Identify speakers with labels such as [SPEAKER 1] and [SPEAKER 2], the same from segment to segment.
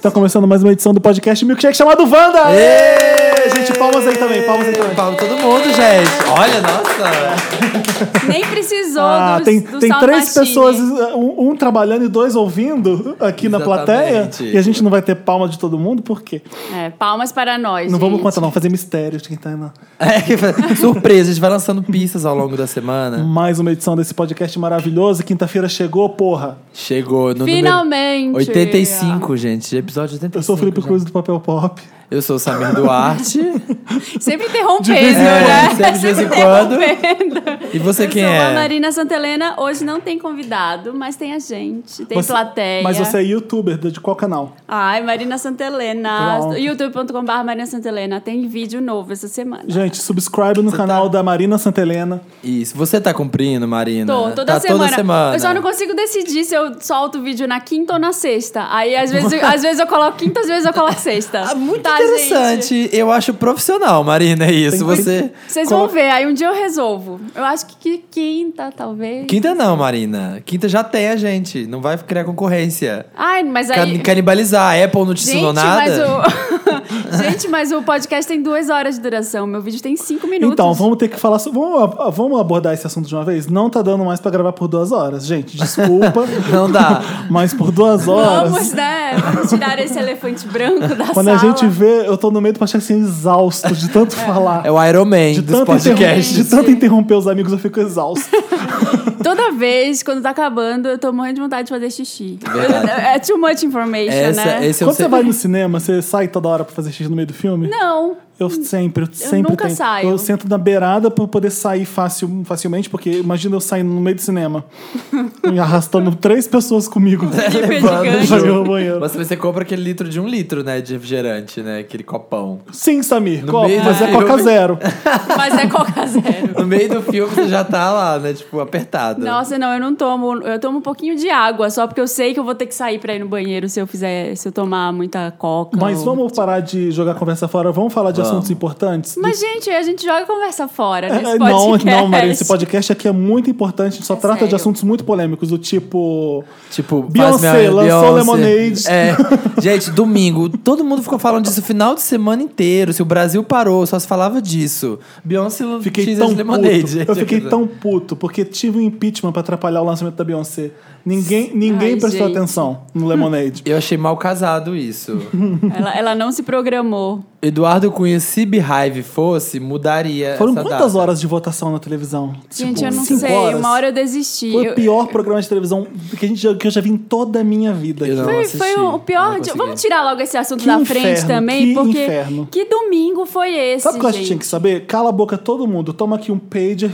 [SPEAKER 1] Tá começando mais uma edição do podcast Milkshake chamado Wanda! É! Aê! Gente, palmas aí também, palmas aí também.
[SPEAKER 2] Palma todo mundo, gente. Olha, nossa.
[SPEAKER 3] Nem precisou
[SPEAKER 1] Ah,
[SPEAKER 3] do,
[SPEAKER 1] tem
[SPEAKER 3] do
[SPEAKER 1] tem três
[SPEAKER 3] Salvatini.
[SPEAKER 1] pessoas, um, um trabalhando e dois ouvindo aqui na plateia.
[SPEAKER 2] Exatamente.
[SPEAKER 1] E a gente não vai ter palma de todo mundo, por quê?
[SPEAKER 3] É, palmas para nós.
[SPEAKER 1] Não vamos
[SPEAKER 3] gente.
[SPEAKER 1] contar, não, fazer mistério de quem tá aí na-
[SPEAKER 2] É, que fa- surpresa, a gente vai lançando pistas ao longo da semana.
[SPEAKER 1] Mais uma edição desse podcast maravilhoso. Quinta-feira chegou, porra.
[SPEAKER 2] Chegou no
[SPEAKER 3] Finalmente.
[SPEAKER 2] número 85, gente. Episódio 85.
[SPEAKER 1] Eu sou o Felipe
[SPEAKER 2] gente.
[SPEAKER 1] Cruz do Papel Pop.
[SPEAKER 2] Eu sou o Samir Duarte.
[SPEAKER 3] Sempre
[SPEAKER 1] De vez
[SPEAKER 3] interrompendo,
[SPEAKER 1] em
[SPEAKER 3] né?
[SPEAKER 2] quando, sempre de vez em quando.
[SPEAKER 3] interrompendo.
[SPEAKER 2] E você quem
[SPEAKER 3] Sou a
[SPEAKER 2] é?
[SPEAKER 3] Marina Santelena. Hoje não tem convidado, mas tem a gente. Tem
[SPEAKER 1] Você-
[SPEAKER 3] plateia.
[SPEAKER 1] Mas você é youtuber, de qual canal?
[SPEAKER 3] Ai, Marina Santelena.
[SPEAKER 1] Pronto.
[SPEAKER 3] youtube.com.br Marina Santelena. Tem vídeo novo essa semana.
[SPEAKER 1] Gente, subscribe no canal
[SPEAKER 3] tá
[SPEAKER 1] da Marina Santelena.
[SPEAKER 2] Isso. Você tá cumprindo, Marina?
[SPEAKER 3] Tô, toda,
[SPEAKER 2] tá
[SPEAKER 3] semana.
[SPEAKER 2] toda semana.
[SPEAKER 3] Eu só não consigo decidir se eu solto o vídeo na quinta ou na sexta. Aí, às vezes, às vezes eu coloco quinta, às vezes eu coloco sexta.
[SPEAKER 2] Ah, muito
[SPEAKER 3] Tá,
[SPEAKER 2] interessante.
[SPEAKER 3] gente?
[SPEAKER 2] Eu acho profissional, Marina, é isso.
[SPEAKER 1] Tem-
[SPEAKER 2] Você.
[SPEAKER 3] Vocês
[SPEAKER 1] Colo-
[SPEAKER 3] vão ver, aí um dia eu resolvo. Eu acho que qui- quinta, talvez.
[SPEAKER 2] Quinta não, Marina. Quinta já tem a gente. Não vai criar concorrência.
[SPEAKER 3] Ai, mas
[SPEAKER 2] Can-
[SPEAKER 3] aí.
[SPEAKER 2] Canibalizar. A Apple não te
[SPEAKER 3] Gente,
[SPEAKER 2] ensinou nada.
[SPEAKER 3] mas o. gente, mas o podcast tem duas horas de duração. Meu vídeo tem cinco minutos.
[SPEAKER 1] Então, vamos ter que falar. so- Vamos, a- vamos abordar esse assunto de uma vez? Não tá dando mais pra gravar por duas horas, gente. Desculpa.
[SPEAKER 2] Não dá.
[SPEAKER 1] mas por duas horas.
[SPEAKER 3] Vamos, né? Vamos tirar esse elefante branco da
[SPEAKER 1] quando
[SPEAKER 3] sala.
[SPEAKER 1] a gente vê, eu tô no meio do podcast assim, exausto de tanto falar.
[SPEAKER 2] É o Iron Man
[SPEAKER 1] de,
[SPEAKER 2] dos
[SPEAKER 1] tanto interrom-
[SPEAKER 2] podcasts.
[SPEAKER 1] de tanto interromper os amigos, eu fico exausto.
[SPEAKER 3] Toda vez, quando tá acabando, eu tô morrendo de vontade de fazer xixi.
[SPEAKER 2] Verdade.
[SPEAKER 3] É too much information,
[SPEAKER 2] Essa,
[SPEAKER 3] né?
[SPEAKER 2] Esse é o
[SPEAKER 1] Quando você
[SPEAKER 2] se-
[SPEAKER 1] vai no cinema, você sai toda hora pra fazer xixi no meio do filme?
[SPEAKER 3] Não.
[SPEAKER 1] Eu sempre, eu sempre
[SPEAKER 3] nunca
[SPEAKER 1] tenho.
[SPEAKER 3] saio.
[SPEAKER 1] Eu sento na beirada pra eu poder sair facil, facilmente, porque imagina eu saindo no meio do cinema, me arrastando três pessoas comigo.
[SPEAKER 3] Felipe é
[SPEAKER 2] Levando
[SPEAKER 3] gigante.
[SPEAKER 1] Vai
[SPEAKER 2] junto.
[SPEAKER 1] no banheiro.
[SPEAKER 2] Mas você compra aquele litro de um litro, né? De refrigerante, né? Aquele copão.
[SPEAKER 1] Sim, Samir,
[SPEAKER 2] No
[SPEAKER 1] copo,
[SPEAKER 2] meio
[SPEAKER 1] mas
[SPEAKER 2] do
[SPEAKER 1] é Coca
[SPEAKER 2] filme.
[SPEAKER 1] Zero.
[SPEAKER 3] Mas é Coca Zero.
[SPEAKER 2] No meio do filme você já tá lá, né? Tipo, apertado.
[SPEAKER 3] Nossa, não, eu não tomo. Eu tomo um pouquinho de água, só porque eu sei que eu vou ter que sair pra ir no banheiro se eu fizer, se eu tomar muita coca.
[SPEAKER 1] Mas
[SPEAKER 3] ou-
[SPEAKER 1] vamos parar de jogar conversa fora, vamos falar de
[SPEAKER 2] Vamos.
[SPEAKER 1] assuntos importantes?
[SPEAKER 3] Mas, gente, a gente joga a conversa fora nesse
[SPEAKER 1] É, não,
[SPEAKER 3] podcast.
[SPEAKER 1] não, Maria, esse podcast aqui é muito importante, a gente só
[SPEAKER 3] É
[SPEAKER 1] trata de
[SPEAKER 3] sério.
[SPEAKER 1] assuntos muito polêmicos, do tipo.
[SPEAKER 2] Tipo,
[SPEAKER 1] Beyoncé,
[SPEAKER 2] faz minha-
[SPEAKER 1] lançou
[SPEAKER 2] Beyoncé.
[SPEAKER 1] Lemonade.
[SPEAKER 2] É. Gente, domingo, todo mundo ficou falando disso o final de semana inteiro. Se o Brasil parou, só se falava disso. Beyoncé
[SPEAKER 1] Fiquei
[SPEAKER 2] Jesus
[SPEAKER 1] tão
[SPEAKER 2] Lemonade.
[SPEAKER 1] puto.
[SPEAKER 2] gente.
[SPEAKER 1] Eu fiquei tão puto porque tive um impeachment pra atrapalhar o lançamento da Beyoncé. Ninguém, ninguém
[SPEAKER 3] Ai,
[SPEAKER 1] prestou
[SPEAKER 3] gente.
[SPEAKER 1] atenção no Lemonade.
[SPEAKER 2] Eu achei mal casado isso.
[SPEAKER 3] Ela, ela não se programou.
[SPEAKER 2] Eduardo Cunha, se Beehive fosse, mudaria.
[SPEAKER 1] Foram
[SPEAKER 2] essa
[SPEAKER 1] quantas
[SPEAKER 2] data.
[SPEAKER 1] horas de votação na televisão?
[SPEAKER 3] Gente,
[SPEAKER 1] Tipo,
[SPEAKER 3] eu não
[SPEAKER 1] cinco
[SPEAKER 3] sei.
[SPEAKER 1] horas?
[SPEAKER 3] Uma hora eu desisti.
[SPEAKER 1] Foi
[SPEAKER 3] Eu-
[SPEAKER 1] o pior programa de televisão que, a gente, já- que eu já vi em toda a minha vida.
[SPEAKER 2] Eu não
[SPEAKER 3] Foi,
[SPEAKER 2] assisti,
[SPEAKER 3] foi o o
[SPEAKER 2] eu não
[SPEAKER 3] pior dia.
[SPEAKER 2] consegui.
[SPEAKER 3] Vamos tirar logo esse assunto
[SPEAKER 1] Que
[SPEAKER 3] da
[SPEAKER 1] inferno,
[SPEAKER 3] frente também,
[SPEAKER 1] que
[SPEAKER 3] porque
[SPEAKER 1] inferno.
[SPEAKER 3] que domingo foi esse?
[SPEAKER 1] Sabe o que eu acho que
[SPEAKER 3] gente?
[SPEAKER 1] tinha que saber? Cala a boca todo mundo, toma aqui um pager,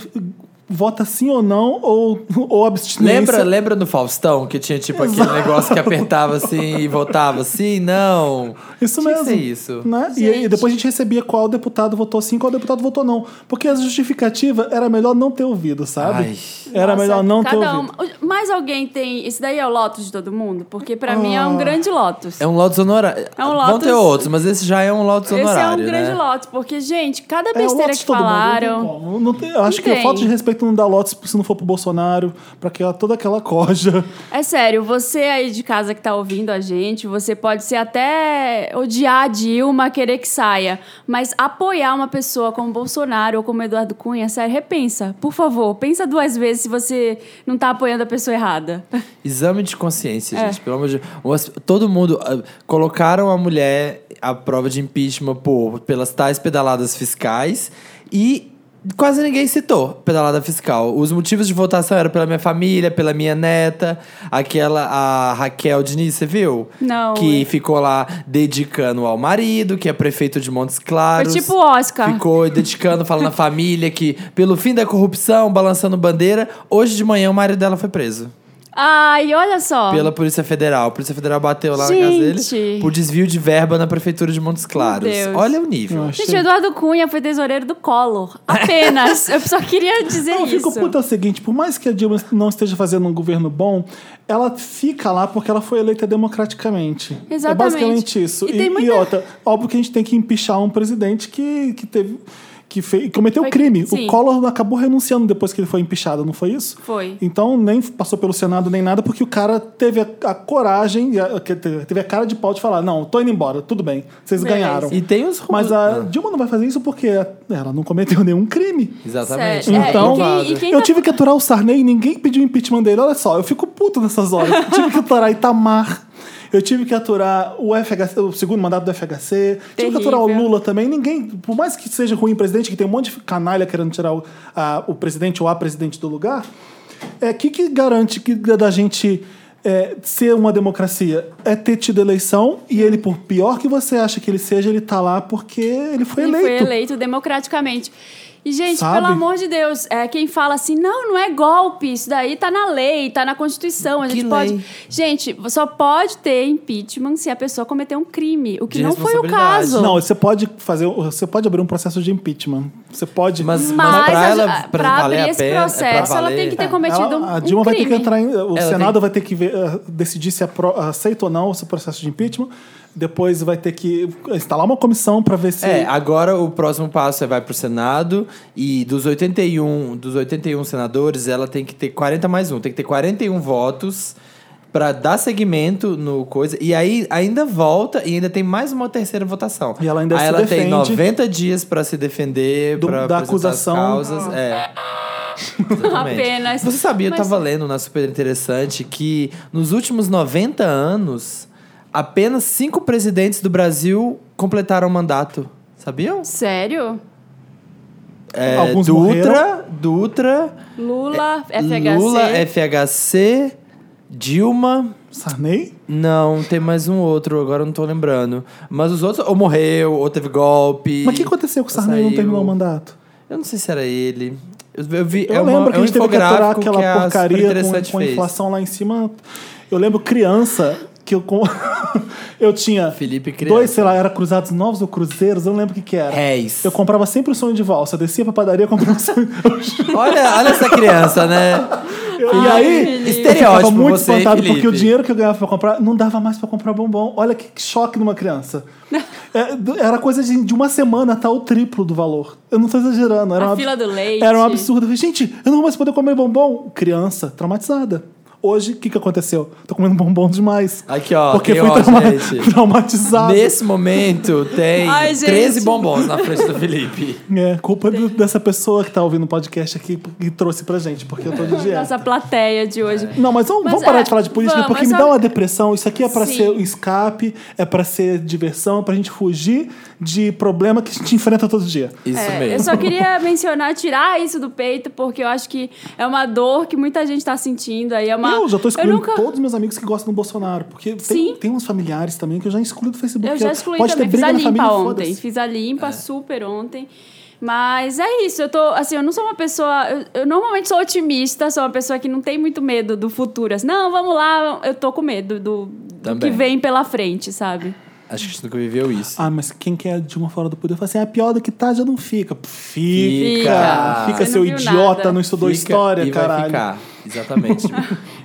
[SPEAKER 1] vota sim ou não, ou, ou abstinência.
[SPEAKER 2] Lembra, lembra do Faustão, que tinha tipo aquele negócio que apertava assim e voltava assim? Não.
[SPEAKER 1] Isso
[SPEAKER 2] Tinha
[SPEAKER 1] mesmo.
[SPEAKER 2] Que ser isso.
[SPEAKER 1] Né? E, aí,
[SPEAKER 3] Gente.
[SPEAKER 1] depois a gente recebia qual deputado votou sim, qual deputado votou não. Porque a justificativa era melhor não ter ouvido, sabe?
[SPEAKER 2] Ai.
[SPEAKER 1] Era
[SPEAKER 3] Nossa,
[SPEAKER 1] melhor não ter
[SPEAKER 3] cada
[SPEAKER 1] ouvido.
[SPEAKER 3] um- Mais alguém tem. Esse daí é o Lotus de todo mundo? Porque pra mim
[SPEAKER 1] Ah.
[SPEAKER 3] é um grande Lotus.
[SPEAKER 2] É um Lotus honorário.
[SPEAKER 3] É um
[SPEAKER 2] Vão
[SPEAKER 3] Lotus-
[SPEAKER 2] ter outros, mas esse já é um Lotus
[SPEAKER 3] Esse é um
[SPEAKER 2] honorário.
[SPEAKER 3] grande
[SPEAKER 2] né?
[SPEAKER 3] Lotus, porque, gente, cada
[SPEAKER 1] É, o
[SPEAKER 3] besteira
[SPEAKER 1] Lotus
[SPEAKER 3] que
[SPEAKER 1] todo mundo, não tem
[SPEAKER 3] falaram.
[SPEAKER 1] como. Não tem- eu acho
[SPEAKER 3] Não
[SPEAKER 1] que a
[SPEAKER 3] tem.
[SPEAKER 1] falta de respeito não dá lotes se não for pro Bolsonaro, pra que ela- toda aquela coja.
[SPEAKER 3] É sério, você aí de casa que tá ouvindo a gente, você pode ser até odiar a Dilma, querer que saia, mas apoiar uma pessoa como Bolsonaro ou como Eduardo Cunha, sério, repensa, por favor, pensa duas vezes se você não tá apoiando a pessoa errada.
[SPEAKER 2] Exame de consciência,
[SPEAKER 3] É.
[SPEAKER 2] gente. Pelo amor de Deus. Todo mundo. ah, Colocaram a mulher à prova de impeachment por, pelas tais pedaladas fiscais e. Quase ninguém citou pedalada fiscal. Os motivos de votação eram pela minha família, pela minha neta, aquela a Raquel Diniz, você viu?
[SPEAKER 3] Não.
[SPEAKER 2] Que ficou lá dedicando ao marido, que é prefeito de Montes Claros.
[SPEAKER 3] Foi tipo Oscar.
[SPEAKER 2] Ficou dedicando, falando à família que pelo fim da corrupção, balançando bandeira. Hoje de manhã o marido dela foi preso
[SPEAKER 3] Ai, olha só.
[SPEAKER 2] pela Polícia Federal. A Polícia Federal bateu lá na casa dele
[SPEAKER 3] Gente.
[SPEAKER 2] por desvio de verba na prefeitura de Montes Claros.
[SPEAKER 3] Deus.
[SPEAKER 2] Olha o nível.
[SPEAKER 1] Nossa.
[SPEAKER 3] Gente, o Eduardo Cunha foi tesoureiro do Collor. Apenas. Eu só queria dizer
[SPEAKER 1] Eu
[SPEAKER 3] isso.
[SPEAKER 1] fico puta é o seguinte, por mais que a Dilma não esteja fazendo um governo bom, ela fica lá porque ela foi eleita democraticamente. É
[SPEAKER 3] Exatamente.
[SPEAKER 1] basicamente isso.
[SPEAKER 3] E
[SPEAKER 1] E,
[SPEAKER 3] tem
[SPEAKER 1] e
[SPEAKER 3] muita-
[SPEAKER 1] outra, óbvio que a gente tem que empichar um presidente que, que teve. que fez, cometeu
[SPEAKER 3] Foi-
[SPEAKER 1] crime.
[SPEAKER 3] sim.
[SPEAKER 1] O Collor acabou renunciando depois que ele foi empichado, não foi isso?
[SPEAKER 3] Foi.
[SPEAKER 1] Então nem passou pelo Senado nem nada, porque o cara teve a, a coragem, e a- que teve teve a cara de pau de falar: não, tô indo embora, tudo bem, vocês
[SPEAKER 3] Beleza.
[SPEAKER 1] ganharam.
[SPEAKER 2] E tem Ah. os
[SPEAKER 1] Mas a Dilma não vai fazer isso porque ela não cometeu nenhum crime.
[SPEAKER 2] Exatamente.
[SPEAKER 3] Sério. É,
[SPEAKER 2] tá
[SPEAKER 1] Então-
[SPEAKER 2] aprovado.
[SPEAKER 3] e quem- e quem-
[SPEAKER 1] eu
[SPEAKER 3] tá-
[SPEAKER 1] tive que aturar o Sarney e ninguém pediu impeachment dele. Olha só, eu fico puto nessas horas. Eu tive que aturar Itamar. Eu tive que aturar o FHC, o segundo mandato do FHC. Tive que
[SPEAKER 3] Terrível.
[SPEAKER 1] aturar o Lula também. Ninguém, por mais que seja ruim o presidente, que tem um monte de canalha querendo tirar o, a- o presidente ou a presidente do lugar, é o que, que garante que da da gente é, ser uma democracia? É ter tido eleição e ele, por pior que você acha que ele seja, ele tá lá porque ele foi
[SPEAKER 3] Ele
[SPEAKER 1] eleito.
[SPEAKER 3] foi eleito democraticamente. E, gente,
[SPEAKER 1] Sabe?
[SPEAKER 3] pelo amor de Deus, é, quem fala assim, não, não é golpe, isso daí tá na lei, tá na Constituição, a
[SPEAKER 2] Que
[SPEAKER 3] gente pode...
[SPEAKER 2] lei?
[SPEAKER 3] Gente, só pode ter impeachment se a pessoa cometer um crime, o que
[SPEAKER 2] De
[SPEAKER 3] não foi o
[SPEAKER 2] responsabilidade.
[SPEAKER 3] caso.
[SPEAKER 1] Não, você pode fazer, você pode abrir um processo de impeachment. Você pode.
[SPEAKER 2] Mas, mas,
[SPEAKER 3] Mas
[SPEAKER 2] pra
[SPEAKER 3] a-
[SPEAKER 2] ela
[SPEAKER 3] pra
[SPEAKER 2] pra
[SPEAKER 3] abrir
[SPEAKER 2] valer a
[SPEAKER 3] esse
[SPEAKER 2] pena,
[SPEAKER 3] processo,
[SPEAKER 2] pra
[SPEAKER 3] ela
[SPEAKER 2] valer-
[SPEAKER 3] tem que ter
[SPEAKER 2] É.
[SPEAKER 3] cometido um-
[SPEAKER 1] a Dilma
[SPEAKER 3] um
[SPEAKER 1] vai ter que
[SPEAKER 3] crime.
[SPEAKER 1] entrar em. O
[SPEAKER 2] Ela
[SPEAKER 1] Senado
[SPEAKER 2] tem-
[SPEAKER 1] vai ter que ver, eh, decidir se apro- aceita ou não esse processo de impeachment. Depois vai ter que instalar uma comissão para ver se.
[SPEAKER 2] É, agora o próximo passo é vai pro Senado e dos 81, dos 81 senadores, ela tem que ter 40 mais um, tem que ter 41 votos pra dar seguimento no coisa. E aí ainda volta e ainda tem mais uma terceira votação.
[SPEAKER 1] E ela ainda
[SPEAKER 2] aí
[SPEAKER 1] se
[SPEAKER 2] ela tem
[SPEAKER 1] defende.
[SPEAKER 2] 90 dias pra se defender,
[SPEAKER 1] Do-
[SPEAKER 2] pra
[SPEAKER 1] da
[SPEAKER 2] apresentar
[SPEAKER 1] acusação.
[SPEAKER 2] as causas, é. Exatamente.
[SPEAKER 3] Apenas.
[SPEAKER 2] Você sabia, eu
[SPEAKER 3] Mas-
[SPEAKER 2] tava lendo na super interessante que nos últimos 90 anos, apenas cinco presidentes do Brasil completaram o mandato. Sabiam?
[SPEAKER 3] Sério?
[SPEAKER 2] É,
[SPEAKER 1] Alguns
[SPEAKER 2] Dutra, Dutra,
[SPEAKER 3] Lula, FHC...
[SPEAKER 2] É, Lula, FHC, Dilma.
[SPEAKER 1] Sarney?
[SPEAKER 2] Não, tem mais um outro, agora eu não tô lembrando. Mas os outros, ou morreu, ou teve golpe.
[SPEAKER 1] Mas o que aconteceu com o Sarney não
[SPEAKER 2] Saiu.
[SPEAKER 1] terminou o mandato?
[SPEAKER 2] Eu não sei se era ele. Eu, eu vi,
[SPEAKER 1] Eu
[SPEAKER 2] é uma,
[SPEAKER 1] lembro que
[SPEAKER 2] é
[SPEAKER 1] a
[SPEAKER 2] um
[SPEAKER 1] gente teve que aturar
[SPEAKER 2] infográfico
[SPEAKER 1] aquela
[SPEAKER 2] que a
[SPEAKER 1] porcaria com,
[SPEAKER 2] Superinteressante
[SPEAKER 1] com a
[SPEAKER 2] fez.
[SPEAKER 1] inflação lá em cima. Eu lembro criança que eu. com- eu tinha.
[SPEAKER 2] Felipe criança. É,
[SPEAKER 1] Dois, sei lá, era Cruzados Novos ou Cruzeiros, eu não lembro o que, que era.
[SPEAKER 2] Réis.
[SPEAKER 1] Eu comprava sempre o sonho de valsa. Eu descia pra padaria comprava o sonho.
[SPEAKER 2] Olha, olha essa criança, né?
[SPEAKER 1] e aí,
[SPEAKER 3] Felipe.
[SPEAKER 1] Eu
[SPEAKER 2] Estereótipo
[SPEAKER 1] ficava muito
[SPEAKER 2] você,
[SPEAKER 1] espantado
[SPEAKER 2] Felipe.
[SPEAKER 1] porque o dinheiro que eu ganhava pra comprar não dava mais pra comprar bombom. Olha que choque numa criança. É, do- era coisa de, de uma semana até o triplo do valor. Eu não tô exagerando. Era
[SPEAKER 3] A
[SPEAKER 1] um ab-
[SPEAKER 3] fila do leite.
[SPEAKER 1] Era um absurdo. Eu falei, gente, eu não vou mais poder comer bombom. Criança, traumatizada. Hoje, o que, que aconteceu? Tô comendo bombom demais.
[SPEAKER 2] Aqui, ó,
[SPEAKER 1] Porque
[SPEAKER 2] aqui,
[SPEAKER 1] fui
[SPEAKER 2] Ah, ó,
[SPEAKER 1] trauma-
[SPEAKER 2] gente.
[SPEAKER 1] traumatizado.
[SPEAKER 2] Nesse momento tem
[SPEAKER 3] Ai, gente.
[SPEAKER 2] 13 bombons na frente do Felipe.
[SPEAKER 1] É, culpa do- dessa pessoa que tá ouvindo o podcast aqui e trouxe pra gente, porque eu tô de dieta.
[SPEAKER 3] Nossa plateia de hoje.
[SPEAKER 1] Não, mas vamos,
[SPEAKER 3] Mas,
[SPEAKER 1] vamos parar
[SPEAKER 3] é,
[SPEAKER 1] de falar de política, né?
[SPEAKER 3] vamos,
[SPEAKER 1] porque
[SPEAKER 3] mas
[SPEAKER 1] me
[SPEAKER 3] só-
[SPEAKER 1] dá uma depressão. Isso aqui é pra
[SPEAKER 3] Sim.
[SPEAKER 1] ser um escape, é pra ser diversão, é pra gente fugir de problema que a gente enfrenta todo dia.
[SPEAKER 2] Isso
[SPEAKER 3] É,
[SPEAKER 2] mesmo.
[SPEAKER 3] eu só queria mencionar, tirar isso do peito, porque eu acho que é uma dor que muita gente tá sentindo aí. É uma...
[SPEAKER 1] eu já tô
[SPEAKER 3] eu
[SPEAKER 1] excluindo
[SPEAKER 3] nunca...
[SPEAKER 1] todos os meus amigos que gostam do Bolsonaro, porque tem,
[SPEAKER 3] Sim.
[SPEAKER 1] tem uns familiares também que eu já excluí do Facebook.
[SPEAKER 3] Eu
[SPEAKER 1] porque
[SPEAKER 3] já excluí
[SPEAKER 1] pode
[SPEAKER 3] também,
[SPEAKER 1] ter
[SPEAKER 3] fiz
[SPEAKER 1] briga
[SPEAKER 3] a
[SPEAKER 1] na
[SPEAKER 3] limpa
[SPEAKER 1] família,
[SPEAKER 3] ontem.
[SPEAKER 1] foda-se. É.
[SPEAKER 3] Fiz a limpa super ontem. Mas é isso, eu tô, assim, eu não sou uma pessoa. Eu, eu normalmente sou otimista, sou uma pessoa que não tem muito medo do futuro. Assim, não, vamos lá, eu tô com medo do, do que
[SPEAKER 2] Também.
[SPEAKER 3] vem pela frente, sabe?
[SPEAKER 2] Acho que a gente nunca viveu isso.
[SPEAKER 1] Ah, mas quem quer de uma fora do poder fala assim: ah, pior do que tá, já não fica. Pô, Fica.
[SPEAKER 2] Fica.
[SPEAKER 1] Fica,
[SPEAKER 3] Você não
[SPEAKER 1] seu
[SPEAKER 3] viu
[SPEAKER 1] idiota,
[SPEAKER 3] nada.
[SPEAKER 1] não estudou
[SPEAKER 2] Fica
[SPEAKER 1] história,
[SPEAKER 2] e Vai
[SPEAKER 1] caralho.
[SPEAKER 2] ficar. Exatamente.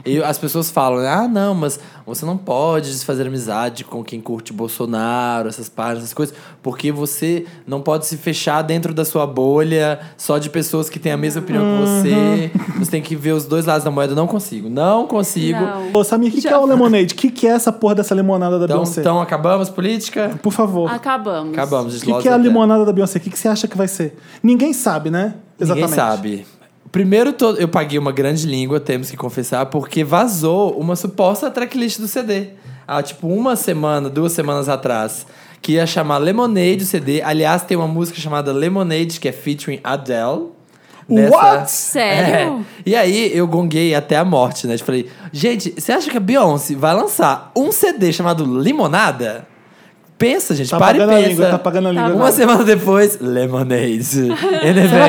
[SPEAKER 2] e as pessoas falam, né, ah, não, mas você não pode desfazer amizade com quem curte Bolsonaro, essas páginas, essas coisas, porque você não pode se fechar dentro da sua bolha só de pessoas que têm a mesma opinião que
[SPEAKER 1] Uhum.
[SPEAKER 2] você. Você tem que ver os dois lados da moeda. Não consigo, não consigo.
[SPEAKER 3] Não.
[SPEAKER 1] Ô, Samir, o que, que é o Lemonade? O que, que é essa porra dessa limonada da
[SPEAKER 2] Então,
[SPEAKER 1] Beyoncé?
[SPEAKER 2] então acabamos política?
[SPEAKER 1] Por favor.
[SPEAKER 3] Acabamos.
[SPEAKER 2] Acabamos.
[SPEAKER 1] O que, que é a limonada da Beyoncé? O que, que você acha que vai ser? Ninguém sabe, né?
[SPEAKER 2] Ninguém sabe. Primeiro, to- eu paguei uma grande língua, temos que confessar, porque vazou uma suposta tracklist do CD. Há, tipo, uma semana, duas semanas atrás, que ia chamar Lemonade o CD. Aliás, tem uma música chamada Lemonade, que é featuring Adele.
[SPEAKER 1] What?
[SPEAKER 3] Sério?
[SPEAKER 2] É. E aí, eu gonguei até a morte, né? Eu falei, gente, você acha que a Beyoncé vai lançar um CD chamado Limonada? Pensa, gente,
[SPEAKER 1] Tá
[SPEAKER 2] para e
[SPEAKER 1] pagando a
[SPEAKER 2] pensa.
[SPEAKER 1] língua, tá pagando a língua.
[SPEAKER 2] Uma
[SPEAKER 1] agora.
[SPEAKER 2] semana depois, Lemonade.
[SPEAKER 1] Será que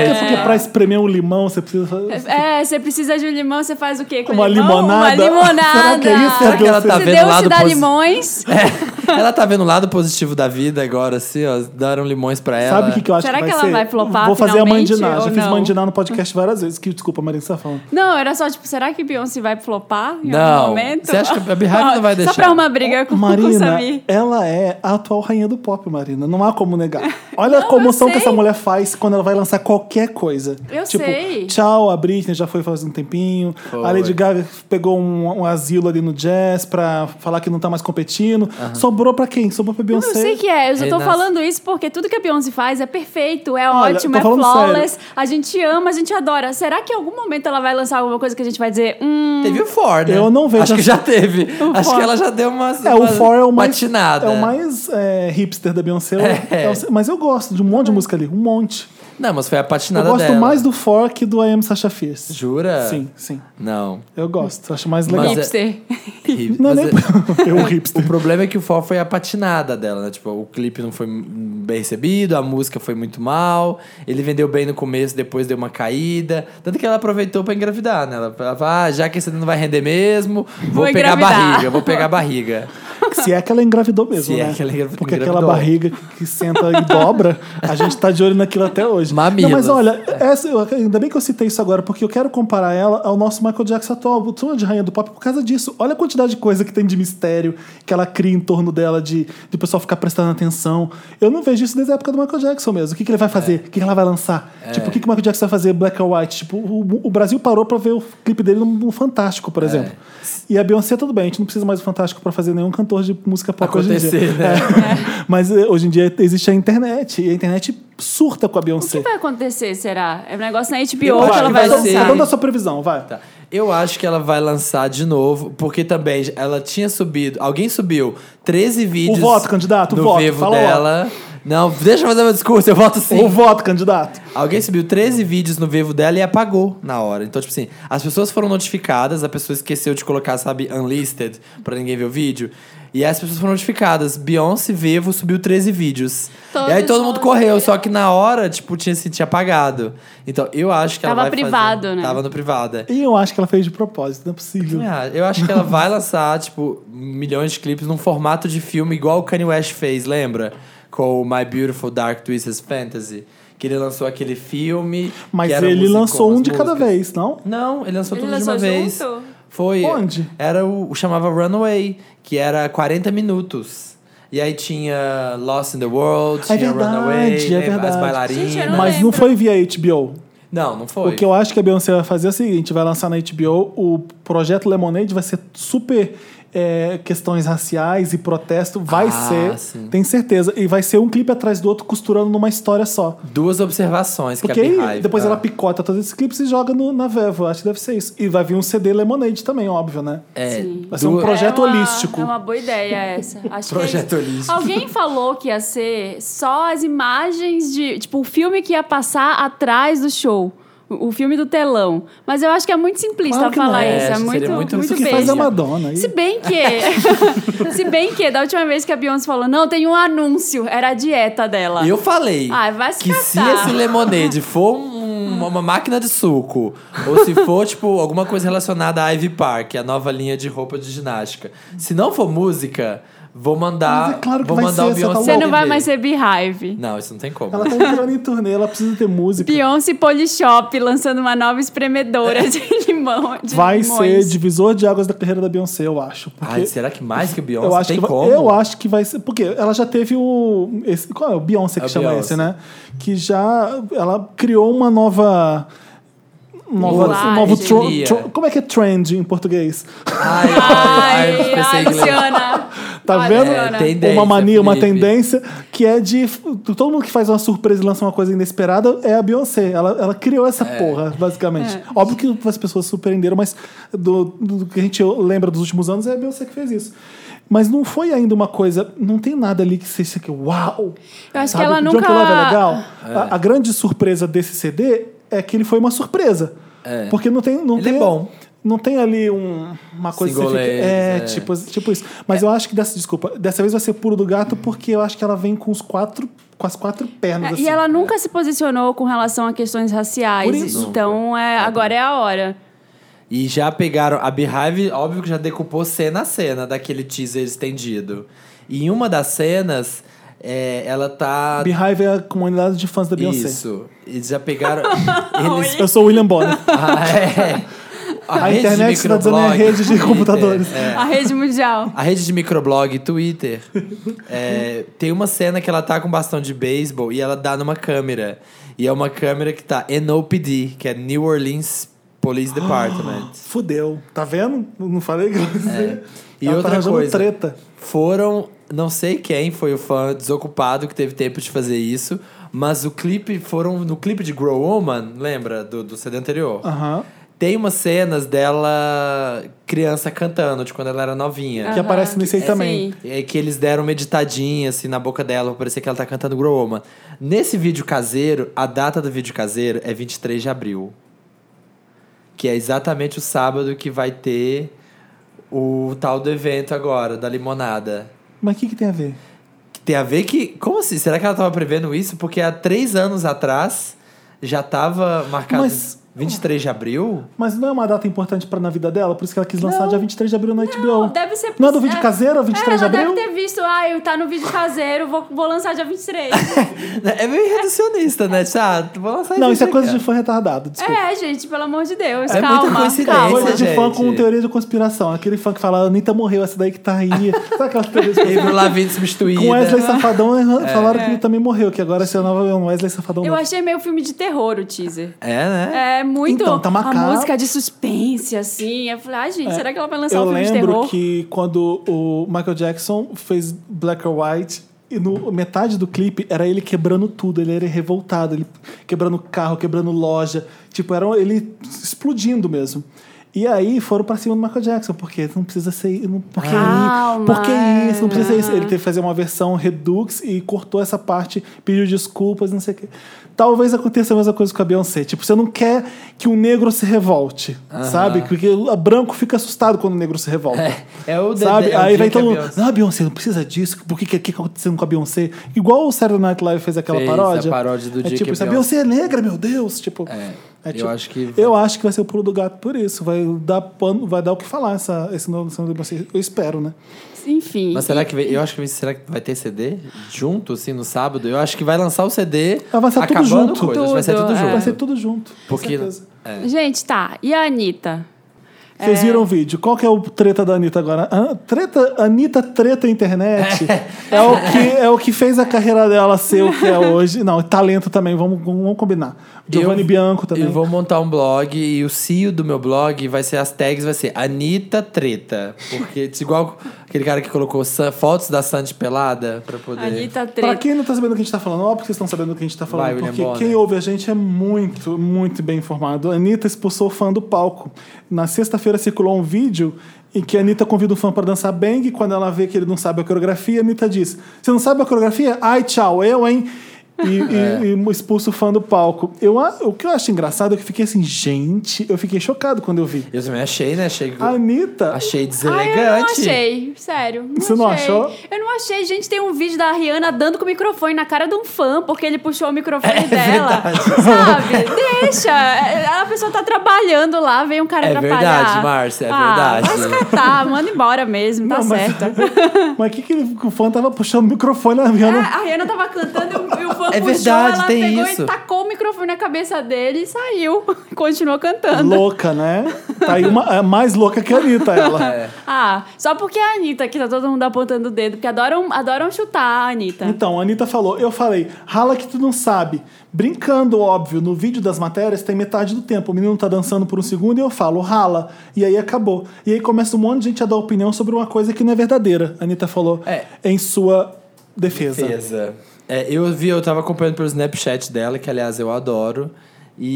[SPEAKER 1] é porque pra espremer um limão você precisa.
[SPEAKER 3] É, você precisa de um limão, você faz o quê? Com
[SPEAKER 1] Uma
[SPEAKER 3] limão?
[SPEAKER 1] limonada?
[SPEAKER 3] Uma limonada.
[SPEAKER 1] Será que é isso que Será
[SPEAKER 2] que ela tá
[SPEAKER 3] Se
[SPEAKER 2] vendo
[SPEAKER 3] Deus
[SPEAKER 2] lá do
[SPEAKER 3] te dá
[SPEAKER 2] posi-
[SPEAKER 3] limões,
[SPEAKER 2] É, ela tá vendo o lado positivo da vida agora, assim, ó. Deram limões pra ela.
[SPEAKER 1] Sabe o que, que eu acho
[SPEAKER 3] Será
[SPEAKER 1] que vai
[SPEAKER 3] que ela
[SPEAKER 1] ser?
[SPEAKER 3] vai flopar
[SPEAKER 1] Vou fazer a
[SPEAKER 3] finalmente
[SPEAKER 1] mandinar.
[SPEAKER 3] ou
[SPEAKER 1] Já fiz
[SPEAKER 3] não?
[SPEAKER 1] mandinar no podcast várias vezes. Que, desculpa, tá Marina Safão.
[SPEAKER 3] Não, era só tipo, será que Beyoncé vai flopar em
[SPEAKER 2] Não.
[SPEAKER 3] algum momento?
[SPEAKER 2] Você acha que a Beehive não vai deixar?
[SPEAKER 3] Só pra uma briga com, com o
[SPEAKER 1] Marina,
[SPEAKER 3] Samir.
[SPEAKER 1] ela é a atual rainha do pop, Marina. Não há como negar. Olha
[SPEAKER 3] Não,
[SPEAKER 1] a comoção
[SPEAKER 3] eu
[SPEAKER 1] que essa
[SPEAKER 3] sei.
[SPEAKER 1] mulher faz quando ela vai lançar qualquer coisa.
[SPEAKER 3] Eu
[SPEAKER 1] tipo,
[SPEAKER 3] sei.
[SPEAKER 1] tchau, a Britney já foi faz um tempinho. A Lady Gaga pegou um, um asilo ali no jazz pra falar que não tá mais competindo. Sobrou pra quem? Sobrou pra
[SPEAKER 3] Eu
[SPEAKER 1] Beyoncé.
[SPEAKER 3] sei que é, eu já tô
[SPEAKER 2] Renasce.
[SPEAKER 3] falando isso porque tudo que a Beyoncé faz é perfeito, é
[SPEAKER 1] Olha,
[SPEAKER 3] ótimo,
[SPEAKER 1] tô
[SPEAKER 3] é
[SPEAKER 1] falando
[SPEAKER 3] flawless, a gente ama, a gente adora. Será que em algum momento ela vai lançar alguma coisa que a gente vai dizer, hum,
[SPEAKER 2] Teve o Ford, né?
[SPEAKER 1] Eu não vejo
[SPEAKER 2] Acho que
[SPEAKER 1] essa-
[SPEAKER 2] já teve. Acho
[SPEAKER 3] Ford.
[SPEAKER 2] que ela já deu uma,
[SPEAKER 1] É, o
[SPEAKER 2] uma
[SPEAKER 1] Four é o mais,
[SPEAKER 2] patinada.
[SPEAKER 1] é o mais é, hipster da Beyoncé.
[SPEAKER 2] É.
[SPEAKER 1] É o- mas eu gosto de um monte de música ali, um monte.
[SPEAKER 2] Não, mas foi a
[SPEAKER 1] Eu
[SPEAKER 2] patinada
[SPEAKER 1] gosto
[SPEAKER 2] dela.
[SPEAKER 1] mais do Four que do I Am Sasha Fierce.
[SPEAKER 2] Jura?
[SPEAKER 1] Sim, sim.
[SPEAKER 2] Não.
[SPEAKER 1] Eu gosto, acho mais
[SPEAKER 2] Mas
[SPEAKER 1] legal.
[SPEAKER 2] é-
[SPEAKER 3] hipster.
[SPEAKER 1] Não,
[SPEAKER 2] Mas
[SPEAKER 1] nem...
[SPEAKER 2] é-
[SPEAKER 1] eu
[SPEAKER 2] O
[SPEAKER 1] hipster.
[SPEAKER 2] problema é que o Fall foi a patinada dela, né? Tipo, o clipe não foi bem recebido, a música foi muito mal, ele vendeu bem no começo, depois deu uma caída. Tanto que ela aproveitou pra engravidar, né? Ela falava, ah, já que esse não vai render mesmo, vou,
[SPEAKER 3] Vou
[SPEAKER 2] pegar a
[SPEAKER 3] engravidar."
[SPEAKER 2] barriga, vou pegar a barriga.
[SPEAKER 1] Se é que ela engravidou mesmo,
[SPEAKER 2] Se é
[SPEAKER 1] né?
[SPEAKER 2] que ela engra-
[SPEAKER 1] Porque aquela
[SPEAKER 2] engravidou.
[SPEAKER 1] barriga que senta e dobra, a gente tá de olho naquilo até hoje.
[SPEAKER 2] Mamilos.
[SPEAKER 1] Não, mas olha, essa, eu- ainda bem que eu citei isso agora, porque eu quero comparar ela ao nosso Michael Jackson atual, o Tuna de Rainha do Pop, por causa disso. Olha a quantidade de coisa que tem de mistério que ela cria em torno dela, de, de o pessoal ficar prestando atenção. Eu não vejo isso desde a época do Michael Jackson mesmo. O que, que ele vai
[SPEAKER 2] É.
[SPEAKER 1] fazer? O que, que ela vai lançar? Tipo, o que, que o Michael Jackson vai fazer? Black or White? Tipo, o, o Brasil parou pra ver o clipe dele no, no Fantástico,
[SPEAKER 2] É.
[SPEAKER 1] por exemplo. E a Beyoncé, tudo bem, a gente não precisa mais do Fantástico pra fazer nenhum cantor de música pop hoje em
[SPEAKER 2] Acontecer,
[SPEAKER 1] dia.
[SPEAKER 2] né?
[SPEAKER 1] É. Mas eh, hoje em dia existe a internet, e a internet surta com a
[SPEAKER 3] O que
[SPEAKER 1] Beyoncé.
[SPEAKER 3] vai acontecer, será? É um negócio na HBO que
[SPEAKER 2] Eu acho
[SPEAKER 3] ela
[SPEAKER 2] que
[SPEAKER 3] vai
[SPEAKER 2] vai ser-
[SPEAKER 3] lançar.
[SPEAKER 1] Cada um dá sua previsão, vai.
[SPEAKER 2] Tá. Eu acho que ela vai lançar de novo, porque também ela tinha subido, alguém subiu 13 vídeos.
[SPEAKER 1] voto, candidato, o
[SPEAKER 2] no
[SPEAKER 1] voto,
[SPEAKER 2] vivo
[SPEAKER 1] fala logo.
[SPEAKER 2] dela. Não, deixa eu fazer meu discurso, eu voto sim.
[SPEAKER 1] Ou voto, candidato.
[SPEAKER 2] Alguém subiu 13 vídeos no vivo dela e apagou na hora. Então, tipo assim, as pessoas foram notificadas, a pessoa esqueceu de colocar, sabe, unlisted, pra ninguém ver o vídeo. E aí as pessoas foram notificadas. Beyoncé vivo subiu 13 vídeos.
[SPEAKER 3] Todos
[SPEAKER 2] e aí todo mundo
[SPEAKER 3] nós
[SPEAKER 2] correu, só que na hora, tipo, tinha se tinha apagado. Então, eu acho que ela vai
[SPEAKER 3] Tava
[SPEAKER 2] fazer-
[SPEAKER 3] privado, né?
[SPEAKER 2] Tava no privado. é.
[SPEAKER 1] E eu acho que ela fez de propósito, não é possível.
[SPEAKER 2] Ah, Eu acho que ela vai lançar, tipo, milhões de clipes num formato de filme igual o Kanye West fez, lembra? Com o My Beautiful Dark Twisted Fantasy. Que ele lançou aquele filme.
[SPEAKER 1] Mas
[SPEAKER 2] que era
[SPEAKER 1] ele
[SPEAKER 2] musical,
[SPEAKER 1] lançou
[SPEAKER 2] as
[SPEAKER 1] um de cada
[SPEAKER 2] músicas.
[SPEAKER 1] vez, não?
[SPEAKER 2] Não, ele lançou
[SPEAKER 3] Ele
[SPEAKER 2] tudo
[SPEAKER 3] lançou
[SPEAKER 2] de uma vez.
[SPEAKER 3] junto?
[SPEAKER 2] Foi.
[SPEAKER 1] Onde?
[SPEAKER 2] Era o, o chamava Runaway, que era 40 minutos. E aí tinha Lost in the World,
[SPEAKER 1] É
[SPEAKER 2] tinha
[SPEAKER 1] verdade,
[SPEAKER 2] Runaway,
[SPEAKER 1] é
[SPEAKER 2] lembra? as
[SPEAKER 1] verdade.
[SPEAKER 2] bailarinas.
[SPEAKER 3] Gente, um eu não
[SPEAKER 1] Mas
[SPEAKER 3] lembro.
[SPEAKER 1] não foi via HBO.
[SPEAKER 2] Não, não foi.
[SPEAKER 1] O que eu acho que a Beyoncé vai fazer é o seguinte: vai lançar na HBO o projeto Lemonade, vai ser super é, questões raciais e protesto. Vai
[SPEAKER 2] Ah,
[SPEAKER 1] ser,
[SPEAKER 2] sim.
[SPEAKER 1] tem certeza. E vai ser um clipe atrás do outro, costurando numa história só.
[SPEAKER 2] Duas observações
[SPEAKER 1] Porque
[SPEAKER 2] que a
[SPEAKER 1] aí,
[SPEAKER 2] Beehive,
[SPEAKER 1] depois
[SPEAKER 2] ah.
[SPEAKER 1] ela picota todos esses clipes e joga no- na Vevo. Acho que deve ser isso. E vai vir um CD Lemonade também, óbvio, né?
[SPEAKER 2] É,
[SPEAKER 3] Sim.
[SPEAKER 1] Vai ser um
[SPEAKER 2] duas-
[SPEAKER 1] projeto
[SPEAKER 3] é uma,
[SPEAKER 1] holístico.
[SPEAKER 3] É uma boa ideia essa. Acho que é
[SPEAKER 2] Projeto
[SPEAKER 3] isso.
[SPEAKER 2] holístico.
[SPEAKER 3] Alguém falou que ia ser só as imagens de. Tipo, o filme que ia passar atrás do show. O o filme do telão. Mas eu acho que é muito simplista
[SPEAKER 1] Claro que
[SPEAKER 3] falar
[SPEAKER 1] não.
[SPEAKER 2] É,
[SPEAKER 3] isso. É
[SPEAKER 2] acho que
[SPEAKER 3] muito,
[SPEAKER 2] seria
[SPEAKER 3] muito,
[SPEAKER 2] muito-
[SPEAKER 1] Isso que
[SPEAKER 3] besta.
[SPEAKER 1] faz a Madonna. aí.
[SPEAKER 3] Se bem que. se bem que, da última vez que a Beyoncé falou, não, tem um anúncio, era a dieta dela.
[SPEAKER 2] Eu falei
[SPEAKER 3] Ai, vai se
[SPEAKER 2] que se
[SPEAKER 3] catar.
[SPEAKER 2] esse lemonade for um- uma, uma máquina de suco, ou se for, tipo, alguma coisa relacionada à Ivy Park, a nova linha de roupa de ginástica, se não for música, vou mandar.
[SPEAKER 1] Mas é claro que
[SPEAKER 2] vou
[SPEAKER 1] vai
[SPEAKER 2] mandar
[SPEAKER 1] ser,
[SPEAKER 2] o
[SPEAKER 1] você tá
[SPEAKER 2] Beyoncé
[SPEAKER 3] Você não vai
[SPEAKER 2] beber.
[SPEAKER 3] mais ser Beehive.
[SPEAKER 2] Não, isso não tem como.
[SPEAKER 1] Ela tá entrando em turnê, ela precisa ter música.
[SPEAKER 3] Beyoncé Polishop lançando uma nova espremedora
[SPEAKER 2] É.
[SPEAKER 3] de limão. De
[SPEAKER 1] Vai ser
[SPEAKER 3] limões.
[SPEAKER 1] divisor de águas da carreira da Beyoncé, eu acho. Porque
[SPEAKER 2] Ai, será que mais que Beyoncé?
[SPEAKER 1] eu acho
[SPEAKER 2] tem
[SPEAKER 1] que vai,
[SPEAKER 2] como?
[SPEAKER 1] eu acho que vai ser, porque ela já teve o esse, qual é o Beyoncé
[SPEAKER 2] É
[SPEAKER 1] que
[SPEAKER 2] o
[SPEAKER 1] chama
[SPEAKER 2] Beyoncé.
[SPEAKER 1] esse, né? Que já ela criou uma nova Nova,
[SPEAKER 3] Linguagem.
[SPEAKER 1] um novo tro,
[SPEAKER 2] Etnia.
[SPEAKER 1] tro- como é que é trend em português?
[SPEAKER 2] Ai, ai,
[SPEAKER 3] Ai,
[SPEAKER 2] pensei
[SPEAKER 3] ai,
[SPEAKER 2] que-
[SPEAKER 3] Luciana.
[SPEAKER 1] Tá
[SPEAKER 3] Ai,
[SPEAKER 1] vendo?
[SPEAKER 3] Luciana.
[SPEAKER 2] É, tem- Tendência,
[SPEAKER 1] uma mania, uma
[SPEAKER 2] Felipe.
[SPEAKER 1] tendência que é de todo mundo que faz uma surpresa e lança uma coisa inesperada é a Beyoncé. Ela, ela criou essa porra, basicamente. Óbvio que as pessoas surpreenderam, mas do, do que a gente lembra dos últimos anos é a Beyoncé que fez isso. Mas não foi ainda uma coisa, não tem nada ali que seja que uau.
[SPEAKER 3] Eu acho que
[SPEAKER 1] Sabe?
[SPEAKER 3] ela
[SPEAKER 1] John
[SPEAKER 3] nunca-
[SPEAKER 1] Love é legal. A, a grande surpresa desse CD é que ele foi uma surpresa.
[SPEAKER 2] É.
[SPEAKER 1] Porque não tem, não
[SPEAKER 2] Ele é
[SPEAKER 1] tem
[SPEAKER 2] bom.
[SPEAKER 1] Não tem ali um- uma coisa que você fica,
[SPEAKER 2] Singoleiros,
[SPEAKER 1] é,
[SPEAKER 2] é.
[SPEAKER 1] tipo Pois- tipo isso. Mas eu acho que dessa, desculpa, dessa vez vai ser puro do gato, porque eu acho que ela vem com os quatro. Com as quatro pernas. assim.
[SPEAKER 3] É, E ela nunca se posicionou com relação a questões raciais.
[SPEAKER 1] Por isso.
[SPEAKER 3] Então, é, agora é a hora.
[SPEAKER 2] E já pegaram. A Beehive, óbvio que já decupou cena a cena daquele teaser estendido. E em uma das cenas, é, ela tá.
[SPEAKER 1] Beehive é a comunidade de fãs da Beyoncé.
[SPEAKER 2] Isso. Eles já pegaram. eles...
[SPEAKER 1] Eu sou o William Bonner.
[SPEAKER 2] Ah, é.
[SPEAKER 1] A,
[SPEAKER 2] rede de
[SPEAKER 1] internet está dizendo é a
[SPEAKER 2] microblog,
[SPEAKER 1] rede de
[SPEAKER 2] Twitter,
[SPEAKER 1] computadores.
[SPEAKER 2] é.
[SPEAKER 3] A rede mundial.
[SPEAKER 2] A rede de microblog, Twitter. é, tem uma cena que ela tá com bastão de beisebol e ela dá numa câmera. E é uma câmera que tá NOPD, que é New Orleans Police Department.
[SPEAKER 1] Fudeu. Tá vendo? Não falei que você...
[SPEAKER 2] É. E
[SPEAKER 1] Ela tá
[SPEAKER 2] outra
[SPEAKER 1] arranjando
[SPEAKER 2] coisa.
[SPEAKER 1] treta.
[SPEAKER 2] Foram, não sei quem foi o fã desocupado que teve tempo de fazer isso, mas o clipe foram no clipe de Grow Woman, lembra do, do CD anterior?
[SPEAKER 1] Aham.
[SPEAKER 2] Tem umas cenas dela criança cantando, de quando ela era novinha.
[SPEAKER 1] Que aparece nesse aí
[SPEAKER 3] É,
[SPEAKER 1] também.
[SPEAKER 3] sim.
[SPEAKER 2] É que eles deram uma editadinha assim na boca dela, pra parecer que ela tá cantando Grow Woman. Nesse vídeo caseiro, a data do vídeo caseiro é 23 de abril. Que é exatamente o sábado que vai ter o tal do evento agora, da limonada.
[SPEAKER 1] Mas o que, que tem a ver?
[SPEAKER 2] Que tem a ver que. Como assim? Será que ela tava prevendo isso? Porque há três anos atrás já tava marcado
[SPEAKER 1] Mas-
[SPEAKER 2] 23 de abril?
[SPEAKER 1] Mas não é uma data importante pra, na vida dela? Por isso que ela quis lançar dia 23 de abril na HBO.
[SPEAKER 3] Não, deve ser... É,
[SPEAKER 1] Não é do vídeo caseiro, 23 de
[SPEAKER 3] ela
[SPEAKER 1] abril?
[SPEAKER 3] deve ter visto. Ah, eu tá no vídeo caseiro, vou, vou lançar dia 23.
[SPEAKER 2] É meio reducionista, né? Ah, vou lançar
[SPEAKER 1] Não, isso é
[SPEAKER 2] aqui,
[SPEAKER 1] coisa
[SPEAKER 2] ó.
[SPEAKER 1] de fã retardado, desculpa.
[SPEAKER 3] é, gente, pelo amor de Deus.
[SPEAKER 2] É muita
[SPEAKER 3] calma,
[SPEAKER 2] coincidência,
[SPEAKER 3] calma.
[SPEAKER 1] Coisa de fã
[SPEAKER 2] gente.
[SPEAKER 1] com teoria de conspiração. Aquele fã que fala, a Anitta morreu, essa daí que tá aí. Sabe aquelas teorias de
[SPEAKER 2] Avril
[SPEAKER 1] conspiração?
[SPEAKER 2] Lavigne substituída.
[SPEAKER 1] Com Wesley Safadão eh, falaram que
[SPEAKER 3] né? É.
[SPEAKER 1] ele também morreu, que agora essa nova é um Wesley Safadão.
[SPEAKER 3] Eu
[SPEAKER 1] novo.
[SPEAKER 3] achei meio filme de terror o teaser.
[SPEAKER 2] É, né?
[SPEAKER 3] É muito
[SPEAKER 1] Então, tá
[SPEAKER 3] uma
[SPEAKER 1] macabro.
[SPEAKER 3] música de suspense, assim. Eu falei, ai, gente, será que ela vai lançar
[SPEAKER 1] Eu
[SPEAKER 3] um filme de
[SPEAKER 1] lembro
[SPEAKER 3] terror?
[SPEAKER 1] que quando o Michael Jackson fez Black or White, e no metade do clipe era ele quebrando tudo, ele era revoltado, ele quebrando carro, quebrando loja, tipo, era ele explodindo mesmo. E aí foram pra cima do Michael Jackson, porque não precisa ser. Não, por que
[SPEAKER 3] Calma.
[SPEAKER 1] isso? Por que isso? Não precisa ser isso. Ele teve que fazer uma versão Redux e cortou essa parte, pediu desculpas, não sei o quê. Talvez aconteça a mesma coisa com a Beyoncé. Tipo, você não quer que o negro se revolte, sabe? Porque o branco fica assustado quando o negro se revolta.
[SPEAKER 2] É, é o de-
[SPEAKER 1] Sabe?
[SPEAKER 2] de- é o
[SPEAKER 1] Aí
[SPEAKER 2] dia
[SPEAKER 1] vai
[SPEAKER 2] que a
[SPEAKER 1] todo mundo.
[SPEAKER 2] Beyoncé-
[SPEAKER 1] Não, Beyoncé, não precisa disso. Por que que, que tá acontecendo com a Beyoncé? Igual o Saturday Night Live fez aquela
[SPEAKER 2] Fez a
[SPEAKER 1] paródia.
[SPEAKER 2] paródia do
[SPEAKER 1] é
[SPEAKER 2] dia
[SPEAKER 1] tipo,
[SPEAKER 2] que
[SPEAKER 1] isso, a
[SPEAKER 2] Beyoncé-
[SPEAKER 1] Beyoncé é negra, meu Deus. Tipo,
[SPEAKER 2] É,
[SPEAKER 1] é
[SPEAKER 2] eu
[SPEAKER 1] tipo-
[SPEAKER 2] acho que-
[SPEAKER 1] Eu acho que vai ser o pulo do gato por isso. Vai dar, pano, vai dar o que falar essa, esse novo lançamento da Beyoncé. Eu espero, né?
[SPEAKER 3] Enfim.
[SPEAKER 2] Mas será que vem- eu acho que vem- será que vai ter CD junto assim no sábado? Eu acho que vai lançar o CD
[SPEAKER 1] Ah, vai ser tudo
[SPEAKER 2] acabando
[SPEAKER 1] junto.
[SPEAKER 2] coisas, vai ser
[SPEAKER 3] Tudo,
[SPEAKER 2] tudo
[SPEAKER 3] é.
[SPEAKER 2] junto.
[SPEAKER 1] Vai ser tudo junto. com
[SPEAKER 2] Porque
[SPEAKER 1] certeza.
[SPEAKER 2] É.
[SPEAKER 3] Gente, tá. E a Anitta?
[SPEAKER 1] Vocês viram o vídeo? Qual que é o treta da Anitta agora? Ah, Treta, Anitta treta internet é o que é o que fez a carreira dela ser o que é hoje. Não, talento também, vamos, vamos combinar. Giovanni
[SPEAKER 2] Eu-
[SPEAKER 1] Bianco também.
[SPEAKER 2] Eu vou montar um blog e o CEO do meu blog vai ser as tags, vai ser Anitta Treta. Porque é igual aquele cara que colocou san- fotos da Sandy pelada pra poder.
[SPEAKER 3] Anitta
[SPEAKER 1] Pra
[SPEAKER 3] treta.
[SPEAKER 1] quem não tá sabendo o que a gente tá falando, óbvio que vocês estão sabendo o que a gente tá falando,
[SPEAKER 2] Vai, William
[SPEAKER 1] porque
[SPEAKER 2] Bonner.
[SPEAKER 1] quem ouve a gente é muito, muito bem informado. A Anitta expulsou o fã do palco. Na sexta-feira circulou um vídeo em que a Anitta convida o fã pra dançar bang, e quando ela vê que ele não sabe a coreografia, a Anitta diz: Você não sabe a coreografia? Ai, tchau, eu, hein? E,
[SPEAKER 2] É.
[SPEAKER 1] e- e expulsa o fã do palco. Eu, a- o que eu acho engraçado é que eu fiquei assim, gente, eu fiquei chocado quando eu vi.
[SPEAKER 2] Eu também achei, né? Achei,
[SPEAKER 1] A Anitta.
[SPEAKER 2] achei
[SPEAKER 3] Ai,
[SPEAKER 2] deselegante.
[SPEAKER 3] Ah, eu não achei, sério. Não
[SPEAKER 1] Você não
[SPEAKER 3] achei.
[SPEAKER 1] achou?
[SPEAKER 3] Eu não achei. Gente, tem um vídeo da Rihanna dando com o microfone na cara de um fã, porque ele puxou o microfone dela.
[SPEAKER 2] É verdade.
[SPEAKER 3] Sabe? Deixa. É, A pessoa tá trabalhando lá, vem um cara
[SPEAKER 2] É
[SPEAKER 3] atrapalhar.
[SPEAKER 2] verdade, Márcia, é
[SPEAKER 3] ah,
[SPEAKER 2] verdade.
[SPEAKER 3] Vai se catar, manda embora mesmo, tá
[SPEAKER 1] Não, mas-
[SPEAKER 3] certa.
[SPEAKER 1] Mas o que, que ele- o fã tava puxando o microfone na minha
[SPEAKER 3] É, a Rihanna tava cantando e o- e o fã
[SPEAKER 2] É
[SPEAKER 3] puxou,
[SPEAKER 2] verdade,
[SPEAKER 3] ela
[SPEAKER 2] tem
[SPEAKER 3] pegou
[SPEAKER 2] isso.
[SPEAKER 3] e tacou o microfone na cabeça dele e saiu. Continuou cantando.
[SPEAKER 1] Louca, né? Tá aí uma, é mais louca que a Anitta, ela.
[SPEAKER 2] É.
[SPEAKER 3] Ah, só porque a Anitta que tá todo mundo apontando o dedo, porque adoram, adoram chutar a Anitta.
[SPEAKER 1] Então, a Anitta falou, eu falei, rala que tu não sabe. Brincando, óbvio, no vídeo das matérias tem metade do tempo. O menino tá dançando por um segundo e eu falo, rala. E aí acabou. E aí começa um monte de gente a dar opinião sobre uma coisa que não é verdadeira. A Anitta falou,
[SPEAKER 2] É.
[SPEAKER 1] em sua defesa.
[SPEAKER 2] Certeza. É, eu vi, eu tava acompanhando pelo Snapchat dela, que aliás eu adoro.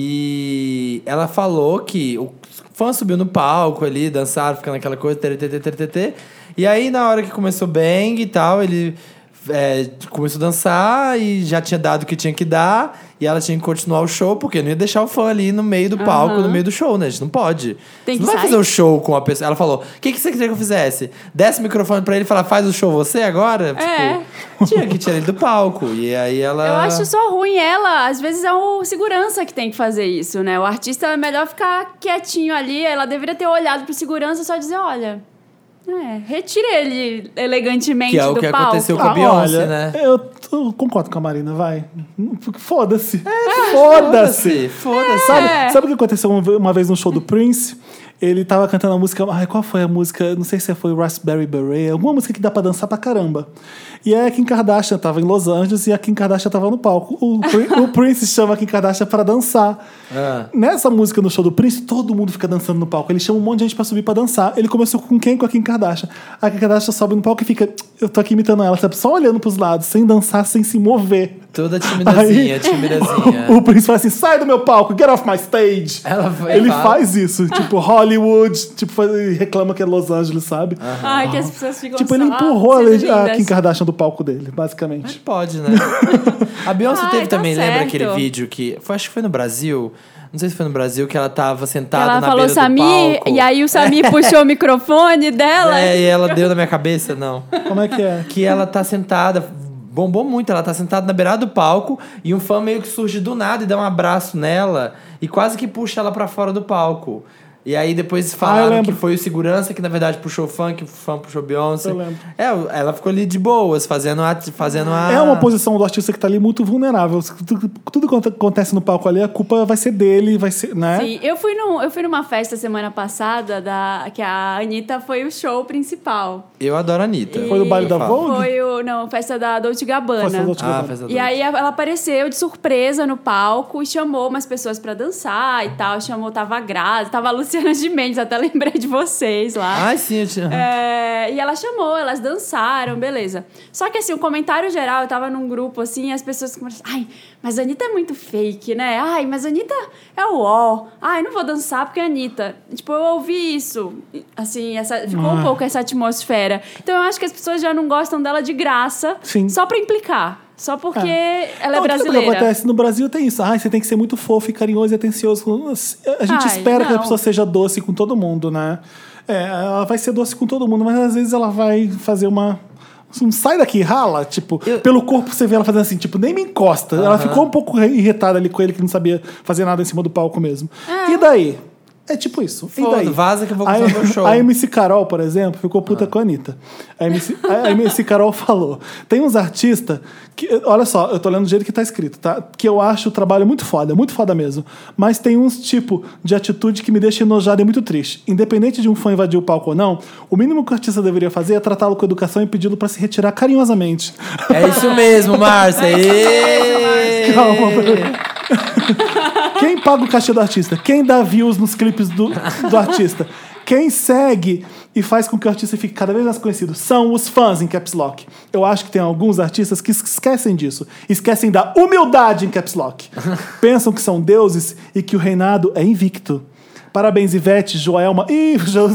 [SPEAKER 2] E ela falou que o fã subiu no palco ali, dançaram, ficando aquela coisa, tê, tê, tê, tê, tê, tê. E aí, na hora que começou bang e tal, ele é, começou a dançar e já tinha dado o que tinha que dar. E ela tinha que continuar o show, porque não ia deixar o fã ali no meio do palco, no meio do show, né? A gente não pode.
[SPEAKER 3] Tem
[SPEAKER 2] Você
[SPEAKER 3] que
[SPEAKER 2] não vai
[SPEAKER 3] sair.
[SPEAKER 2] fazer o show com a pessoa. Ela falou: o que, que você queria que eu fizesse? Desce o microfone pra ele e fala, faz o show você agora?
[SPEAKER 3] É.
[SPEAKER 2] Tipo, tinha que tirar ele do palco. E aí ela.
[SPEAKER 3] Eu acho só ruim ela. Às vezes é o segurança que tem que fazer isso, né? O artista é melhor ficar quietinho ali. Ela deveria ter olhado pro segurança e só dizer: olha, É, retire ele elegantemente
[SPEAKER 2] Que é o
[SPEAKER 3] do
[SPEAKER 2] que
[SPEAKER 3] palco.
[SPEAKER 2] aconteceu com a Beyoncé, né?
[SPEAKER 1] Ah, Eu tô- concordo com a Marina, vai. Foda-se.
[SPEAKER 2] É,
[SPEAKER 1] Foda-se.
[SPEAKER 2] Foda-se.
[SPEAKER 3] É.
[SPEAKER 1] Sabe, sabe o que aconteceu uma ve- uma vez no show do Prince? Ele tava cantando a música. Ai, qual foi a música? Não sei se foi Raspberry Beret, alguma música que dá pra dançar pra caramba. E aí a Kim Kardashian tava em Los Angeles e a Kim Kardashian tava no palco. O, Pri- o Prince chama a Kim Kardashian pra dançar.
[SPEAKER 2] Ah.
[SPEAKER 1] Nessa música no show do Prince, todo mundo fica dançando no palco. Ele chama um monte de gente pra subir pra dançar. Ele começou com quem? Com a Kim Kardashian. A Kim Kardashian sobe no palco e fica. Eu tô aqui imitando ela, sabe? Só olhando pros lados, sem dançar, sem se mover.
[SPEAKER 2] Toda timidazinha,
[SPEAKER 1] Aí-
[SPEAKER 2] timidazinha.
[SPEAKER 1] O Prince fala assim: sai do meu palco, get off my stage.
[SPEAKER 2] Ela vai-
[SPEAKER 1] Ele
[SPEAKER 2] fala.
[SPEAKER 1] faz isso, tipo, Hollywood, tipo, faz- reclama que é Los Angeles, sabe?
[SPEAKER 3] Ai, que as pessoas ficam
[SPEAKER 1] Tipo, ele
[SPEAKER 3] só,
[SPEAKER 1] empurrou a,
[SPEAKER 3] sendo
[SPEAKER 2] ah,
[SPEAKER 3] assim.
[SPEAKER 1] Lady- a
[SPEAKER 3] lindas.
[SPEAKER 1] Kim Kardashian do palco dele, basicamente.
[SPEAKER 2] Pode, né? A Beyoncé
[SPEAKER 3] Ai,
[SPEAKER 2] teve
[SPEAKER 3] tá
[SPEAKER 2] também, lembra
[SPEAKER 3] certo.
[SPEAKER 2] aquele vídeo que. Foi, acho que foi no Brasil. Não sei se foi no Brasil que ela tava sentada
[SPEAKER 3] Ela
[SPEAKER 2] na
[SPEAKER 3] falou
[SPEAKER 2] beira do
[SPEAKER 3] Samir,
[SPEAKER 2] palco.
[SPEAKER 3] e aí o Samir puxou o microfone dela.
[SPEAKER 2] É, e ela deu na minha cabeça, não.
[SPEAKER 1] Como é que é?
[SPEAKER 2] Que ela tá sentada. Bombou muito, ela tá sentada na beirada do palco e um fã meio que surge do nada e dá um abraço nela e quase que puxa ela pra fora do palco. E aí depois falaram que
[SPEAKER 1] Ah, lembro.
[SPEAKER 2] foi o segurança que na verdade puxou o fã, que o fã puxou Beyoncé.
[SPEAKER 1] Eu lembro.
[SPEAKER 2] É, ela ficou ali de boas, fazendo a. Fazendo a...
[SPEAKER 1] É uma posição do artista que tá ali muito vulnerável. Tudo, tudo que acontece no palco ali, a culpa vai ser dele, vai ser, né?
[SPEAKER 3] Sim, eu fui, num, eu fui numa festa semana passada da, que a Anitta foi o show principal.
[SPEAKER 2] Eu adoro a Anitta.
[SPEAKER 1] Foi no baile
[SPEAKER 2] Eu
[SPEAKER 1] da
[SPEAKER 2] falo.
[SPEAKER 1] Vogue?
[SPEAKER 3] Foi o. Não, festa da Dolce Gabbana.
[SPEAKER 1] Festa da Dolce
[SPEAKER 2] Ah, fez a
[SPEAKER 3] E aí ela apareceu de surpresa no palco e chamou umas pessoas pra dançar e tal. Chamou, tava a Grazi, tava a Luciana de Mendes, até lembrei de vocês
[SPEAKER 1] Ah,
[SPEAKER 3] lá.
[SPEAKER 2] Ai, sim, eu tinha.
[SPEAKER 3] É, e ela chamou, elas dançaram, beleza. Só que assim, o comentário geral, eu tava num grupo assim, e as pessoas conversando, ai, mas a Anitta é muito fake, né? Ai, mas a Anitta é o ó. Ai, não vou dançar porque é a Anitta. Tipo, eu ouvi isso. E, Assim, essa, ficou
[SPEAKER 1] Ah.
[SPEAKER 3] um pouco essa atmosfera. Então eu acho que as pessoas já não gostam dela de graça,
[SPEAKER 1] Sim.
[SPEAKER 3] só pra implicar. Só porque ela é
[SPEAKER 1] Não, tudo que
[SPEAKER 3] brasileira.
[SPEAKER 1] acontece no Brasil tem isso. Ai, você tem que ser muito fofo e carinhoso e atencioso. A gente
[SPEAKER 3] Ai,
[SPEAKER 1] espera que a
[SPEAKER 3] não.
[SPEAKER 1] pessoa seja doce com todo mundo, né? É, ela vai ser doce com todo mundo, mas às vezes ela vai fazer uma. Um sai daqui, rala. Tipo,
[SPEAKER 2] Eu-
[SPEAKER 1] pelo corpo você vê ela fazendo assim, tipo, nem me encosta. Ela ficou um pouco irritada ali com ele que não sabia fazer nada em cima do palco mesmo. E daí? É tipo isso. E
[SPEAKER 2] Foda,
[SPEAKER 1] daí?
[SPEAKER 2] vaza que eu vou
[SPEAKER 1] a,
[SPEAKER 2] continuar meu show. Ah.
[SPEAKER 1] a MC Carol, por exemplo, ficou puta com a Anitta. A MC, a- a MC Carol falou: tem uns artistas que. Olha só, eu tô lendo do jeito que tá escrito, tá? Que eu acho o trabalho muito foda, muito foda mesmo. Mas tem uns tipo de atitude que me deixa enojado e muito triste. Independente de um fã invadir o palco ou não, o mínimo que o artista deveria fazer é tratá-lo com educação e pedi-lo pra se retirar carinhosamente.
[SPEAKER 2] É isso mesmo, Márcia. Ê!
[SPEAKER 1] Calma, Quem paga o cachê do artista? Quem dá views nos clipes do, do artista? Quem segue e faz com que o artista fique cada vez mais conhecido? São os fãs em Caps Lock. Eu acho que tem alguns artistas que es- esquecem disso. Esquecem da humildade em Caps Lock. Pensam que são deuses e que o reinado é invicto. Parabéns, Ivete, Joelma. Ih, Jo-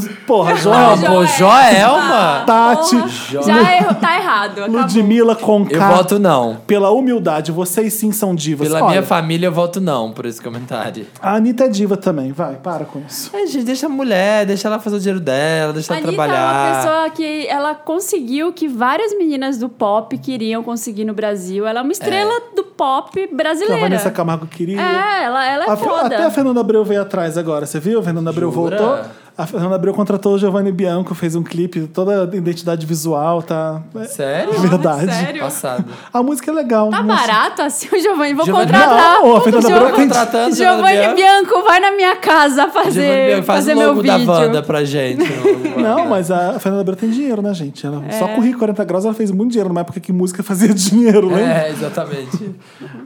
[SPEAKER 1] porra, Joelma.
[SPEAKER 2] Amor, Joelma.
[SPEAKER 3] Tá.
[SPEAKER 1] Tati,
[SPEAKER 3] Já errou, tá errado. acabou.
[SPEAKER 1] Ludmilla Conká.
[SPEAKER 2] Eu voto não.
[SPEAKER 1] Pela humildade, vocês sim são divas.
[SPEAKER 2] Pela
[SPEAKER 1] Olha,
[SPEAKER 2] minha família, eu voto não por esse comentário.
[SPEAKER 1] A Anitta é diva também, vai, para com isso.
[SPEAKER 2] É, gente, deixa a mulher, deixa ela fazer o dinheiro dela, deixa
[SPEAKER 3] A
[SPEAKER 2] ela
[SPEAKER 3] Anitta
[SPEAKER 2] trabalhar.
[SPEAKER 3] é uma pessoa que ela conseguiu o que várias meninas do pop queriam conseguir no Brasil. Ela é uma estrela do pop
[SPEAKER 1] Que a
[SPEAKER 3] brasileira.
[SPEAKER 1] Vanessa Camargo queria.
[SPEAKER 3] É, ela, ela é
[SPEAKER 1] A Fe-
[SPEAKER 3] foda.
[SPEAKER 1] até a Fernanda Abreu veio atrás agora, você viu? A Fernanda Abreu
[SPEAKER 2] Jura?
[SPEAKER 1] voltou. A Fernanda Abreu contratou o Giovanni Bianco, fez um clipe, toda a identidade visual, tá? É
[SPEAKER 2] Sério?
[SPEAKER 1] de verdade.
[SPEAKER 3] sério?
[SPEAKER 2] Passado.
[SPEAKER 1] A música é legal.
[SPEAKER 3] Tá
[SPEAKER 1] Nossa.
[SPEAKER 3] barato assim o Giovanni. Vou
[SPEAKER 2] Giovanni-
[SPEAKER 3] contratar.
[SPEAKER 1] Não, a Fernanda
[SPEAKER 3] Giovanni-
[SPEAKER 1] Branco tem-
[SPEAKER 2] Contratando
[SPEAKER 3] Giovanni
[SPEAKER 2] Giovanni
[SPEAKER 3] Bianco, vai na minha casa fazer,
[SPEAKER 2] Giovanni, Tipo, faz
[SPEAKER 3] fazer
[SPEAKER 2] o
[SPEAKER 3] meu
[SPEAKER 2] logo
[SPEAKER 3] vídeo.
[SPEAKER 2] da Wanda pra gente.
[SPEAKER 1] Não, mas a Fernanda Abreu tem dinheiro, né, gente? Ela, Só
[SPEAKER 3] É.
[SPEAKER 1] com o Rio 40 Graus ela fez muito dinheiro numa época que música fazia dinheiro, né? lembra?
[SPEAKER 2] É, exatamente.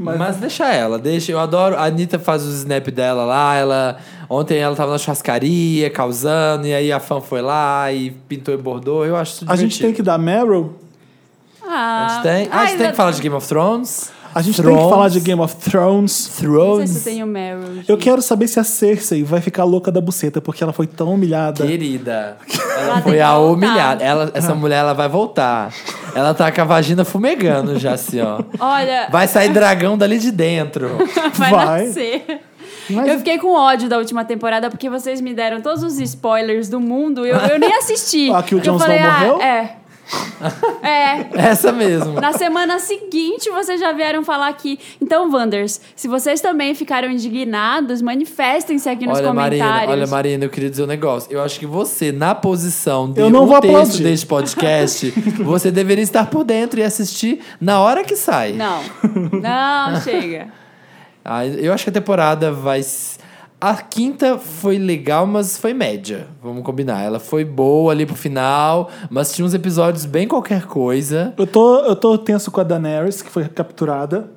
[SPEAKER 2] Mas, deixa ela, deixa. Eu adoro. A Anitta faz os snap dela lá. Ela, ontem ela tava na churrascaria, causando, e aí a fã foi lá e pintou e bordou. Eu acho isso
[SPEAKER 1] A gente tem que dar Meryl,
[SPEAKER 3] Ah,
[SPEAKER 2] A gente tem, ah, a gente tem que falar de Game of Thrones.
[SPEAKER 1] a gente tem
[SPEAKER 2] Thrones.
[SPEAKER 1] que falar de Game of Thrones.
[SPEAKER 3] Não sei se eu
[SPEAKER 2] Thrones.
[SPEAKER 3] tenho Meryl. gente.
[SPEAKER 1] Eu quero saber se a Cersei vai ficar louca da buceta, porque ela foi tão humilhada.
[SPEAKER 2] Querida, ela
[SPEAKER 3] Ela tem
[SPEAKER 2] foi
[SPEAKER 3] que
[SPEAKER 2] a
[SPEAKER 3] voltar.
[SPEAKER 2] humilhada. Ela, essa mulher, ela vai voltar. Ela tá com a vagina fumegando já, assim, ó.
[SPEAKER 3] Olha,
[SPEAKER 2] Vai sair dragão dali de dentro.
[SPEAKER 3] vai,
[SPEAKER 1] Vai.
[SPEAKER 3] nascer.
[SPEAKER 1] Mas-
[SPEAKER 3] Eu fiquei com ódio da última temporada porque vocês me deram todos os spoilers do mundo. Eu, eu nem assisti.
[SPEAKER 1] Ah, que o
[SPEAKER 3] Porque eu
[SPEAKER 1] Jon Snow
[SPEAKER 3] falei, ah,
[SPEAKER 1] morreu?
[SPEAKER 3] É. É.
[SPEAKER 2] Essa mesmo.
[SPEAKER 3] Na semana seguinte, vocês já vieram falar aqui. Então, Wanders, se vocês também ficaram indignados, manifestem-se aqui nos
[SPEAKER 2] Olha,
[SPEAKER 3] comentários.
[SPEAKER 2] Marina, olha, Marina, eu queria dizer um negócio. Eu acho que você, na posição de
[SPEAKER 1] Eu não
[SPEAKER 2] um
[SPEAKER 1] vou
[SPEAKER 2] texto
[SPEAKER 1] aplaudir.
[SPEAKER 2] deste podcast, você deveria estar por dentro e assistir na hora que sai.
[SPEAKER 3] Não, não, chega.
[SPEAKER 2] Ah, eu acho que a temporada vai. s- A quinta foi legal, mas foi média. Vamos combinar. Ela foi boa ali pro final, mas tinha uns episódios bem qualquer coisa.
[SPEAKER 1] Eu tô, eu tô tenso com a Daenerys, que foi capturada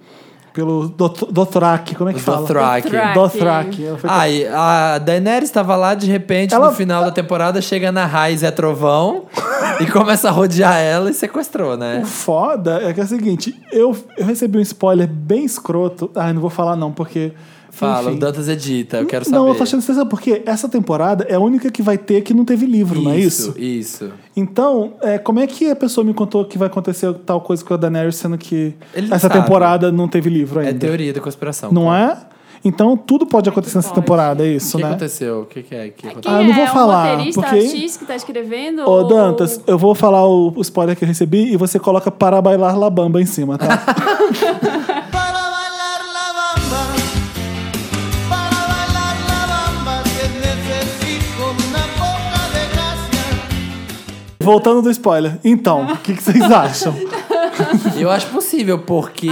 [SPEAKER 1] pelo Dot- Dothraki. Como é que
[SPEAKER 2] Os
[SPEAKER 1] fala?
[SPEAKER 2] Dothraki. Ah.
[SPEAKER 1] Dothraki. Ela foi
[SPEAKER 2] Ai, a Daenerys estava lá de repente,
[SPEAKER 1] Ela-
[SPEAKER 2] no final da temporada, chega na Raiz é Trovão e começa a rodear ela e sequestrou, né?
[SPEAKER 1] O foda é que é o seguinte, eu, eu recebi um spoiler bem escroto. Ai, não vou falar não, porque...
[SPEAKER 2] Fala,
[SPEAKER 1] enfim.
[SPEAKER 2] o Dantas edita, eu quero saber.
[SPEAKER 1] Não, tá eu tô achando estranho, porque essa temporada é a única que vai ter que não teve livro, não é isso?
[SPEAKER 2] Isso, isso.
[SPEAKER 1] Então, é, como é que a pessoa me contou que vai acontecer tal coisa com a Daenerys, sendo que
[SPEAKER 2] Ele
[SPEAKER 1] essa
[SPEAKER 2] sabe.
[SPEAKER 1] temporada não teve livro
[SPEAKER 2] É
[SPEAKER 1] ainda?
[SPEAKER 2] teoria da conspiração.
[SPEAKER 1] não
[SPEAKER 2] pô.
[SPEAKER 1] é? Então, tudo pode acontecer nessa temporada,
[SPEAKER 2] O
[SPEAKER 1] é isso,
[SPEAKER 2] que
[SPEAKER 1] né?
[SPEAKER 2] aconteceu? O que, que é? que aconteceu?
[SPEAKER 1] Ah, eu não vou
[SPEAKER 3] é
[SPEAKER 1] falar,
[SPEAKER 3] o roteirista
[SPEAKER 1] porque-
[SPEAKER 3] artista que tá escrevendo?
[SPEAKER 1] Ô,
[SPEAKER 3] ou-
[SPEAKER 1] Dantas, eu vou falar o, o spoiler que eu recebi e você coloca para bailar la bamba em cima, tá?
[SPEAKER 4] Para bailar la bamba, para bailar la bamba, te necesito una poca de gracia.
[SPEAKER 1] Voltando do spoiler. Então, o que, que vocês acham?
[SPEAKER 2] Eu acho possível, porque.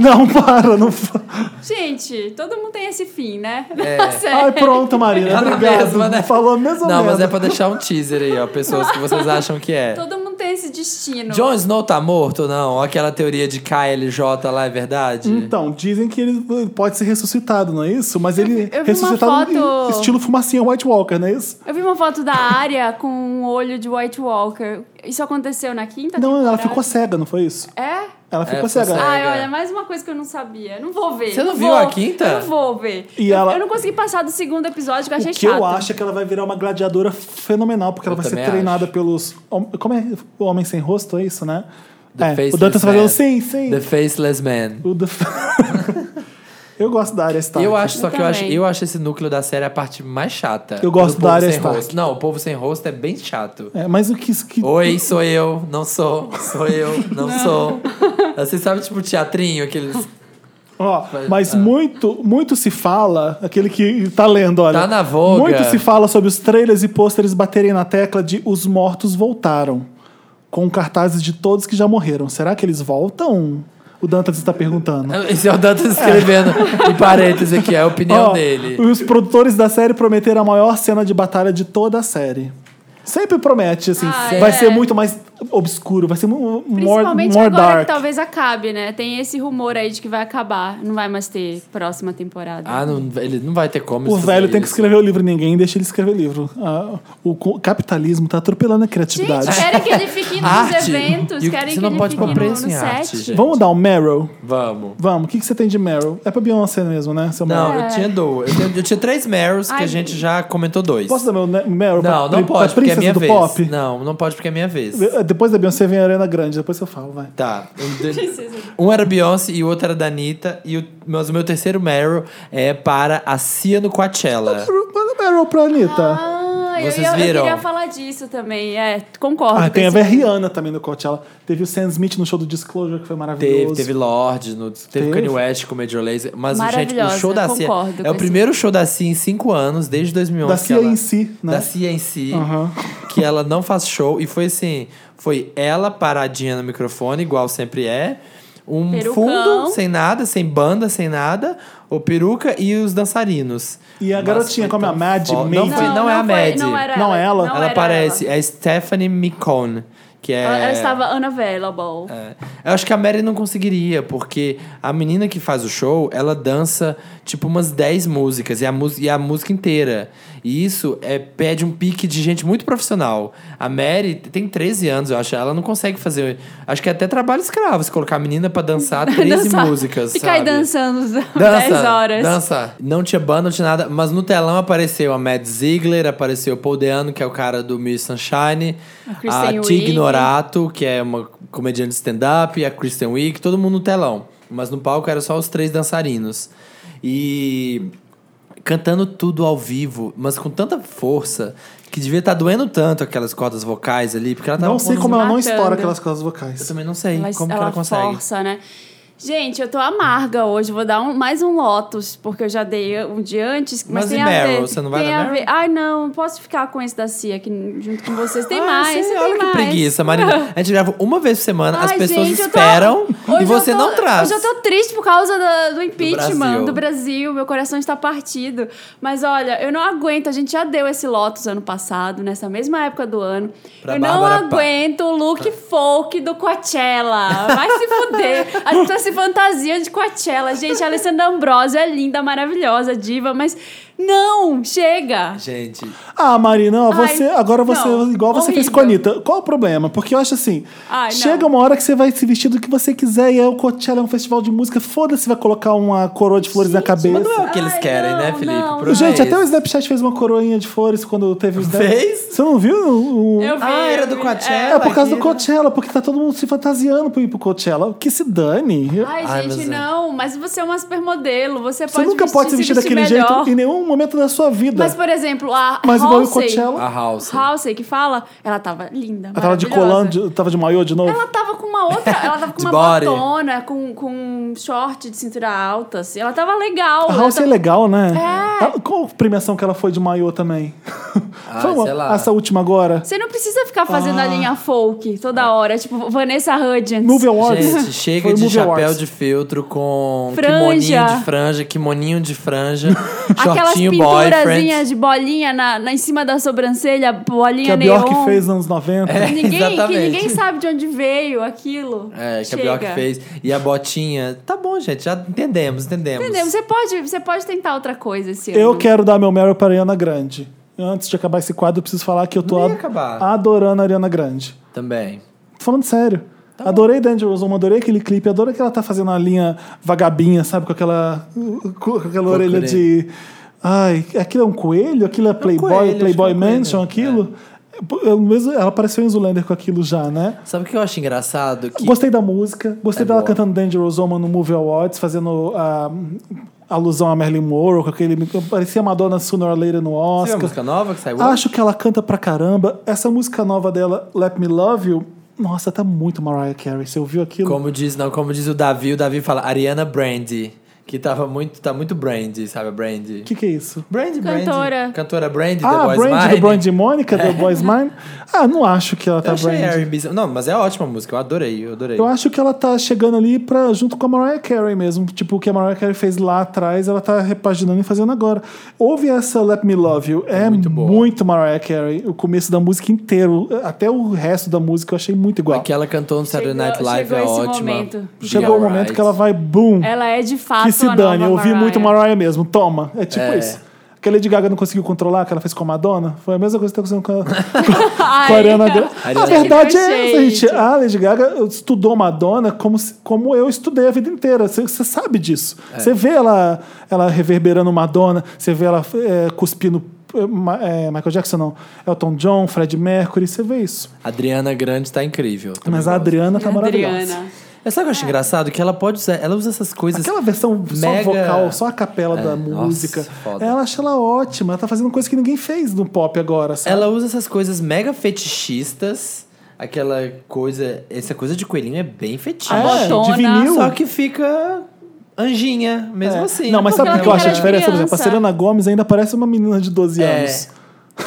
[SPEAKER 1] Não, para, não. fa-
[SPEAKER 3] Gente, todo mundo tem esse fim, né?
[SPEAKER 2] É.
[SPEAKER 1] Ai, pronto, Marina,
[SPEAKER 2] Tá na
[SPEAKER 1] É obrigado.
[SPEAKER 2] mesma, né?
[SPEAKER 1] Falou a mesma
[SPEAKER 2] Não, mas
[SPEAKER 1] merda.
[SPEAKER 2] é pra deixar um teaser aí, ó. Pessoas que vocês acham que é.
[SPEAKER 3] Todo mundo tem esse destino.
[SPEAKER 2] Jon Snow tá morto ou não? Aquela teoria de KLJ lá é verdade?
[SPEAKER 1] Então, dizem que ele pode ser ressuscitado, não é isso? Mas ele
[SPEAKER 3] vi uma
[SPEAKER 1] ressuscitado em
[SPEAKER 3] foto-
[SPEAKER 1] estilo fumacinha White Walker, não é isso?
[SPEAKER 3] Eu vi uma foto da área com um olho de White Walker. Isso aconteceu na quinta?
[SPEAKER 1] Não, ela
[SPEAKER 3] temporada?
[SPEAKER 1] ficou assim. cega, não foi isso?
[SPEAKER 3] É?
[SPEAKER 1] Ela
[SPEAKER 2] ficou
[SPEAKER 1] ficou cega.
[SPEAKER 2] cega.
[SPEAKER 3] Ai, olha, mais uma coisa que eu não sabia. Não vou ver.
[SPEAKER 2] Você não
[SPEAKER 3] vou.
[SPEAKER 2] viu a quinta?
[SPEAKER 3] Eu não vou ver.
[SPEAKER 1] E
[SPEAKER 3] eu,
[SPEAKER 1] ela-
[SPEAKER 3] eu não consegui passar do segundo episódio, que eu achei
[SPEAKER 1] O que eu
[SPEAKER 3] chato.
[SPEAKER 1] acho é que ela vai virar uma gladiadora fenomenal, porque
[SPEAKER 2] Eu
[SPEAKER 1] ela vai ser
[SPEAKER 2] também
[SPEAKER 1] treinada
[SPEAKER 2] acho.
[SPEAKER 1] pelos. hom- Como é o homem sem rosto? É isso, né?
[SPEAKER 2] The
[SPEAKER 1] é, o
[SPEAKER 2] Faceless
[SPEAKER 1] Dantas
[SPEAKER 2] Man.
[SPEAKER 1] fazendo sim, sim.
[SPEAKER 2] The Faceless Man.
[SPEAKER 1] O The- eu gosto da área Stark.
[SPEAKER 2] Eu acho, só
[SPEAKER 3] Eu
[SPEAKER 2] que eu acho,
[SPEAKER 3] também.
[SPEAKER 2] eu acho esse núcleo da série a parte mais chata.
[SPEAKER 1] Eu gosto
[SPEAKER 2] Do
[SPEAKER 1] da
[SPEAKER 2] povo
[SPEAKER 1] Arya
[SPEAKER 2] sem
[SPEAKER 1] Stark.
[SPEAKER 2] rosto. Não, o povo sem rosto é bem chato.
[SPEAKER 1] É, mas o que. que...
[SPEAKER 2] Oi, sou eu, não sou, sou eu, não, sou. Você sabe, tipo, teatrinho, aqueles.
[SPEAKER 1] Ó, mas
[SPEAKER 2] tá.
[SPEAKER 1] muito, muito se fala, aquele que tá lendo, olha.
[SPEAKER 2] Tá na voga.
[SPEAKER 1] Muito se fala sobre os trailers e pôsteres baterem na tecla de os mortos voltaram. Com cartazes de todos que já morreram. Será que eles voltam? O Dantas está perguntando.
[SPEAKER 2] Esse é o Dantas escrevendo em parênteses aqui, é a opinião
[SPEAKER 1] Ó,
[SPEAKER 2] dele.
[SPEAKER 1] Os produtores da série prometeram a maior cena de batalha de toda a série. Sempre promete, assim.
[SPEAKER 3] Ah,
[SPEAKER 1] vai
[SPEAKER 3] é.
[SPEAKER 1] ser muito mais obscuro, vai ser mu- more,
[SPEAKER 3] Principalmente
[SPEAKER 1] more
[SPEAKER 3] agora
[SPEAKER 1] dark.
[SPEAKER 3] que talvez acabe, né? Tem esse rumor aí de que vai acabar. Não vai mais ter próxima temporada.
[SPEAKER 2] Ah, não, ele não vai ter como.
[SPEAKER 1] O
[SPEAKER 2] fazer
[SPEAKER 1] velho tem que
[SPEAKER 2] isso.
[SPEAKER 1] escrever o livro, ninguém deixa ele escrever livro. Ah, o co- capitalismo tá atropelando a criatividade.
[SPEAKER 3] Gente, querem que ele fique nos
[SPEAKER 2] Arte.
[SPEAKER 3] eventos,
[SPEAKER 2] E o-
[SPEAKER 3] querem
[SPEAKER 2] você
[SPEAKER 3] que
[SPEAKER 2] não
[SPEAKER 3] ele
[SPEAKER 2] pode
[SPEAKER 3] fique
[SPEAKER 2] pôr
[SPEAKER 3] no,
[SPEAKER 2] preço
[SPEAKER 3] no
[SPEAKER 2] em arte,
[SPEAKER 3] set.
[SPEAKER 2] gente.
[SPEAKER 1] Vamos dar um Meryl?
[SPEAKER 2] Vamos.
[SPEAKER 1] Vamos, o que, que você tem de Meryl? É pra Beyoncé mesmo, né? Seu
[SPEAKER 2] Não,
[SPEAKER 1] Meryl?
[SPEAKER 2] eu tinha do. Eu, tenho- eu tinha três Meryl's que
[SPEAKER 3] É. Ai,
[SPEAKER 2] a gente já comentou dois.
[SPEAKER 1] Posso dar meu ne- Meryl
[SPEAKER 2] Não,
[SPEAKER 1] pra,
[SPEAKER 2] não
[SPEAKER 1] pra
[SPEAKER 2] pode, porque é
[SPEAKER 1] princesa
[SPEAKER 2] minha
[SPEAKER 1] do
[SPEAKER 2] vez.
[SPEAKER 1] pop?
[SPEAKER 2] Não, não pode porque é minha vez.
[SPEAKER 1] Eh, Depois da Beyoncé vem a Arena Grande, depois eu falo, vai.
[SPEAKER 2] Tá. Um de- Um era Beyoncé e o outro era da Anitta. E o, mas o meu terceiro Meryl é para a Cia no Coachella.
[SPEAKER 1] Manda Meryl pra Anitta.
[SPEAKER 3] Ah, eu,
[SPEAKER 2] Vocês
[SPEAKER 3] ia- eu
[SPEAKER 2] viram?
[SPEAKER 3] queria falar disso também. É, concordo.
[SPEAKER 1] Ah,
[SPEAKER 3] com
[SPEAKER 1] tem a
[SPEAKER 3] esse-
[SPEAKER 1] Rihanna também no Coachella. Teve o Sam Smith no show do Disclosure, que foi
[SPEAKER 2] Teve,
[SPEAKER 1] maravilhoso.
[SPEAKER 2] teve Lorde, no, teve
[SPEAKER 1] Teve.
[SPEAKER 2] Kanye West com Major Lazer. Mas, gente, o
[SPEAKER 3] Maravilhosa,
[SPEAKER 2] show da Cia.
[SPEAKER 3] concordo com
[SPEAKER 2] É o
[SPEAKER 3] esse-
[SPEAKER 2] primeiro show da Cia em cinco anos, desde 2011.
[SPEAKER 1] Da
[SPEAKER 2] que
[SPEAKER 1] Cia
[SPEAKER 2] ela-
[SPEAKER 1] em si, né?
[SPEAKER 2] Da Cia em si.
[SPEAKER 1] Aham.
[SPEAKER 2] que ela não faz show. E foi assim: foi ela paradinha no microfone, igual sempre é. Um
[SPEAKER 3] Perucão.
[SPEAKER 2] fundo sem nada, sem banda, sem nada. O peruca e os dançarinos.
[SPEAKER 1] E a
[SPEAKER 2] Mas
[SPEAKER 1] garotinha,
[SPEAKER 2] foi
[SPEAKER 1] como é a
[SPEAKER 2] tão
[SPEAKER 1] Mad
[SPEAKER 2] fo-
[SPEAKER 1] May?
[SPEAKER 2] Não, foi, não, é a
[SPEAKER 3] foi-
[SPEAKER 2] Mad.
[SPEAKER 3] Não, era
[SPEAKER 1] Não ela?
[SPEAKER 3] não
[SPEAKER 2] ela
[SPEAKER 3] era
[SPEAKER 2] parece, é Stephanie Micon, que é.
[SPEAKER 3] Ela, ela estava unavailable.
[SPEAKER 2] É. Eu acho que a Mary não conseguiria, porque a menina que faz o show, ela dança tipo umas 10 músicas e a, mus- e a música inteira. E isso é, pede um pique de gente muito profissional. A Mary tem 13 anos, eu acho. Ela não consegue fazer. Acho que é até trabalho escravo se colocar a menina pra dançar 13
[SPEAKER 3] Dançar.
[SPEAKER 2] músicas.
[SPEAKER 3] Fica aí
[SPEAKER 2] sabe?
[SPEAKER 3] dançando
[SPEAKER 2] Dança,
[SPEAKER 3] 10 horas.
[SPEAKER 2] Dança. Não tinha banda, não tinha nada. Mas no telão apareceu a Matt Ziegler, apareceu o Paul Deano, que é o cara do Miss Sunshine.
[SPEAKER 3] A
[SPEAKER 2] A,
[SPEAKER 3] Kristen
[SPEAKER 2] Tig
[SPEAKER 3] Wiig.
[SPEAKER 2] Norato, que é uma comediante de stand-up. A Kristen Wiig, todo mundo no telão. Mas no palco era só os três dançarinos. E... cantando tudo ao vivo, mas com tanta força que devia estar doendo tanto aquelas cordas vocais ali, porque ela tava
[SPEAKER 1] Não sei
[SPEAKER 2] com-
[SPEAKER 1] como ela não
[SPEAKER 3] matando.
[SPEAKER 1] estoura aquelas cordas
[SPEAKER 2] Eu
[SPEAKER 1] vocais.
[SPEAKER 2] também não sei
[SPEAKER 3] Ela,
[SPEAKER 2] como que
[SPEAKER 3] ela
[SPEAKER 2] ela consegue.
[SPEAKER 3] força, né? Gente, eu tô amarga hoje. Vou dar um- mais um Lotus, porque eu já dei um de antes. Mas,
[SPEAKER 2] Mas e
[SPEAKER 3] tem a
[SPEAKER 2] Meryl?
[SPEAKER 3] ver.
[SPEAKER 2] Você não vai
[SPEAKER 3] tem
[SPEAKER 2] dar
[SPEAKER 3] a
[SPEAKER 2] Meryl?
[SPEAKER 3] ver. Ai, não. Posso ficar com esse da Cia aqui junto com vocês. Tem
[SPEAKER 2] Ah,
[SPEAKER 3] mais.
[SPEAKER 2] sim,
[SPEAKER 3] tem
[SPEAKER 2] olha que
[SPEAKER 3] mais.
[SPEAKER 2] preguiça, Marina. A gente grava uma vez por semana, as
[SPEAKER 3] Ai,
[SPEAKER 2] pessoas
[SPEAKER 3] gente, eu tô-
[SPEAKER 2] esperam
[SPEAKER 3] Hoje
[SPEAKER 2] e
[SPEAKER 3] eu
[SPEAKER 2] você
[SPEAKER 3] tô-
[SPEAKER 2] não traz.
[SPEAKER 3] Hoje eu tô triste por causa da- do, impeachment
[SPEAKER 2] Brasil.
[SPEAKER 3] do Brasil. Meu coração está partido. Mas olha, eu não aguento. A gente já deu esse Lotus ano passado, nessa mesma época do ano.
[SPEAKER 2] Pra
[SPEAKER 3] eu
[SPEAKER 2] Bárbara
[SPEAKER 3] não
[SPEAKER 2] Pá.
[SPEAKER 3] aguento o look folk do Coachella. Vai se fuder. A gente tá se fantasia de Coachella. Gente, a Alessandra Ambrosio é linda, maravilhosa, diva, mas não, chega.
[SPEAKER 2] Gente,
[SPEAKER 1] Ah, Marina, ó,
[SPEAKER 3] Ai,
[SPEAKER 1] você, agora você,
[SPEAKER 3] não,
[SPEAKER 1] igual você fez
[SPEAKER 3] horrível.
[SPEAKER 1] com a Anitta. Qual o problema? Porque eu acho assim:
[SPEAKER 3] Ai, não.
[SPEAKER 1] chega uma hora que você vai se vestir do que você quiser e é o Coachella, é um festival de música, foda-se, vai colocar uma coroa de flores na
[SPEAKER 2] mas não é
[SPEAKER 1] cabeça.
[SPEAKER 2] o que eles
[SPEAKER 3] Ai,
[SPEAKER 2] querem,
[SPEAKER 3] não,
[SPEAKER 2] né, Felipe?
[SPEAKER 3] não,
[SPEAKER 2] Pro-
[SPEAKER 1] Gente,
[SPEAKER 2] é
[SPEAKER 1] até o
[SPEAKER 2] isso.
[SPEAKER 1] Snapchat fez uma coroinha de flores quando teve o Snap-
[SPEAKER 2] Fez?
[SPEAKER 1] Você não viu? O...
[SPEAKER 3] Eu vi,
[SPEAKER 2] Ah, era
[SPEAKER 3] eu
[SPEAKER 2] do
[SPEAKER 3] vi.
[SPEAKER 2] Coachella?
[SPEAKER 1] É por causa do
[SPEAKER 2] Imagina.
[SPEAKER 1] Coachella, porque tá todo mundo se fantasiando pra ir pro Coachella. Que se dane.
[SPEAKER 3] Ai,
[SPEAKER 2] Ai,
[SPEAKER 3] gente,
[SPEAKER 2] mas é.
[SPEAKER 3] não. Mas você é um supermodelo. Você,
[SPEAKER 1] Você nunca pode se vestir daquele
[SPEAKER 3] melhor.
[SPEAKER 1] jeito em nenhum momento da sua vida.
[SPEAKER 3] Mas, por exemplo, a
[SPEAKER 1] Mas igual o
[SPEAKER 3] Halsey,
[SPEAKER 1] Coachella.
[SPEAKER 2] A House.
[SPEAKER 3] Halsey que fala, ela tava linda,
[SPEAKER 1] Ela tava de
[SPEAKER 3] maravilhosa.
[SPEAKER 1] colando, de- tava de maiô de novo.
[SPEAKER 3] Ela tava com uma outra, ela tava com
[SPEAKER 2] De
[SPEAKER 3] uma
[SPEAKER 2] body.
[SPEAKER 3] botona, com, com um short de cintura alta, assim. Ela tava legal.
[SPEAKER 1] A
[SPEAKER 3] ela tá
[SPEAKER 1] House é
[SPEAKER 3] tava-
[SPEAKER 1] legal, né?
[SPEAKER 3] É.
[SPEAKER 1] Ah, Qual a premiação que ela foi de maiô também?
[SPEAKER 2] Ah,
[SPEAKER 1] Foi uma-
[SPEAKER 2] sei lá.
[SPEAKER 1] Essa última agora?
[SPEAKER 3] Você não precisa ficar fazendo
[SPEAKER 1] Ah.
[SPEAKER 3] a linha folk toda hora, tipo Vanessa Hudgens.
[SPEAKER 1] Movie Awards.
[SPEAKER 2] Gente,
[SPEAKER 1] Foi
[SPEAKER 2] chega
[SPEAKER 1] o
[SPEAKER 2] de
[SPEAKER 1] Movie
[SPEAKER 2] chapéu
[SPEAKER 1] Awards.
[SPEAKER 2] de feltro com
[SPEAKER 3] Franja.
[SPEAKER 2] kimoninho de franja, kimoninho de franja,
[SPEAKER 3] Aquelas
[SPEAKER 2] shortinho
[SPEAKER 3] pinturazinhas
[SPEAKER 2] boyfriend.
[SPEAKER 3] de bolinha na, na, em cima da sobrancelha,
[SPEAKER 1] Que é
[SPEAKER 3] bolinha
[SPEAKER 1] a
[SPEAKER 3] neon.
[SPEAKER 1] Bjork fez nos anos 90.
[SPEAKER 2] É.
[SPEAKER 3] Ninguém, que
[SPEAKER 2] Exatamente.
[SPEAKER 3] ninguém sabe de onde veio aquilo.
[SPEAKER 2] É, que a
[SPEAKER 3] Chega.
[SPEAKER 2] Bjork fez. E a botinha. Tá bom, gente, já entendemos, entendemos.
[SPEAKER 3] Entendeu? Você pode, você pode tentar outra coisa esse ano.
[SPEAKER 1] Eu quero dar meu Meryl pra Ariana Grande. Antes de acabar esse quadro, eu preciso falar que eu tô
[SPEAKER 2] Não ia
[SPEAKER 1] ad-
[SPEAKER 2] acabar.
[SPEAKER 1] adorando a Ariana Grande.
[SPEAKER 2] Também.
[SPEAKER 1] Tô falando sério.
[SPEAKER 2] Tá
[SPEAKER 1] adorei Dangerous Woman, adorei aquele clipe, adorei que ela tá fazendo a linha vagabinha, sabe? Com aquela, com aquela orelha de. Ai, aquilo é um coelho? Aquilo é Playboy,
[SPEAKER 2] coelho, acho
[SPEAKER 1] Playboy
[SPEAKER 2] que é um coelho.
[SPEAKER 1] Mansion, aquilo? É, eu mesmo- Ela apareceu em Zulander com aquilo já, né?
[SPEAKER 2] Sabe o que eu acho engraçado? Que
[SPEAKER 1] Gostei da música, gostei
[SPEAKER 2] É
[SPEAKER 1] dela
[SPEAKER 2] boa.
[SPEAKER 1] cantando Dangerous Woman no Movie Awards, fazendo ah, alusão a Marilyn Monroe, com aquele. Parecia Madonna Sooner or Later
[SPEAKER 2] Você
[SPEAKER 1] no
[SPEAKER 2] viu a
[SPEAKER 1] Oscar.
[SPEAKER 2] música nova que saiu?
[SPEAKER 1] Acho que ela canta pra caramba. Essa música nova dela, Let Me Love You, nossa, tá muito Mariah Carey. Você ouviu aquilo?
[SPEAKER 2] Como diz, não, como diz o Davi, o Davi fala Ariana Brandy, que tava muito, tá muito Brandy, sabe a Brandy?
[SPEAKER 1] O que, que é isso?
[SPEAKER 2] Brandy, Brandy.
[SPEAKER 3] Cantora.
[SPEAKER 2] Cantora Brandy, The
[SPEAKER 1] ah,
[SPEAKER 2] Boys
[SPEAKER 1] Brandy
[SPEAKER 2] Mine. É.
[SPEAKER 1] do Brandy Mônica, The Boys Mine. Ah, não acho que ela
[SPEAKER 2] Eu
[SPEAKER 1] tá
[SPEAKER 2] achei
[SPEAKER 1] Brandy.
[SPEAKER 2] R&B. Não, mas é ótima a música, eu adorei, eu adorei.
[SPEAKER 1] Eu acho que ela tá chegando ali pra, junto com a Mariah Carey mesmo. Tipo, o que a Mariah Carey fez lá atrás, ela tá repaginando e fazendo agora. Ouve essa Let Me Love You. É
[SPEAKER 2] muito
[SPEAKER 1] muito,
[SPEAKER 2] boa.
[SPEAKER 1] Mariah Carey. O começo da música inteiro, até o resto da música eu achei muito igual.
[SPEAKER 2] Que ela cantou no Saturday
[SPEAKER 3] Chegou-
[SPEAKER 2] Night Live
[SPEAKER 3] chegou
[SPEAKER 2] é
[SPEAKER 3] esse
[SPEAKER 2] ótima.
[SPEAKER 3] momento.
[SPEAKER 2] Be
[SPEAKER 1] Chegou o
[SPEAKER 2] Alright.
[SPEAKER 1] momento que ela vai, boom,
[SPEAKER 3] Ela é de
[SPEAKER 1] que
[SPEAKER 3] fato
[SPEAKER 1] se
[SPEAKER 3] a
[SPEAKER 1] dane. Eu
[SPEAKER 3] nova
[SPEAKER 1] ouvi
[SPEAKER 3] Mariah.
[SPEAKER 1] muito Mariah mesmo. Toma. É tipo
[SPEAKER 2] É.
[SPEAKER 1] isso. Que a Lady Gaga não conseguiu controlar, que ela fez com a Madonna. Foi a mesma coisa que tá acontecendo com a,
[SPEAKER 3] Ai,
[SPEAKER 1] com a Ariana Grande.
[SPEAKER 2] Ariana
[SPEAKER 1] A verdade
[SPEAKER 3] Grande.
[SPEAKER 1] é essa, gente. A Lady Gaga estudou Madonna como, se- como eu estudei a vida inteira. Você você sabe disso.
[SPEAKER 2] É.
[SPEAKER 1] Você vê ela, ela reverberando Madonna, você vê ela é, cuspindo é, Ma- é, Michael Jackson, não. Elton John, Fred Mercury, você vê isso.
[SPEAKER 2] Adriana Grande tá incrível. também
[SPEAKER 1] Mas a
[SPEAKER 2] gosto.
[SPEAKER 1] Adriana tá maravilhosa.
[SPEAKER 3] Adriana.
[SPEAKER 2] Eu sabe o que eu acho engraçado? Que ela pode usar, ela usa essas coisas...
[SPEAKER 1] Aquela versão
[SPEAKER 2] Mega-
[SPEAKER 1] só vocal, só a capela
[SPEAKER 2] É,
[SPEAKER 1] da
[SPEAKER 2] nossa,
[SPEAKER 1] música.
[SPEAKER 2] foda.
[SPEAKER 1] Ela acha ela ótima. Ela tá fazendo coisa que ninguém fez no pop agora, sabe?
[SPEAKER 2] Ela usa essas coisas mega fetichistas. Aquela coisa... Essa coisa de coelhinho é bem
[SPEAKER 3] A
[SPEAKER 2] fetichista.
[SPEAKER 1] é,
[SPEAKER 3] botona.
[SPEAKER 1] de vinil.
[SPEAKER 2] Só que fica anjinha, mesmo
[SPEAKER 1] É.
[SPEAKER 2] assim.
[SPEAKER 1] Não, mas sabe o
[SPEAKER 3] Porque ela
[SPEAKER 1] que eu
[SPEAKER 3] tem
[SPEAKER 1] acho a
[SPEAKER 3] cara de
[SPEAKER 1] diferença? Por exemplo, a
[SPEAKER 3] criança.
[SPEAKER 1] Serena Gomes ainda parece uma menina de 12
[SPEAKER 2] É.
[SPEAKER 1] anos.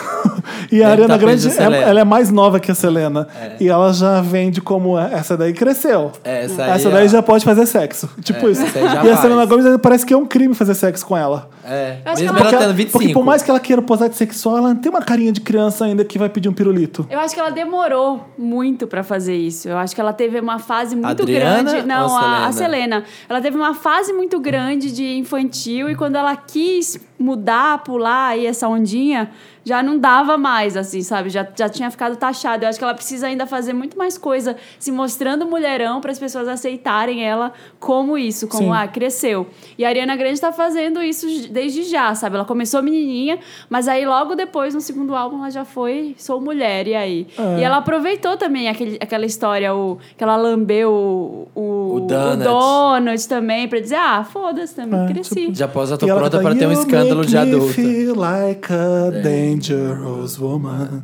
[SPEAKER 1] e a
[SPEAKER 2] Deve
[SPEAKER 1] Ariana
[SPEAKER 2] tá
[SPEAKER 1] Grande,
[SPEAKER 2] presa a Selena.
[SPEAKER 1] é- ela é mais nova que a Selena. E ela já vende como "É, essa daí cresceu.
[SPEAKER 2] É, essa aí,
[SPEAKER 1] essa
[SPEAKER 2] ó.
[SPEAKER 1] daí já pode fazer sexo. Tipo
[SPEAKER 2] É,
[SPEAKER 1] isso.
[SPEAKER 2] essa aí já
[SPEAKER 1] E a
[SPEAKER 2] faz.
[SPEAKER 1] Selena Gomes ainda parece que é um crime fazer sexo com ela.
[SPEAKER 2] É.
[SPEAKER 3] Eu acho
[SPEAKER 2] Mesmo
[SPEAKER 3] que ela-
[SPEAKER 2] ela tendo
[SPEAKER 1] ela-
[SPEAKER 2] 25.
[SPEAKER 1] tá- porque por mais que ela queira posar de sexual, ela tem uma carinha de criança ainda que vai pedir um pirulito.
[SPEAKER 3] Eu acho que ela demorou muito pra fazer isso. Eu acho que ela teve uma fase muito
[SPEAKER 2] Adriana
[SPEAKER 3] grande. Não,
[SPEAKER 2] ou
[SPEAKER 3] a, a
[SPEAKER 2] Selena?
[SPEAKER 3] Selena. Ela teve uma fase muito grande de infantil e quando ela quis mudar, pular aí essa ondinha já não dava mais, assim, sabe? Já, já tinha ficado taxado. Eu acho que ela precisa ainda fazer muito mais coisa, se mostrando mulherão para as pessoas aceitarem ela como isso, como
[SPEAKER 1] Sim.
[SPEAKER 3] ah, cresceu. E a Ariana Grande tá fazendo isso j- desde já, sabe? Ela começou menininha, mas aí logo depois, no segundo álbum, ela já foi Sou Mulher, e aí?
[SPEAKER 1] É.
[SPEAKER 3] E ela aproveitou também aquele, aquela história o, que ela lambeu o, o,
[SPEAKER 2] O donut.
[SPEAKER 3] donut também, pra dizer, ah, foda-se também,
[SPEAKER 1] É,
[SPEAKER 3] cresci.
[SPEAKER 2] Já posso, já tô
[SPEAKER 1] E ela
[SPEAKER 2] pronta
[SPEAKER 1] canta,
[SPEAKER 2] pra ter um
[SPEAKER 1] "You
[SPEAKER 2] escândalo
[SPEAKER 1] make
[SPEAKER 2] de
[SPEAKER 1] me
[SPEAKER 2] adulta. É.
[SPEAKER 1] feel like a dangerous woman.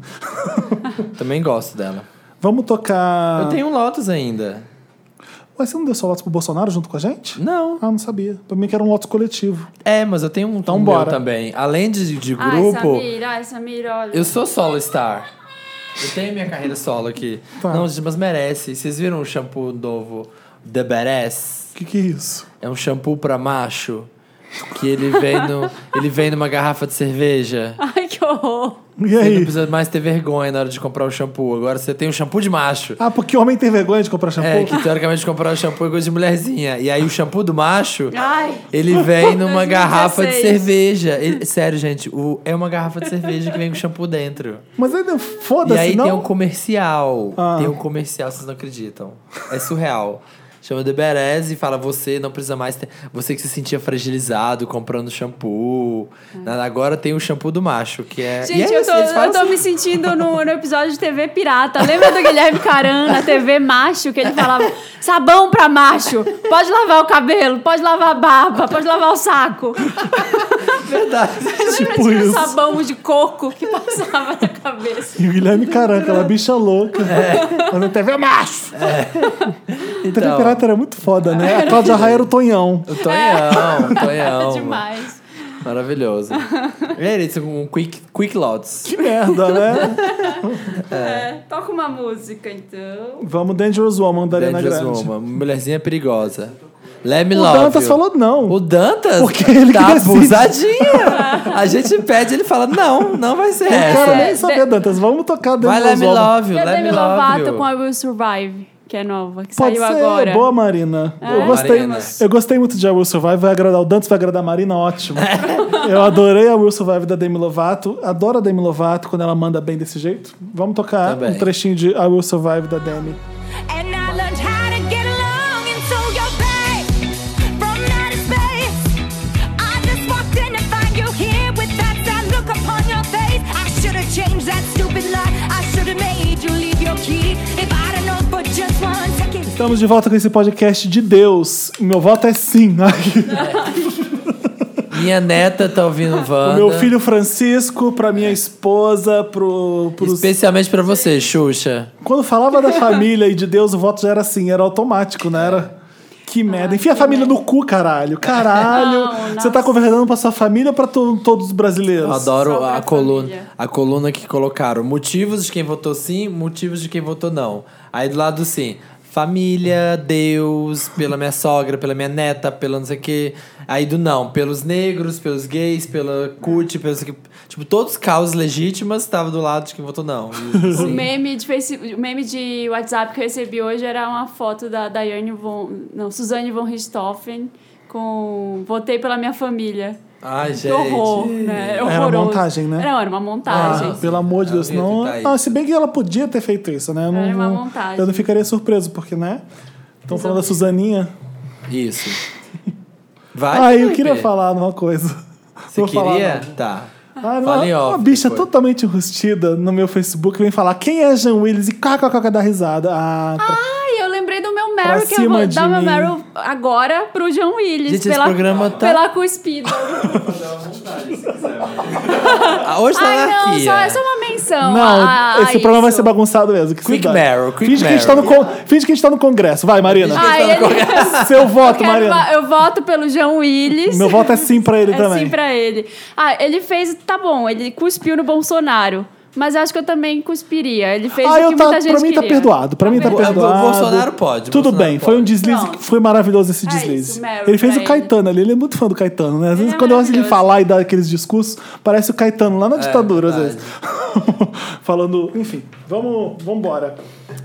[SPEAKER 2] Também gosto dela.
[SPEAKER 1] Vamos tocar...
[SPEAKER 2] Eu tenho um Lotus ainda.
[SPEAKER 1] Ué, você não deu só votos pro Bolsonaro junto com a gente?
[SPEAKER 2] Não.
[SPEAKER 1] Ah, não sabia. Pra mim que era um voto coletivo.
[SPEAKER 2] É, mas eu tenho um, então
[SPEAKER 1] bora.
[SPEAKER 2] também. Além de, de
[SPEAKER 3] Ai,
[SPEAKER 2] grupo,
[SPEAKER 3] Samir, ai, Samir, olha.
[SPEAKER 2] eu sou solo star. Eu tenho minha carreira solo aqui.
[SPEAKER 1] Tá.
[SPEAKER 2] Não, gente, mas merece. Vocês viram o shampoo novo The Badass?
[SPEAKER 1] O que, que é isso?
[SPEAKER 2] É um shampoo pra macho. Que ele vem, no, ele vem numa garrafa de cerveja.
[SPEAKER 3] Ai, que horror.
[SPEAKER 1] E
[SPEAKER 2] Você não
[SPEAKER 1] aí?
[SPEAKER 2] precisa mais ter vergonha na hora de comprar o shampoo. Agora você tem um shampoo de macho.
[SPEAKER 1] Ah, porque homem tem vergonha de comprar shampoo?
[SPEAKER 2] É, que teoricamente comprar o shampoo é coisa de mulherzinha. E aí o shampoo do macho,
[SPEAKER 3] Ai.
[SPEAKER 2] ele vem numa
[SPEAKER 3] 2016.
[SPEAKER 2] garrafa de cerveja. Ele- sério, gente, o- é uma garrafa de cerveja que vem com shampoo dentro.
[SPEAKER 1] Mas ainda
[SPEAKER 2] E
[SPEAKER 1] foda-se,
[SPEAKER 2] aí
[SPEAKER 1] não.
[SPEAKER 2] tem um comercial.
[SPEAKER 1] Ah.
[SPEAKER 2] Tem um comercial, vocês não acreditam. É surreal. Chama The Beres e fala: você não precisa mais ter. Você que se sentia fragilizado comprando shampoo. Nada, Agora tem o shampoo do macho, que é. e
[SPEAKER 3] Ah. Gente,
[SPEAKER 2] é
[SPEAKER 3] eu,
[SPEAKER 2] isso,
[SPEAKER 3] tô,
[SPEAKER 2] eles falam
[SPEAKER 3] eu tô
[SPEAKER 2] assim,
[SPEAKER 3] me sentindo no, no episódio de TV Pirata. Lembra do Guilherme Caran na TV Macho, que ele falava sabão pra macho, pode lavar o cabelo, pode lavar a barba, pode lavar o saco.
[SPEAKER 2] Tipo é verdade.
[SPEAKER 3] Lembra
[SPEAKER 1] Tipo
[SPEAKER 3] de um
[SPEAKER 1] isso.
[SPEAKER 3] sabão de coco que passava na cabeça?
[SPEAKER 1] E o Guilherme Caran, aquela bicha louca. Fazendo TV macho. TV
[SPEAKER 2] Então,
[SPEAKER 1] Pirata era muito foda, né? A Cláudia Raia era o Tonhão.
[SPEAKER 2] o Tonhão, o Tonhão.
[SPEAKER 3] É Demais.
[SPEAKER 2] Maravilhoso. Era isso, um quick, quick lots.
[SPEAKER 1] Que merda, né?
[SPEAKER 3] É, toca uma música, então.
[SPEAKER 1] Vamos Dangerous Woman da Ariana
[SPEAKER 2] Dangerous
[SPEAKER 1] Grande.
[SPEAKER 2] Woman, mulherzinha perigosa. Let me
[SPEAKER 1] O
[SPEAKER 2] love
[SPEAKER 1] Dantas
[SPEAKER 2] you.
[SPEAKER 1] falou não.
[SPEAKER 2] O Dantas
[SPEAKER 1] Porque ele que
[SPEAKER 2] tá
[SPEAKER 1] decide.
[SPEAKER 2] abusadinho. A gente pede, ele fala, não, não vai ser
[SPEAKER 1] Não quero
[SPEAKER 2] essa.
[SPEAKER 1] nem saber, Dantas. Vamos tocar
[SPEAKER 2] Vai
[SPEAKER 1] Dangerous
[SPEAKER 2] Let me
[SPEAKER 1] Woman.
[SPEAKER 2] love
[SPEAKER 3] E
[SPEAKER 2] you,
[SPEAKER 3] a
[SPEAKER 2] Let
[SPEAKER 3] Demi
[SPEAKER 2] me love
[SPEAKER 3] Lovato
[SPEAKER 2] you.
[SPEAKER 3] com a Will Survive, que é nova, que
[SPEAKER 1] Pode
[SPEAKER 3] saiu
[SPEAKER 1] ser.
[SPEAKER 3] agora.
[SPEAKER 1] Boa, Marina. eu, gostei,
[SPEAKER 2] Marina.
[SPEAKER 1] eu gostei muito de I Will Survive. Vai agradar o Dantes, vai agradar a Marina, ótimo. eu adorei a Will Survive da Demi Lovato. Adoro a Demi Lovato quando ela manda bem desse jeito. Vamos tocar
[SPEAKER 2] Também.
[SPEAKER 1] um trechinho de I Will Survive da Demi.
[SPEAKER 5] And I learned how to get along and so your back from outer space. I just walked in to find you here with that sad look upon your face. I should have changed that stupid lie. I should have made you leave your key. If I'd have known for just one second.
[SPEAKER 1] Estamos de volta com esse podcast de Deus. Meu voto é sim. Ai,
[SPEAKER 2] Minha neta tá ouvindo Wanda.
[SPEAKER 1] Meu filho Francisco, pra minha esposa, pro, pros...
[SPEAKER 2] Especialmente pra você, Xuxa.
[SPEAKER 1] Quando falava da família e de Deus, o voto já era assim, era automático, não era? Que merda. Enfia a família no cu, caralho. Caralho.
[SPEAKER 3] Não,
[SPEAKER 1] Você tá conversando pra sua família ou pra to- todos os
[SPEAKER 2] Eu
[SPEAKER 1] brasileiros?
[SPEAKER 2] adoro
[SPEAKER 3] Só pra
[SPEAKER 2] a coluna,
[SPEAKER 3] família.
[SPEAKER 2] a coluna que colocaram. Motivos de quem votou sim, motivos de quem votou não. Aí do lado sim, família, Deus, pela minha sogra, pela minha neta, pela não sei o quê. Aí do não, pelos negros, pelos gays, pela CUT, pelos que. Tipo, todos os causas legítimas estavam do lado de quem votou não. E,
[SPEAKER 3] O
[SPEAKER 2] sim.
[SPEAKER 3] meme, de face... o meme de WhatsApp que eu recebi hoje era uma foto da Daiane von... Não, Suzane von Richthofen com... Votei pela minha família.
[SPEAKER 2] Ai,
[SPEAKER 3] Que
[SPEAKER 2] gente.
[SPEAKER 3] horror, né?
[SPEAKER 1] uma
[SPEAKER 3] Horroroso.
[SPEAKER 1] montagem, né?
[SPEAKER 3] Não, era uma montagem.
[SPEAKER 1] Ah, pelo amor de
[SPEAKER 2] Ela
[SPEAKER 1] Deus,
[SPEAKER 2] ia
[SPEAKER 1] não.
[SPEAKER 2] tentar isso.
[SPEAKER 1] Ah, se bem que ela podia ter feito isso, né? Eu não,
[SPEAKER 3] Era uma
[SPEAKER 1] não-
[SPEAKER 3] montagem.
[SPEAKER 1] eu não ficaria surpreso, porque, né? Estão falando da Suzaninha.
[SPEAKER 2] Isso. Vai.
[SPEAKER 1] Ah, eu
[SPEAKER 2] Felipe.
[SPEAKER 1] queria falar uma coisa.
[SPEAKER 2] Você
[SPEAKER 1] Vou falar,
[SPEAKER 2] queria?
[SPEAKER 1] não.
[SPEAKER 2] tá.
[SPEAKER 1] Ah, não,
[SPEAKER 2] Fala em
[SPEAKER 1] uma
[SPEAKER 2] off
[SPEAKER 1] bicha
[SPEAKER 2] depois.
[SPEAKER 1] totalmente enrustida no meu Facebook vem falar quem é Jean Willis e kkk dá risada. Ah, tá.
[SPEAKER 3] Ai, eu lembrei do meu Meryl, que eu
[SPEAKER 1] cima
[SPEAKER 3] vou
[SPEAKER 1] de
[SPEAKER 3] dar meu
[SPEAKER 1] mim.
[SPEAKER 3] Meryl agora pro John Willis.
[SPEAKER 2] Gente, esse
[SPEAKER 3] pela,
[SPEAKER 2] programa tá-
[SPEAKER 3] Pela cuspida.
[SPEAKER 2] Ah, hoje tá
[SPEAKER 3] Ai, não,
[SPEAKER 2] anarquia.
[SPEAKER 3] só, é só uma menção.
[SPEAKER 1] Não,
[SPEAKER 3] a- a
[SPEAKER 1] esse programa vai
[SPEAKER 3] ah, isso.
[SPEAKER 1] ser bagunçado mesmo. que se
[SPEAKER 2] Quick
[SPEAKER 1] dane.
[SPEAKER 2] Meryl, quick
[SPEAKER 1] finge, que a gente tá no con- finge que a gente tá no Congresso. Vai, Marina.
[SPEAKER 3] Ai,
[SPEAKER 1] tá
[SPEAKER 3] ele...
[SPEAKER 1] Seu
[SPEAKER 3] Ah, Eu
[SPEAKER 1] voto,
[SPEAKER 3] quero
[SPEAKER 1] Marina.
[SPEAKER 3] va- Eu voto pelo João Willis.
[SPEAKER 1] Meu voto é sim pra ele
[SPEAKER 3] é
[SPEAKER 1] também.
[SPEAKER 3] sim pra ele. Ah, ele fez. Tá bom, ele cuspiu no Bolsonaro. Mas acho que eu também cuspiria. Ele fez
[SPEAKER 1] Ah,
[SPEAKER 3] o
[SPEAKER 1] eu
[SPEAKER 3] que
[SPEAKER 1] tá,
[SPEAKER 3] muita gente
[SPEAKER 1] pra mim tá
[SPEAKER 3] queria.
[SPEAKER 1] perdoado. Pra mim tá
[SPEAKER 2] O- o
[SPEAKER 1] perdoado.
[SPEAKER 2] Bolsonaro pode, o
[SPEAKER 1] Tudo
[SPEAKER 2] Bolsonaro
[SPEAKER 1] bem,
[SPEAKER 2] pode.
[SPEAKER 1] foi um deslize.
[SPEAKER 3] Pronto.
[SPEAKER 1] Foi maravilhoso esse
[SPEAKER 3] É
[SPEAKER 1] deslize.
[SPEAKER 3] isso, Meryl
[SPEAKER 1] ele fez
[SPEAKER 3] pra
[SPEAKER 1] o
[SPEAKER 3] ele.
[SPEAKER 1] Caetano ali. Ele é muito fã do Caetano, né? Às vezes
[SPEAKER 3] é
[SPEAKER 1] quando eu ouço ele
[SPEAKER 3] maravilhoso.
[SPEAKER 1] falar e dar aqueles discursos, parece o
[SPEAKER 2] É,
[SPEAKER 1] Caetano lá na ditadura, às
[SPEAKER 2] verdade.
[SPEAKER 1] vezes. Falando, enfim, vamos embora.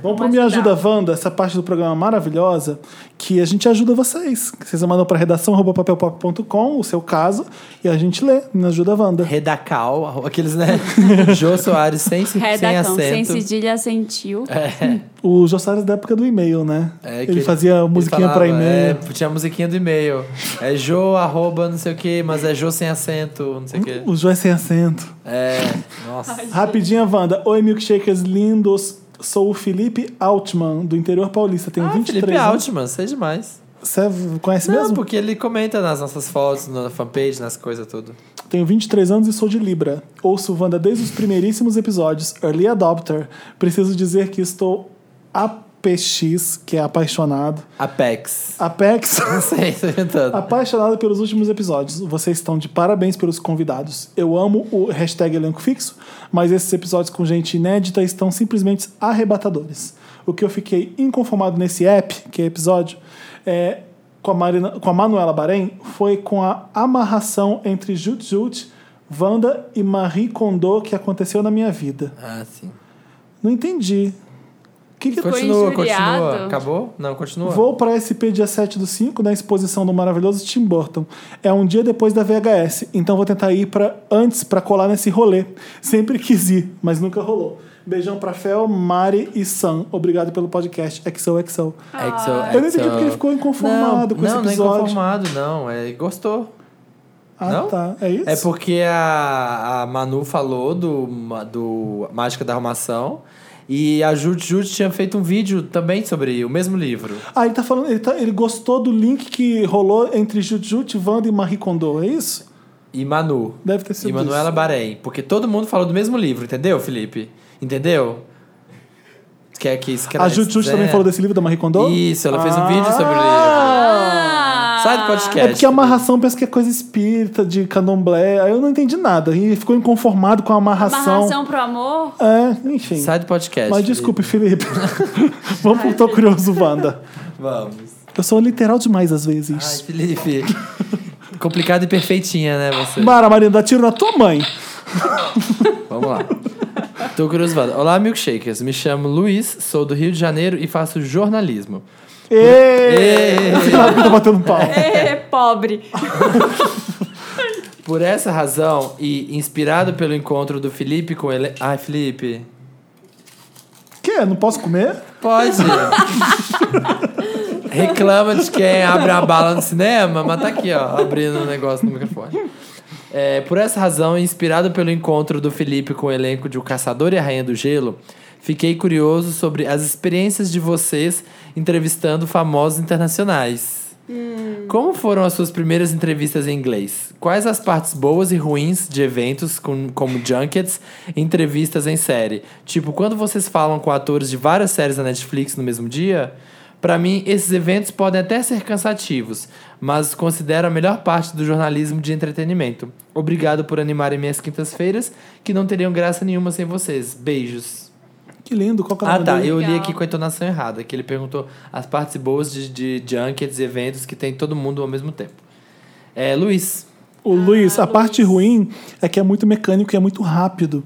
[SPEAKER 1] Vamos pro
[SPEAKER 3] Mas
[SPEAKER 1] Me
[SPEAKER 3] dá.
[SPEAKER 1] Ajuda Wanda, essa parte do programa maravilhosa, que a gente ajuda vocês. Vocês mandam para redação arroba papelpop.com o seu caso e a gente lê Me Ajuda Wanda.
[SPEAKER 2] Redacal, aqueles, né? Jô Soares sem, sem
[SPEAKER 3] Redacão, sem
[SPEAKER 2] acento.
[SPEAKER 3] cedilha, sentiu.
[SPEAKER 1] O Jô Soares da época do e-mail, né?
[SPEAKER 2] É, que
[SPEAKER 1] ele fazia musiquinha
[SPEAKER 2] falava,
[SPEAKER 1] para e-mail.
[SPEAKER 2] É, tinha musiquinha do e-mail. É Jô, arroba, não sei o que, mas é Jô sem acento, não sei o que.
[SPEAKER 1] O Jô é sem acento.
[SPEAKER 2] É, nossa.
[SPEAKER 1] Rapidinha, Wanda. Oi, milkshakers lindos. Sou o Felipe Altman, do interior paulista. Tenho
[SPEAKER 2] Ah,
[SPEAKER 1] 23
[SPEAKER 2] Felipe
[SPEAKER 1] anos.
[SPEAKER 2] Altman, sei demais.
[SPEAKER 1] Você conhece
[SPEAKER 2] Não,
[SPEAKER 1] né? mesmo?
[SPEAKER 2] porque ele comenta nas nossas fotos, na fanpage, nas coisas tudo.
[SPEAKER 1] Tenho 23 anos e sou de Libra. Ouço Wanda desde os primeiríssimos episódios, Early Adopter. Preciso dizer que estou APX, que é apaixonado.
[SPEAKER 2] Apex.
[SPEAKER 1] Apex.
[SPEAKER 2] Não sei, tô inventando.
[SPEAKER 1] Tá. Apaixonado pelos últimos episódios. Vocês estão de parabéns pelos convidados. Eu amo o hashtag elenco fixo, mas esses episódios com gente inédita estão simplesmente arrebatadores. O que eu fiquei inconformado nesse app, que é episódio, é, com, a Marina, com a Manuela Bahrein, foi com a amarração entre Jut Jut, Wanda e Marie Kondo que aconteceu na minha vida.
[SPEAKER 2] Ah, sim.
[SPEAKER 1] Não entendi. O que, que
[SPEAKER 3] Ficou
[SPEAKER 2] Continua,
[SPEAKER 3] injuriado.
[SPEAKER 2] continua. Acabou? Não, continua.
[SPEAKER 1] Vou para SP dia 7 do 5, na exposição do maravilhoso Tim Burton. É um dia depois da VHS, então vou tentar ir para antes para colar nesse rolê. Sempre quis ir, mas nunca rolou. Beijão pra Fel, Mari e Sam. Obrigado pelo podcast. XOXO.
[SPEAKER 3] Ah.
[SPEAKER 2] Exo,
[SPEAKER 1] Eu não entendi
[SPEAKER 2] exo.
[SPEAKER 1] porque ele ficou inconformado
[SPEAKER 2] não,
[SPEAKER 1] com
[SPEAKER 2] não, Não,
[SPEAKER 1] esse
[SPEAKER 2] não é
[SPEAKER 1] episódio.
[SPEAKER 2] inconformado, não. É, gostou.
[SPEAKER 1] Ah,
[SPEAKER 2] não?
[SPEAKER 1] tá. É isso?
[SPEAKER 2] É porque a, a Manu falou do, ma- do Mágica da Arrumação e a Jut Jut tinha feito um vídeo também sobre o mesmo livro.
[SPEAKER 1] Ah, ele tá falando. Ele, tá- ele gostou do link que rolou entre Jujutsu, Wanda e Marie Kondo, é isso?
[SPEAKER 2] E Manu.
[SPEAKER 1] Deve ter sido
[SPEAKER 2] E Manuela
[SPEAKER 1] isso.
[SPEAKER 2] Bahrein. Porque todo mundo falou do mesmo livro, entendeu, Felipe? Entendeu? Quer que escreve,
[SPEAKER 1] A Jujutsu também
[SPEAKER 2] é-
[SPEAKER 1] falou desse livro da Marie Kondo?
[SPEAKER 2] Isso, ela fez um
[SPEAKER 1] Ah!
[SPEAKER 2] vídeo sobre o livro.
[SPEAKER 3] Ah,
[SPEAKER 2] Sai do podcast.
[SPEAKER 1] É porque a amarração pensa que é coisa espírita, de candomblé. Aí eu não entendi nada. E ficou inconformado com a amarração.
[SPEAKER 3] Amarração pro amor.
[SPEAKER 1] É, enfim.
[SPEAKER 2] Sai do podcast.
[SPEAKER 1] Mas
[SPEAKER 2] Felipe.
[SPEAKER 1] desculpe, Felipe. Vamos pro Tô Curioso, Wanda.
[SPEAKER 2] Vamos.
[SPEAKER 1] Eu sou literal demais às
[SPEAKER 2] Ai,
[SPEAKER 1] vezes.
[SPEAKER 2] Felipe. Complicado e perfeitinha, né, você?
[SPEAKER 1] Mara, Marina, dá tiro na tua mãe.
[SPEAKER 2] Vamos lá. Tô curioso. Wanda. Olá, milkshakers. Me chamo Luiz, sou do Rio de Janeiro e faço jornalismo.
[SPEAKER 1] Ê!
[SPEAKER 2] Ê!
[SPEAKER 1] Tá batendo pau.
[SPEAKER 3] É, pobre.
[SPEAKER 2] Por essa razão e inspirado pelo encontro do Felipe com ele. Ai, Felipe.
[SPEAKER 1] Quê? Não posso comer?
[SPEAKER 2] Pode. Reclama de quem abre a bala no cinema, mas tá aqui, ó, abrindo o negócio no microfone. É, por essa razão, inspirado pelo encontro do Felipe com o elenco de O Caçador e a Rainha do Gelo, fiquei curioso sobre as experiências de vocês entrevistando famosos internacionais. Como foram as suas primeiras entrevistas em inglês? Quais as partes boas e ruins de eventos com- como junkets, entrevistas em série? Tipo, quando vocês falam com atores de várias séries da Netflix no mesmo dia? Pra mim, esses eventos podem até ser cansativos, mas considero a melhor parte do jornalismo de entretenimento. Obrigado por animarem minhas quintas-feiras, que não teriam graça nenhuma sem vocês. Beijos.
[SPEAKER 1] Que lindo, qual que é o
[SPEAKER 2] Ah,
[SPEAKER 1] nome
[SPEAKER 2] tá.
[SPEAKER 1] dele?
[SPEAKER 2] Eu li
[SPEAKER 3] Legal.
[SPEAKER 2] aqui com a entonação errada, que ele perguntou as partes boas de, de junkets e eventos que tem todo mundo ao mesmo tempo. É, Luiz.
[SPEAKER 1] O Luiz, a parte ruim é que é muito mecânico e é muito rápido.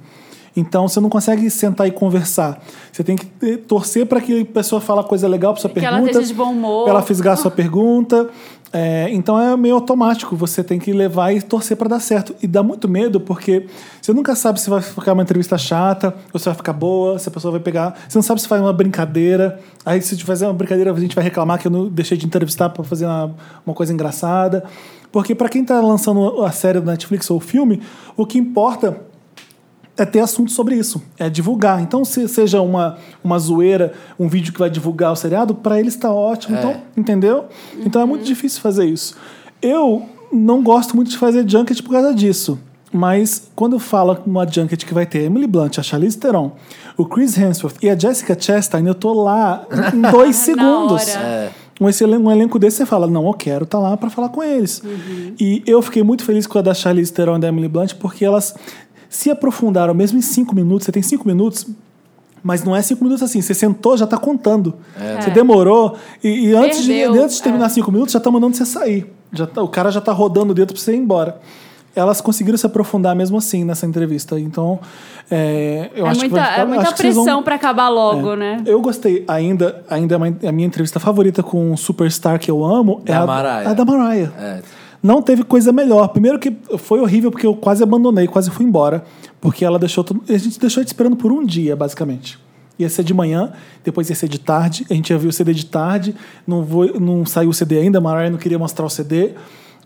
[SPEAKER 1] Então você não consegue sentar e conversar. Você tem que ter- torcer para que a pessoa fale a coisa legal para sua
[SPEAKER 3] Que ela
[SPEAKER 1] pergunta.
[SPEAKER 3] esteja de bom humor.
[SPEAKER 1] pra ela fisgar a sua pergunta. É, então é meio automático. Você tem que levar e torcer para dar certo. E dá muito medo porque você nunca sabe se vai ficar uma entrevista chata ou se vai ficar boa, se a pessoa vai pegar. Você não sabe se faz uma brincadeira. Aí se fizer uma brincadeira, a gente vai reclamar que eu não deixei de entrevistar para fazer uma, uma coisa engraçada. Porque para quem tá lançando a série da Netflix ou o filme, o que importa é ter assunto sobre isso, é divulgar. Então, se seja uma, uma zoeira, um vídeo que vai divulgar o seriado, para eles está ótimo. Então, entendeu? Então é muito difícil fazer isso. Eu não gosto muito de fazer junket por causa disso. Mas quando fala uma junket que vai ter a Emily Blunt, a Charlize Theron, o Chris Hemsworth e a Jessica Chastain, eu tô lá em dois segundos.
[SPEAKER 3] hora.
[SPEAKER 2] É.
[SPEAKER 1] Um, excelente, um elenco desse, você fala, não, eu quero estar lá para falar com eles.
[SPEAKER 3] Uhum.
[SPEAKER 1] E eu fiquei muito feliz com a da Charlize Theron e da Emily Blunt, porque elas se aprofundaram, mesmo em cinco minutos, você tem cinco minutos, mas não é cinco minutos assim, você sentou, já tá contando. Você demorou, e, e antes, de,
[SPEAKER 3] É. Perdeu, é.
[SPEAKER 1] antes de terminar cinco minutos, já tá mandando você sair. Já tá- o cara já tá rodando o dedo pra você ir embora. elas conseguiram se aprofundar mesmo assim nessa entrevista. Então, é, eu
[SPEAKER 3] é
[SPEAKER 1] acho que
[SPEAKER 3] muita,
[SPEAKER 1] vai ficar,
[SPEAKER 3] é muita
[SPEAKER 1] acho que vocês
[SPEAKER 3] pressão
[SPEAKER 1] vão- É.
[SPEAKER 3] pra acabar logo, né?
[SPEAKER 1] eu gostei ainda, ainda é uma- a minha entrevista favorita com um superstar que eu amo é
[SPEAKER 2] Da
[SPEAKER 1] a,
[SPEAKER 2] Mariah.
[SPEAKER 1] a da Mariah.
[SPEAKER 2] É.
[SPEAKER 1] Não teve coisa melhor. Primeiro que foi horrível porque eu quase abandonei, quase fui embora, porque ela deixou tudo, a gente deixou a gente esperando por um dia, basicamente. Ia ser de manhã, depois ia ser de tarde, a gente ia ver o CD de tarde, não, vou, não saiu o CD ainda, a Mariah não queria mostrar o CD.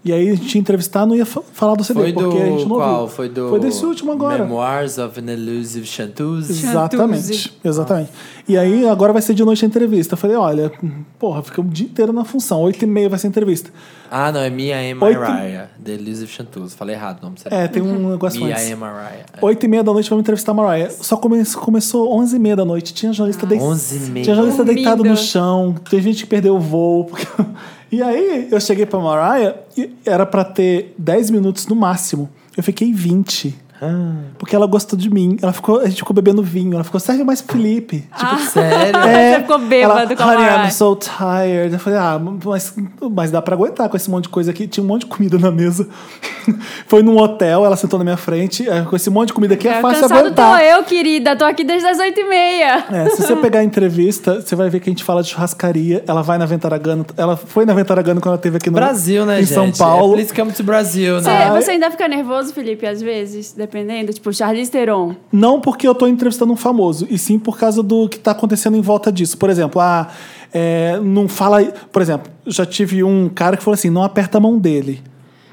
[SPEAKER 1] E aí a gente ia entrevistar, não ia fa- falar do CD,
[SPEAKER 2] Foi do
[SPEAKER 1] porque a gente não
[SPEAKER 2] qual?
[SPEAKER 1] ouviu.
[SPEAKER 2] Foi do
[SPEAKER 1] Foi desse último agora.
[SPEAKER 2] Memoirs of an Elusive Chanteuse.
[SPEAKER 1] Exatamente, exatamente. E aí, agora vai ser de noite a entrevista. Eu falei, olha, porra, fica o dia inteiro na função. Oito e meia vai ser a entrevista.
[SPEAKER 2] Ah, não, é Mia M.
[SPEAKER 1] Oito-
[SPEAKER 2] Mariah. The Elusive Chanteuse. Falei errado o nome certo.
[SPEAKER 1] É, tem um negócio
[SPEAKER 2] Mia
[SPEAKER 1] antes.
[SPEAKER 2] M. Mariah.
[SPEAKER 1] Oito e meia da noite vamos entrevistar a Mariah. Só come- começou onze e meia da noite. Tinha jornalista, dei-
[SPEAKER 2] 11h30.
[SPEAKER 1] Tinha jornalista
[SPEAKER 3] Dormindo.
[SPEAKER 1] deitado no chão. Tem gente que perdeu o voo. porque- E aí, eu cheguei pra Mariah e era pra ter 10 minutos no máximo. Eu fiquei 20. Porque ela gostou de mim. Ela ficou, a gente ficou bebendo vinho. Ela ficou, serve mais pro Felipe. Tipo,
[SPEAKER 2] Sério? É
[SPEAKER 3] Você ficou bêbado
[SPEAKER 1] ela,
[SPEAKER 3] com a
[SPEAKER 1] Honey,
[SPEAKER 3] Mariah."
[SPEAKER 1] I'm so tired. Eu falei, ah, mas, mas dá pra aguentar com esse monte de coisa aqui. Tinha um monte de comida na mesa. Foi num hotel, ela sentou na minha frente. "É, Com esse monte de comida aqui é, fácil
[SPEAKER 3] Cansado tô
[SPEAKER 1] aguentar.
[SPEAKER 3] eu, querida. Tô aqui desde as oito e meia.
[SPEAKER 1] É, se você pegar a entrevista, você vai ver que a gente fala de churrascaria. Ela vai na Ventaragana. Ela foi na Ventaragana quando ela esteve aqui no
[SPEAKER 2] Brasil, né,
[SPEAKER 1] em
[SPEAKER 2] gente?
[SPEAKER 1] São
[SPEAKER 2] É,
[SPEAKER 1] Paulo.
[SPEAKER 2] please come to Brasil,
[SPEAKER 3] Você,
[SPEAKER 1] Ah,
[SPEAKER 2] né?
[SPEAKER 3] você ainda fica nervoso, Felipe, às vezes? Dependendo? Tipo, Charlize Theron.
[SPEAKER 1] Não porque eu tô entrevistando um famoso, e sim por causa do que tá acontecendo em volta disso. Por exemplo, ah, é, não fala. Por exemplo, já tive um cara que falou assim: não aperta a mão dele.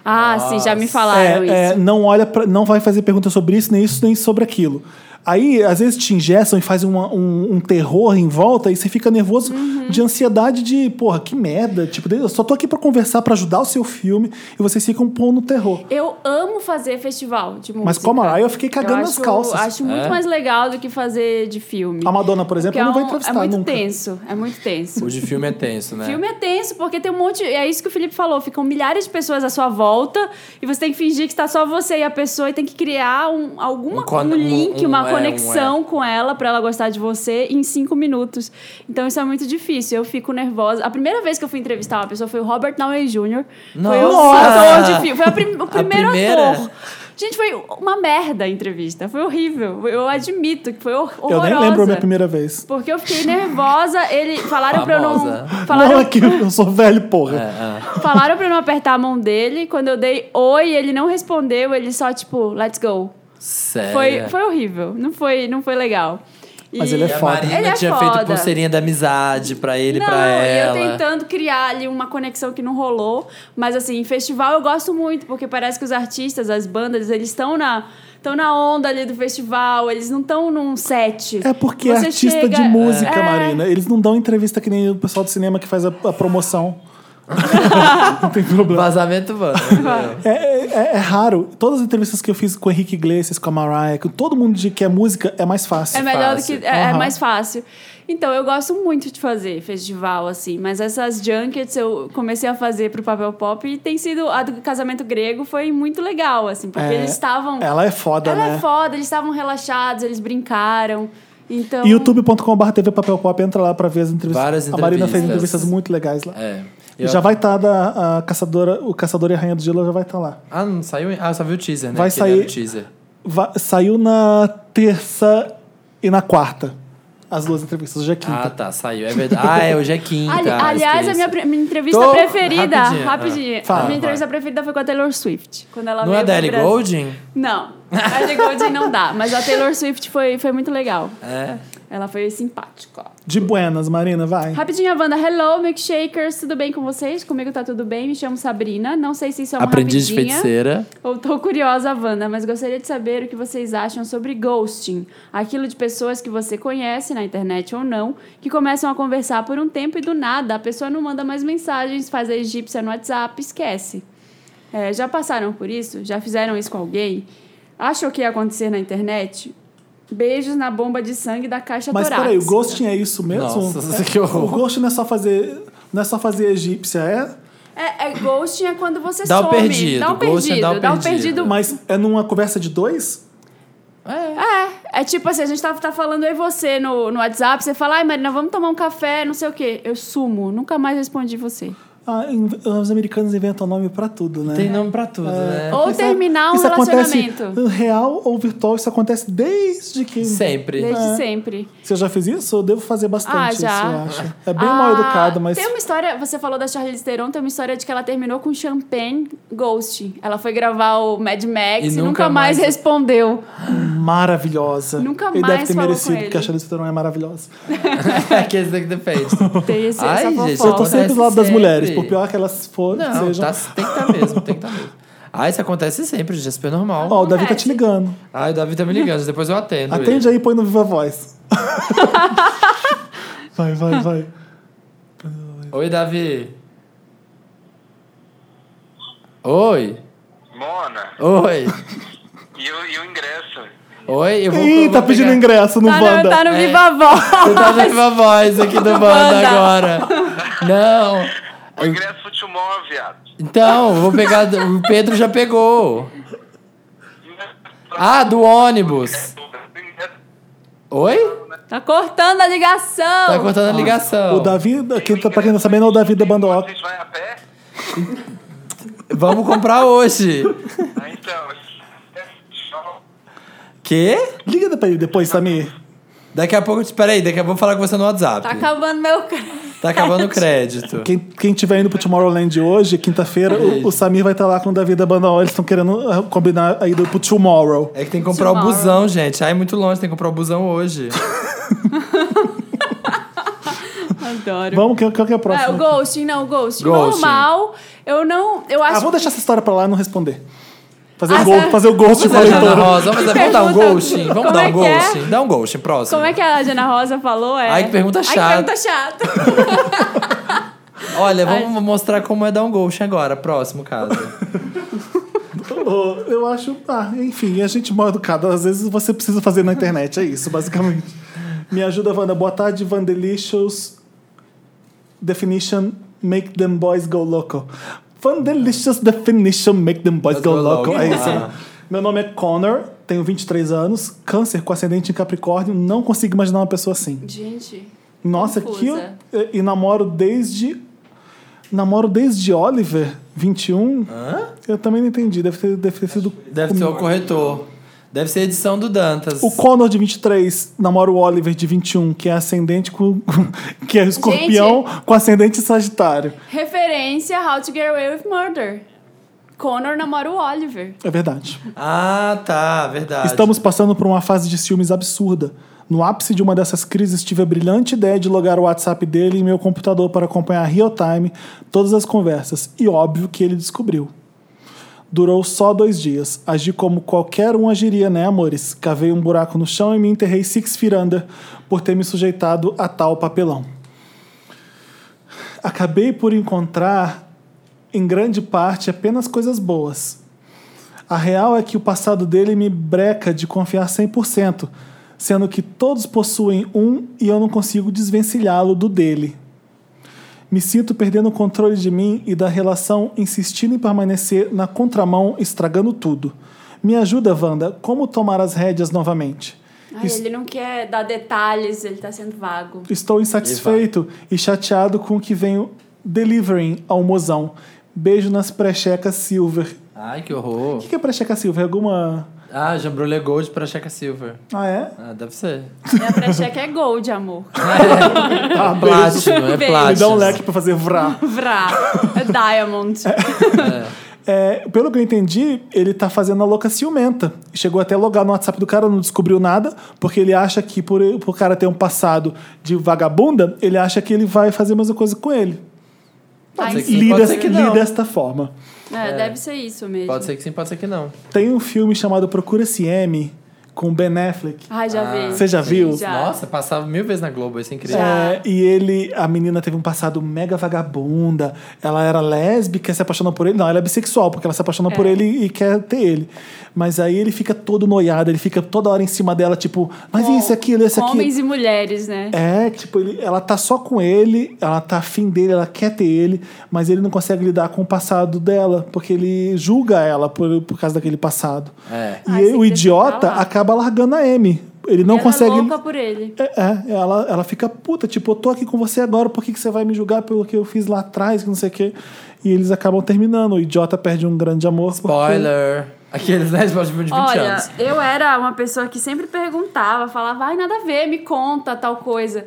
[SPEAKER 3] Ah, sim, já me
[SPEAKER 1] É,
[SPEAKER 3] falaram
[SPEAKER 1] é,
[SPEAKER 3] isso.
[SPEAKER 1] não olha, pra, não vai fazer pergunta sobre isso, nem isso, nem sobre aquilo. Aí, às vezes, te ingessam e fazem uma- um, um terror em volta e você fica nervoso
[SPEAKER 3] Uhum.
[SPEAKER 1] de ansiedade de, porra, que merda. Tipo, eu só tô aqui pra conversar, pra ajudar o seu filme, e vocês ficam pondo terror.
[SPEAKER 3] Eu amo fazer festival de música.
[SPEAKER 1] Mas com a Mariah eu fiquei cagando
[SPEAKER 3] eu
[SPEAKER 1] nas
[SPEAKER 3] acho,
[SPEAKER 1] calças.
[SPEAKER 3] acho muito
[SPEAKER 2] É?
[SPEAKER 3] mais legal do que fazer de filme.
[SPEAKER 1] A Madonna, por exemplo,
[SPEAKER 3] Porque é
[SPEAKER 1] eu não vou
[SPEAKER 3] um-
[SPEAKER 1] entrevistar
[SPEAKER 3] É muito
[SPEAKER 1] nunca.
[SPEAKER 3] tenso, é muito tenso.
[SPEAKER 2] O de filme é tenso, né?
[SPEAKER 3] Filme é tenso, porque tem um monte. É isso que o Felipe falou: ficam milhares de pessoas à sua volta e você tem que fingir que está só você e a pessoa e tem que criar um, alguma,
[SPEAKER 2] Um con-
[SPEAKER 3] um link,
[SPEAKER 2] um- um- é, um
[SPEAKER 3] uma conexão com ela para ela gostar de você em cinco minutos. Então isso é muito difícil. Eu fico nervosa. A primeira vez que eu fui entrevistar uma pessoa foi o Robert Downey Jr. Foi o
[SPEAKER 2] Nossa!
[SPEAKER 3] ator de filme. Foi a prim- o primeiro
[SPEAKER 2] primeira?
[SPEAKER 3] ator. Gente, foi uma merda a entrevista. Foi horrível. Eu admito que foi hor-
[SPEAKER 1] Eu
[SPEAKER 3] horrorosa.
[SPEAKER 1] nem lembro a minha primeira vez.
[SPEAKER 3] Porque eu fiquei nervosa, ele falaram pra eu não.
[SPEAKER 2] Famosa.
[SPEAKER 1] Não,
[SPEAKER 3] Falaram,
[SPEAKER 1] aqui eu sou velho, porra.
[SPEAKER 3] falaram pra eu não apertar a mão dele. Quando eu dei oi, ele não respondeu, ele só, tipo, let's go.
[SPEAKER 2] Sério.
[SPEAKER 3] Foi, foi horrível. Não foi, não foi legal. E-
[SPEAKER 1] Mas ele é
[SPEAKER 2] é. E a
[SPEAKER 1] foda.
[SPEAKER 2] Marina
[SPEAKER 3] Ele é
[SPEAKER 2] tinha
[SPEAKER 3] foda.
[SPEAKER 2] feito pulseirinha da amizade pra ele
[SPEAKER 3] Não,
[SPEAKER 2] pra
[SPEAKER 3] e eu
[SPEAKER 2] ela.
[SPEAKER 3] tentando criar ali uma conexão que não rolou. Mas assim, em festival eu gosto muito, porque parece que os artistas, as bandas, eles estão na. Estão na onda ali do festival, eles não estão num set.
[SPEAKER 1] É porque é
[SPEAKER 3] Você
[SPEAKER 1] artista
[SPEAKER 3] chega-
[SPEAKER 1] de música,
[SPEAKER 3] É.
[SPEAKER 1] Marina. Eles não dão entrevista que nem o pessoal do cinema que faz a, a promoção. não tem problema.
[SPEAKER 2] Vazamento né? vando.
[SPEAKER 1] É, é- é- é raro. Todas as entrevistas que eu fiz com o Henrique Iglesias, com a Mariah, com todo mundo de que é música, é mais fácil.
[SPEAKER 3] É melhor do que.
[SPEAKER 2] fácil.
[SPEAKER 3] É, é
[SPEAKER 1] Aham.
[SPEAKER 3] mais fácil. Então, eu gosto muito de fazer festival, assim, mas essas junkets eu comecei a fazer pro papel pop e tem sido. A do casamento grego foi muito legal, assim, porque
[SPEAKER 1] É,
[SPEAKER 3] eles estavam.
[SPEAKER 1] Ela é foda,
[SPEAKER 3] Ela
[SPEAKER 1] né?
[SPEAKER 3] é foda, eles estavam relaxados, eles brincaram. Então.
[SPEAKER 1] youtube.com.br TV Papel Pop, entra lá pra ver as entrevistas.
[SPEAKER 2] Várias
[SPEAKER 1] A Marina fez
[SPEAKER 2] entrevistas.
[SPEAKER 1] entrevistas muito legais lá.
[SPEAKER 2] É.
[SPEAKER 1] E
[SPEAKER 2] Eu-
[SPEAKER 1] Já vai estar da a caçadora, o Caçador e a Rainha do Gelo já vai estar lá.
[SPEAKER 2] Ah, não saiu? Ah, só vi o teaser, né?
[SPEAKER 1] Vai
[SPEAKER 2] Aquele era
[SPEAKER 1] sair-
[SPEAKER 2] o teaser.
[SPEAKER 1] Va- saiu na terça e na quarta. As duas entrevistas, hoje é quinta.
[SPEAKER 2] Ah, tá, saiu. É verdade. Ah, é, hoje é quinta.
[SPEAKER 3] Ali-
[SPEAKER 2] Ah,
[SPEAKER 3] aliás, a
[SPEAKER 2] esqueci.
[SPEAKER 3] minha, pre- minha entrevista
[SPEAKER 2] Tô-
[SPEAKER 3] preferida.
[SPEAKER 2] rapidinho,
[SPEAKER 3] Rapidinho.
[SPEAKER 2] ah.
[SPEAKER 1] Fala,
[SPEAKER 3] a minha
[SPEAKER 1] vai.
[SPEAKER 3] entrevista preferida foi com a Taylor Swift. Quando ela
[SPEAKER 2] Não
[SPEAKER 3] veio
[SPEAKER 2] é
[SPEAKER 3] pro
[SPEAKER 2] da Ellie
[SPEAKER 3] Brasil.
[SPEAKER 2] Goulding?
[SPEAKER 3] Não, a Ellie Goulding não dá, mas a Taylor Swift foi, foi muito legal.
[SPEAKER 2] É.
[SPEAKER 3] Ela foi simpática.
[SPEAKER 1] De buenas, Marina, vai.
[SPEAKER 3] Rapidinho, a Wanda. Hello, milkshakers. Tudo bem com vocês? Comigo tá tudo bem. Me chamo Sabrina. Não sei se isso é uma
[SPEAKER 2] Aprendiz de
[SPEAKER 3] rapidinha.
[SPEAKER 2] feiticeira.
[SPEAKER 3] Ou tô curiosa, Wanda, mas gostaria de saber o que vocês acham sobre ghosting. Aquilo de pessoas que você conhece, na internet ou não, que começam a conversar por um tempo e do nada a pessoa não manda mais mensagens, faz a egípcia no WhatsApp, esquece. É, já passaram por isso? Já fizeram isso com alguém? Acham que ia acontecer na internet? Beijos na bomba de sangue da caixa
[SPEAKER 1] Mas
[SPEAKER 3] torácica.
[SPEAKER 1] peraí, o ghosting é isso mesmo?
[SPEAKER 2] Nossa, que horror.
[SPEAKER 1] O ghosting não é só fazer. Não é só fazer egípcia, é?
[SPEAKER 3] É, é ghosting é quando você
[SPEAKER 2] Dá o
[SPEAKER 3] some.
[SPEAKER 2] perdido.
[SPEAKER 3] Dá o
[SPEAKER 2] Ghosting é
[SPEAKER 3] perdido.
[SPEAKER 2] dar o
[SPEAKER 3] Dá o
[SPEAKER 2] perdido.
[SPEAKER 3] perdido.
[SPEAKER 1] Mas é numa conversa de dois?
[SPEAKER 3] É, é tipo assim, a gente tá, tá falando eu e você no, no WhatsApp, você fala, ai Marina, vamos tomar um café, não sei o quê. Eu sumo, nunca mais respondi você.
[SPEAKER 1] Ah, in- os americanos inventam nome pra tudo, né?
[SPEAKER 2] Tem nome pra tudo, né?
[SPEAKER 3] Ou
[SPEAKER 1] Isso- é-
[SPEAKER 3] terminar um
[SPEAKER 1] isso
[SPEAKER 3] relacionamento.
[SPEAKER 1] Acontece, real ou virtual, isso acontece desde que.
[SPEAKER 2] Sempre.
[SPEAKER 3] Desde
[SPEAKER 1] É.
[SPEAKER 3] sempre.
[SPEAKER 1] Você já fez isso? Eu devo fazer bastante
[SPEAKER 3] Ah,
[SPEAKER 1] isso, eu
[SPEAKER 3] já. Ah,
[SPEAKER 1] acho. É bem mal educado, mas.
[SPEAKER 3] Tem uma história, você falou da Charlize Theron, tem uma história de que ela terminou com Champagne Ghost. Ela foi gravar o Mad Max
[SPEAKER 2] E
[SPEAKER 3] e,
[SPEAKER 2] nunca
[SPEAKER 3] nunca, mais,
[SPEAKER 2] mais-
[SPEAKER 3] respondeu.
[SPEAKER 1] maravilhosa.
[SPEAKER 3] Nunca
[SPEAKER 1] Ele
[SPEAKER 3] mais
[SPEAKER 1] deve ter
[SPEAKER 3] falou
[SPEAKER 1] merecido,
[SPEAKER 3] com ele.
[SPEAKER 1] porque a Charlize Theron é maravilhosa.
[SPEAKER 2] É que esse daqui defende.
[SPEAKER 3] Tem esse,
[SPEAKER 2] Ai,
[SPEAKER 3] essa
[SPEAKER 2] gente,
[SPEAKER 3] fofoca.
[SPEAKER 2] eu
[SPEAKER 1] Eu tô sempre do lado das
[SPEAKER 2] sempre.
[SPEAKER 1] mulheres, por pior que elas for,
[SPEAKER 2] Não,
[SPEAKER 1] sejam.
[SPEAKER 2] tá, tem que estar mesmo, tem que estar mesmo. Ah, isso acontece sempre, gente. é super normal.
[SPEAKER 1] Ó, o Davi tá
[SPEAKER 3] acontece.
[SPEAKER 1] te ligando.
[SPEAKER 2] Ah, o Davi tá me ligando, depois eu atendo.
[SPEAKER 1] Atende
[SPEAKER 2] ele.
[SPEAKER 1] aí e põe no Viva Voz. vai, vai, vai.
[SPEAKER 2] Oi, Davi. Oi.
[SPEAKER 6] Mona,
[SPEAKER 2] Oi.
[SPEAKER 6] e o, e o ingresso?
[SPEAKER 2] Oi, eu vou. eu
[SPEAKER 1] Ih,
[SPEAKER 2] vou
[SPEAKER 1] tá pedindo
[SPEAKER 2] pegar-
[SPEAKER 1] ingresso no
[SPEAKER 3] Tá no,
[SPEAKER 1] Wanda.
[SPEAKER 3] tá no
[SPEAKER 2] É.
[SPEAKER 3] Viva Voz.
[SPEAKER 2] Você tá vendo a voz aqui do banda
[SPEAKER 3] Banda.
[SPEAKER 2] agora. Não.
[SPEAKER 6] O ingresso futebol, viado.
[SPEAKER 2] Então, eu vou pegar. O Pedro já pegou. Ah, do ônibus.
[SPEAKER 6] O ingresso
[SPEAKER 2] Oi?
[SPEAKER 3] Tá cortando a ligação.
[SPEAKER 2] Tá cortando a ligação.
[SPEAKER 1] O Davi, quem tá- pra quem não tá sabendo, é o Davi da Banda Rock.
[SPEAKER 6] Vocês vão a pé?
[SPEAKER 2] Vamos comprar hoje.
[SPEAKER 6] Ah, então. Tchau.
[SPEAKER 2] Quê?
[SPEAKER 1] Liga pra ele depois, Samir.
[SPEAKER 2] Daqui a pouco. eu te- Peraí, daqui a pouco eu vou falar com você no WhatsApp.
[SPEAKER 3] Tá acabando meu crédito.
[SPEAKER 2] Tá acabando o crédito.
[SPEAKER 1] Quem, quem tiver indo pro Tomorrowland hoje, quinta-feira, o, o Samir vai estar lá com o Davi da Banda Rock. Eles estão querendo ah, combinar a ida pro Tomorrow.
[SPEAKER 2] É que tem que comprar o
[SPEAKER 3] Tomorrow.
[SPEAKER 2] busão, gente. Ai, muito longe, tem que comprar o busão hoje.
[SPEAKER 3] Adoro.
[SPEAKER 1] Vamos, qual, qual que é a
[SPEAKER 3] É,
[SPEAKER 1] próxima?
[SPEAKER 3] o Ghost, não, o Ghost.
[SPEAKER 2] Ghost.
[SPEAKER 3] Normal, eu não. Eu
[SPEAKER 1] ah,
[SPEAKER 3] acho
[SPEAKER 1] vou deixar essa história pra lá e não responder. Fazer,
[SPEAKER 3] Ah,
[SPEAKER 1] o, gol,
[SPEAKER 3] sério?
[SPEAKER 1] fazer o ghost de
[SPEAKER 2] Vamos fazer, Ana
[SPEAKER 1] coletor.
[SPEAKER 2] tá Rosa, vamos, fazer- vamos dar um
[SPEAKER 3] Pergunta-
[SPEAKER 2] ghosting. Vamos
[SPEAKER 3] Como
[SPEAKER 2] dar
[SPEAKER 3] é
[SPEAKER 2] um
[SPEAKER 3] que é?
[SPEAKER 2] ghosting. Dá um ghosting, próximo.
[SPEAKER 3] Como é que a Jana Rosa falou? É...
[SPEAKER 2] Ai, que pergunta
[SPEAKER 3] Ai,
[SPEAKER 2] chata.
[SPEAKER 3] que pergunta chata.
[SPEAKER 2] Olha, vamos mostrar como é dar um ghosting agora. Próximo caso.
[SPEAKER 1] Oh, Eu acho. Ah, enfim, a gente mal educado. Às vezes você precisa fazer na internet, é isso, basicamente. Me ajuda, Wanda. Boa tarde, Vandelicious. Definition: Make them boys go loco. Vandelicious definition: Make them boys go loco. É isso.
[SPEAKER 2] Ah.
[SPEAKER 1] Meu nome é Connor, tenho 23 anos, câncer com ascendente em Capricórnio. Não consigo imaginar uma pessoa assim.
[SPEAKER 3] Gente.
[SPEAKER 1] Nossa, que.
[SPEAKER 3] Confusa.
[SPEAKER 1] eu- E namoro desde. Namoro desde Oliver, 21. Eu também não entendi. Deve ter, deve ter sido.
[SPEAKER 2] Deve ser o corretor. Deve ser a edição do Dantas.
[SPEAKER 1] O Connor de 23 namora o Oliver de 21, que é ascendente com. que é escorpião com ascendente em Sagitário.
[SPEAKER 3] Referência a How to Get Away with Murder. Connor namora o Oliver.
[SPEAKER 1] É verdade.
[SPEAKER 2] Ah, tá, verdade.
[SPEAKER 1] Estamos passando por uma fase de ciúmes absurda. No ápice de uma dessas crises, tive a brilhante ideia de logar o WhatsApp dele em meu computador para acompanhar real time todas as conversas. E óbvio que ele descobriu. Durou só dois dias. Agi como qualquer um agiria, né, amores? Cavei um buraco no chão e me enterrei six feet under por ter me sujeitado a tal papelão. Acabei por encontrar, em grande parte, apenas coisas boas. A real é que o passado dele me breca de confiar 100%, sendo que todos possuem um e eu não consigo desvencilhá-lo do dele. Me sinto perdendo o controle de mim e da relação, insistindo em permanecer na contramão, estragando tudo. Me ajuda, Wanda, como tomar as rédeas novamente?
[SPEAKER 3] Ai,
[SPEAKER 1] Isso-
[SPEAKER 3] ele não quer dar detalhes, ele tá sendo vago.
[SPEAKER 1] Estou insatisfeito e chateado com o que venho delivering ao mozão. Beijo nas prechecas silver.
[SPEAKER 2] Ai, que horror.
[SPEAKER 1] O que é precheca silver? Alguma...
[SPEAKER 2] Ah, Jambrulê Gold pra Checa Silver.
[SPEAKER 1] Ah, é?
[SPEAKER 2] Ah, deve ser.
[SPEAKER 3] Minha pré-cheque é gold, amor.
[SPEAKER 2] É Platinum, é
[SPEAKER 1] Me dá
[SPEAKER 3] Beijo.
[SPEAKER 1] um
[SPEAKER 2] Platinum.
[SPEAKER 1] leque pra fazer vrá.
[SPEAKER 3] Vrá. É diamond.
[SPEAKER 1] É, pelo que eu entendi, ele tá fazendo a louca ciumenta. Chegou até a logar no WhatsApp do cara, não descobriu nada, porque ele acha que por o cara ter um passado de vagabunda, ele acha que ele vai fazer a mesma coisa com ele.
[SPEAKER 3] Ai,
[SPEAKER 2] ser que
[SPEAKER 3] sim.
[SPEAKER 2] sim.
[SPEAKER 1] Li,
[SPEAKER 2] pode
[SPEAKER 1] des-
[SPEAKER 2] ser que
[SPEAKER 1] li
[SPEAKER 2] não.
[SPEAKER 1] desta forma.
[SPEAKER 3] É, deve ser isso mesmo.
[SPEAKER 2] Pode ser que sim, pode ser que não.
[SPEAKER 1] Tem um filme chamado Procura-se M, com Ben Affleck.
[SPEAKER 3] Ai, já vi.
[SPEAKER 1] Você já viu?
[SPEAKER 3] Já.
[SPEAKER 2] Ah, Nossa, passava mil vezes na Globo, isso é incrível.
[SPEAKER 1] É, e ele, a menina teve um passado mega vagabunda. Ela era lésbica, se apaixonou por ele. Não, ela é bissexual, porque ela se apaixonou
[SPEAKER 3] É.
[SPEAKER 1] por ele e quer ter ele. Mas aí ele fica todo noiado, ele fica toda hora em cima dela, tipo, mas isso, aquilo, isso, aquilo.
[SPEAKER 3] Homens e mulheres, né?
[SPEAKER 1] É, tipo, ele- ela tá só com ele, ela tá afim dele, ela quer ter ele, mas ele não consegue lidar com o passado dela, porque ele julga ela por, por causa daquele passado.
[SPEAKER 2] É.
[SPEAKER 1] E
[SPEAKER 3] Ah,
[SPEAKER 1] ele- o
[SPEAKER 3] sim, deixa eu
[SPEAKER 1] idiota
[SPEAKER 3] falar.
[SPEAKER 1] acaba largando a M. ele não
[SPEAKER 3] ela
[SPEAKER 1] consegue.
[SPEAKER 3] É louca por ele.
[SPEAKER 1] É, é, ela, ela fica puta, tipo, eu tô aqui com você agora, por que, que você vai me julgar pelo que eu fiz lá atrás, que não sei o quê? E eles acabam terminando. O idiota perde um grande amor. porque-
[SPEAKER 2] Spoiler. Aqueles, né? Spoiler de 20
[SPEAKER 3] Olha,
[SPEAKER 2] anos.
[SPEAKER 3] eu era uma pessoa que sempre perguntava, falava, ai, nada a ver, me conta tal coisa.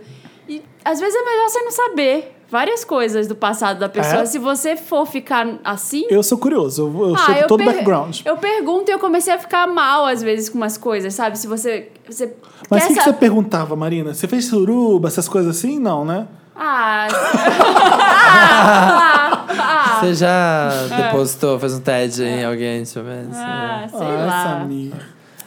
[SPEAKER 3] E às vezes é melhor você não saber várias coisas do passado da pessoa.
[SPEAKER 1] É?
[SPEAKER 3] Se você for ficar assim.
[SPEAKER 1] Eu sou curioso, eu, eu
[SPEAKER 3] Ah,
[SPEAKER 1] sei
[SPEAKER 3] eu
[SPEAKER 1] todo o
[SPEAKER 3] per-
[SPEAKER 1] background.
[SPEAKER 3] Eu pergunto e eu comecei a ficar mal às vezes com umas coisas, sabe? Se você. você
[SPEAKER 1] Mas o
[SPEAKER 3] quer
[SPEAKER 1] que, que
[SPEAKER 3] sa-
[SPEAKER 1] você perguntava, Marina? Você fez suruba, essas coisas assim? Não, né?
[SPEAKER 3] Ah, ah, ah, ah,
[SPEAKER 2] Você já depositou, fez um TED em alguém, deixa eu ver.
[SPEAKER 3] ah, sei
[SPEAKER 1] ah,
[SPEAKER 3] lá.
[SPEAKER 1] Samir.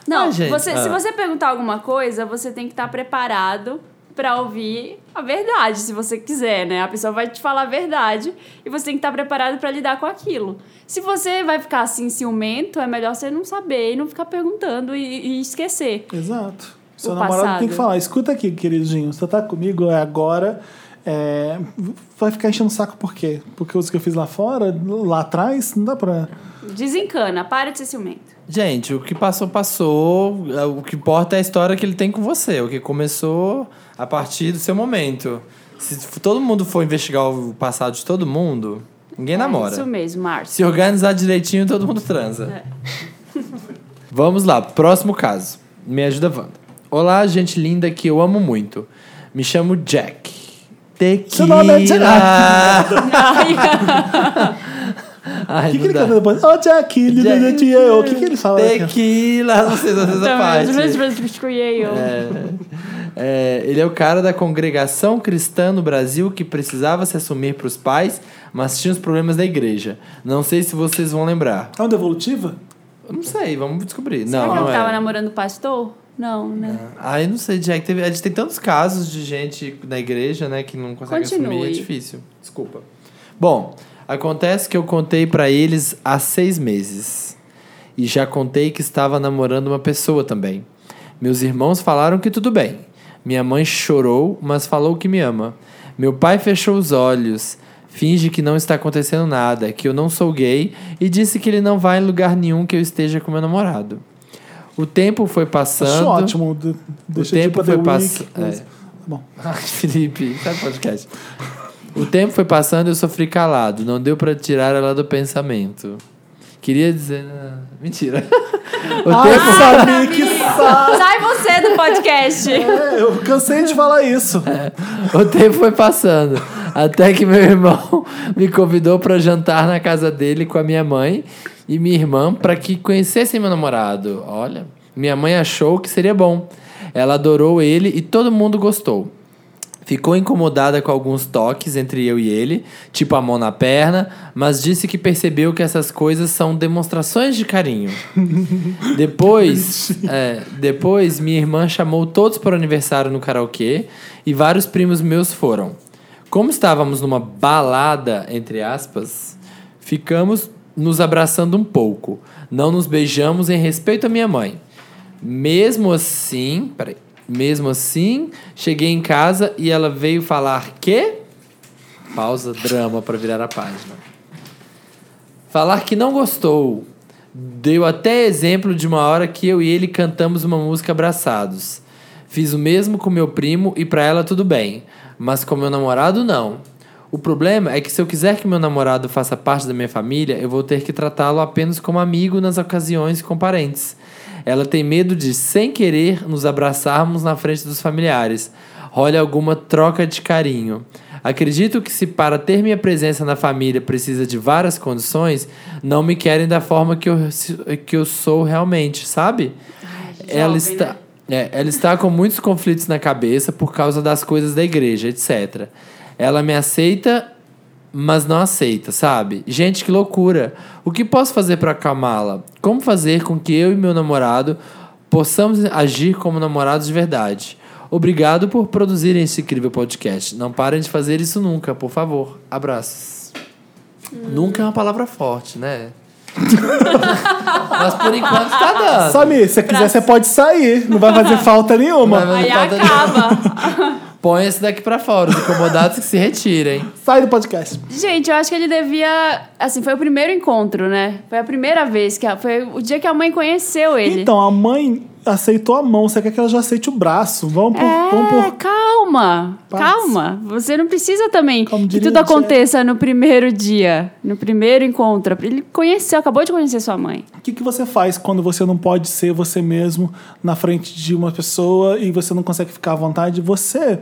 [SPEAKER 3] Não,
[SPEAKER 2] Ah, gente,
[SPEAKER 3] você-
[SPEAKER 2] ah.
[SPEAKER 3] se você perguntar alguma coisa, você tem que estar preparado pra ouvir a verdade, se você quiser, né? A pessoa vai te falar a verdade e você tem que estar preparado pra lidar com aquilo. Se você vai ficar assim ciumento, é melhor você não saber e não ficar perguntando e, e esquecer.
[SPEAKER 1] Exato. Seu
[SPEAKER 3] O
[SPEAKER 1] namorado
[SPEAKER 3] passado.
[SPEAKER 1] tem que falar, escuta aqui, queridinho, você tá comigo é agora. é, vai ficar enchendo o saco por quê? Porque os que eu fiz lá fora, lá atrás, não dá pra.
[SPEAKER 3] Desencana, para de ser ciumento.
[SPEAKER 2] Gente, o que passou, passou. O que importa é a história que ele tem com você. O que começou a partir do seu momento. Se f- todo mundo for investigar o passado de todo mundo, ninguém namora.
[SPEAKER 3] É isso mesmo, Márcio.
[SPEAKER 2] Se organizar direitinho, todo mundo transa.
[SPEAKER 3] É.
[SPEAKER 2] Vamos lá, próximo caso. Me ajuda, Wanda. Olá, gente linda que eu amo muito. Me chamo Jack.
[SPEAKER 1] Seu nome é
[SPEAKER 2] Tequila.
[SPEAKER 1] Jack.
[SPEAKER 2] Ai,
[SPEAKER 1] O que,
[SPEAKER 2] não
[SPEAKER 1] que ele
[SPEAKER 2] dá.
[SPEAKER 1] canta depois? Ô, Jack, ele
[SPEAKER 2] Jack.
[SPEAKER 1] Jack, eu. O que, que ele fala? aqui?
[SPEAKER 2] Tequila, não sei, não
[SPEAKER 3] Então,
[SPEAKER 2] sei essa parte.
[SPEAKER 3] É.
[SPEAKER 2] É, ele é o cara da congregação cristã no Brasil que precisava se assumir para os pais, mas tinha os problemas da igreja. Não sei se vocês vão lembrar.
[SPEAKER 1] É uma devolutiva?
[SPEAKER 2] Eu não sei, vamos descobrir.
[SPEAKER 3] Será
[SPEAKER 2] não,
[SPEAKER 3] que
[SPEAKER 2] não
[SPEAKER 3] ela
[SPEAKER 2] é.
[SPEAKER 3] tava namorando o pastor? Não, né?
[SPEAKER 2] Aí Ah, não sei, Jack. Teve, a gente tem tantos casos de gente na igreja, né, que não consegue
[SPEAKER 3] Continue.
[SPEAKER 2] assumir. É difícil. Desculpa. Bom, acontece que eu contei pra eles há seis meses. E já contei que estava namorando uma pessoa também. Meus irmãos falaram que tudo bem. Minha mãe chorou, mas falou que me ama. Meu pai fechou os olhos, finge que não está acontecendo nada, que eu não sou gay e disse que ele não vai em lugar nenhum que eu esteja com meu namorado. O tempo foi passando.
[SPEAKER 1] Acho Tá ótimo. de- Deixa
[SPEAKER 2] tempo
[SPEAKER 1] tipo a The
[SPEAKER 2] foi
[SPEAKER 1] Week,
[SPEAKER 2] pass-
[SPEAKER 1] mas-
[SPEAKER 2] é.
[SPEAKER 1] Bom,
[SPEAKER 2] Ai, Felipe, sabe podcast? O tempo foi passando e eu sofri calado. Não deu pra tirar ela do pensamento. Queria dizer. ah, Mentira. O tempo.
[SPEAKER 1] Ah, Samir, que saco!
[SPEAKER 3] Sai você do podcast!
[SPEAKER 1] É, eu cansei de falar isso.
[SPEAKER 2] O tempo foi passando. Até que meu irmão me convidou para jantar na casa dele com a minha mãe e minha irmã para que conhecessem meu namorado. Olha, minha mãe achou que seria bom. Ela adorou ele e todo mundo gostou. Ficou incomodada com alguns toques entre eu e ele, tipo a mão na perna, mas disse que percebeu que essas coisas são demonstrações de carinho. Depois, é, depois, minha irmã chamou todos para o aniversário no karaokê e vários primos meus foram. Como estávamos numa balada, entre aspas, ficamos nos abraçando um pouco. Não nos beijamos em respeito à minha mãe. Mesmo assim, peraí, mesmo assim, cheguei em casa e ela veio falar que. Pausa, drama para virar a página. Falar que não gostou. Deu até exemplo de uma hora que eu e ele cantamos uma música abraçados. Fiz o mesmo com meu primo e pra ela tudo bem, mas com meu namorado não. O problema é que se eu quiser que meu namorado faça parte da minha família, eu vou ter que tratá-lo apenas como amigo nas ocasiões com parentes. Ela tem medo de, sem querer, nos abraçarmos na frente dos familiares. Rola alguma troca de carinho. Acredito que se para ter minha presença na família precisa de várias condições, não me querem da forma que eu, se- que eu sou realmente, sabe? ela
[SPEAKER 3] jovem,
[SPEAKER 2] está.
[SPEAKER 3] né?
[SPEAKER 2] É, ela está com muitos conflitos na cabeça por causa das coisas da igreja, etc. Ela me aceita, mas não aceita, sabe? Gente, que loucura! O que posso fazer para acalmá-la? Como fazer com que eu e meu namorado possamos agir como namorados de verdade? Obrigado por produzirem esse incrível podcast. Não parem de fazer isso nunca, por favor. Abraços. Nunca é uma palavra forte, né? mas por enquanto tá dando.
[SPEAKER 1] Samir, se você quiser, você pode sair. Não vai fazer falta nenhuma.
[SPEAKER 2] tá Não vai-
[SPEAKER 3] Aí acaba.
[SPEAKER 2] Põe esse daqui pra fora, os incomodados que se retirem.
[SPEAKER 1] Sai do podcast.
[SPEAKER 3] Gente, eu acho que ele devia. Assim, foi o primeiro encontro, né? Foi a primeira vez que. a- foi o dia que a mãe conheceu ele.
[SPEAKER 1] Então, a mãe aceitou a mão, você quer que ela já aceite o braço. Vamos por. Vamos
[SPEAKER 3] É,
[SPEAKER 1] por...
[SPEAKER 3] calma,
[SPEAKER 1] Paz.
[SPEAKER 3] calma. Você não precisa também
[SPEAKER 1] Como
[SPEAKER 3] que
[SPEAKER 1] diria
[SPEAKER 3] tudo
[SPEAKER 1] a Tia.
[SPEAKER 3] aconteça no primeiro dia, no primeiro encontro. Ele conheceu, acabou de conhecer sua mãe.
[SPEAKER 1] O que, que você faz quando você não pode ser você mesmo na frente de uma pessoa e você não consegue ficar à vontade? Você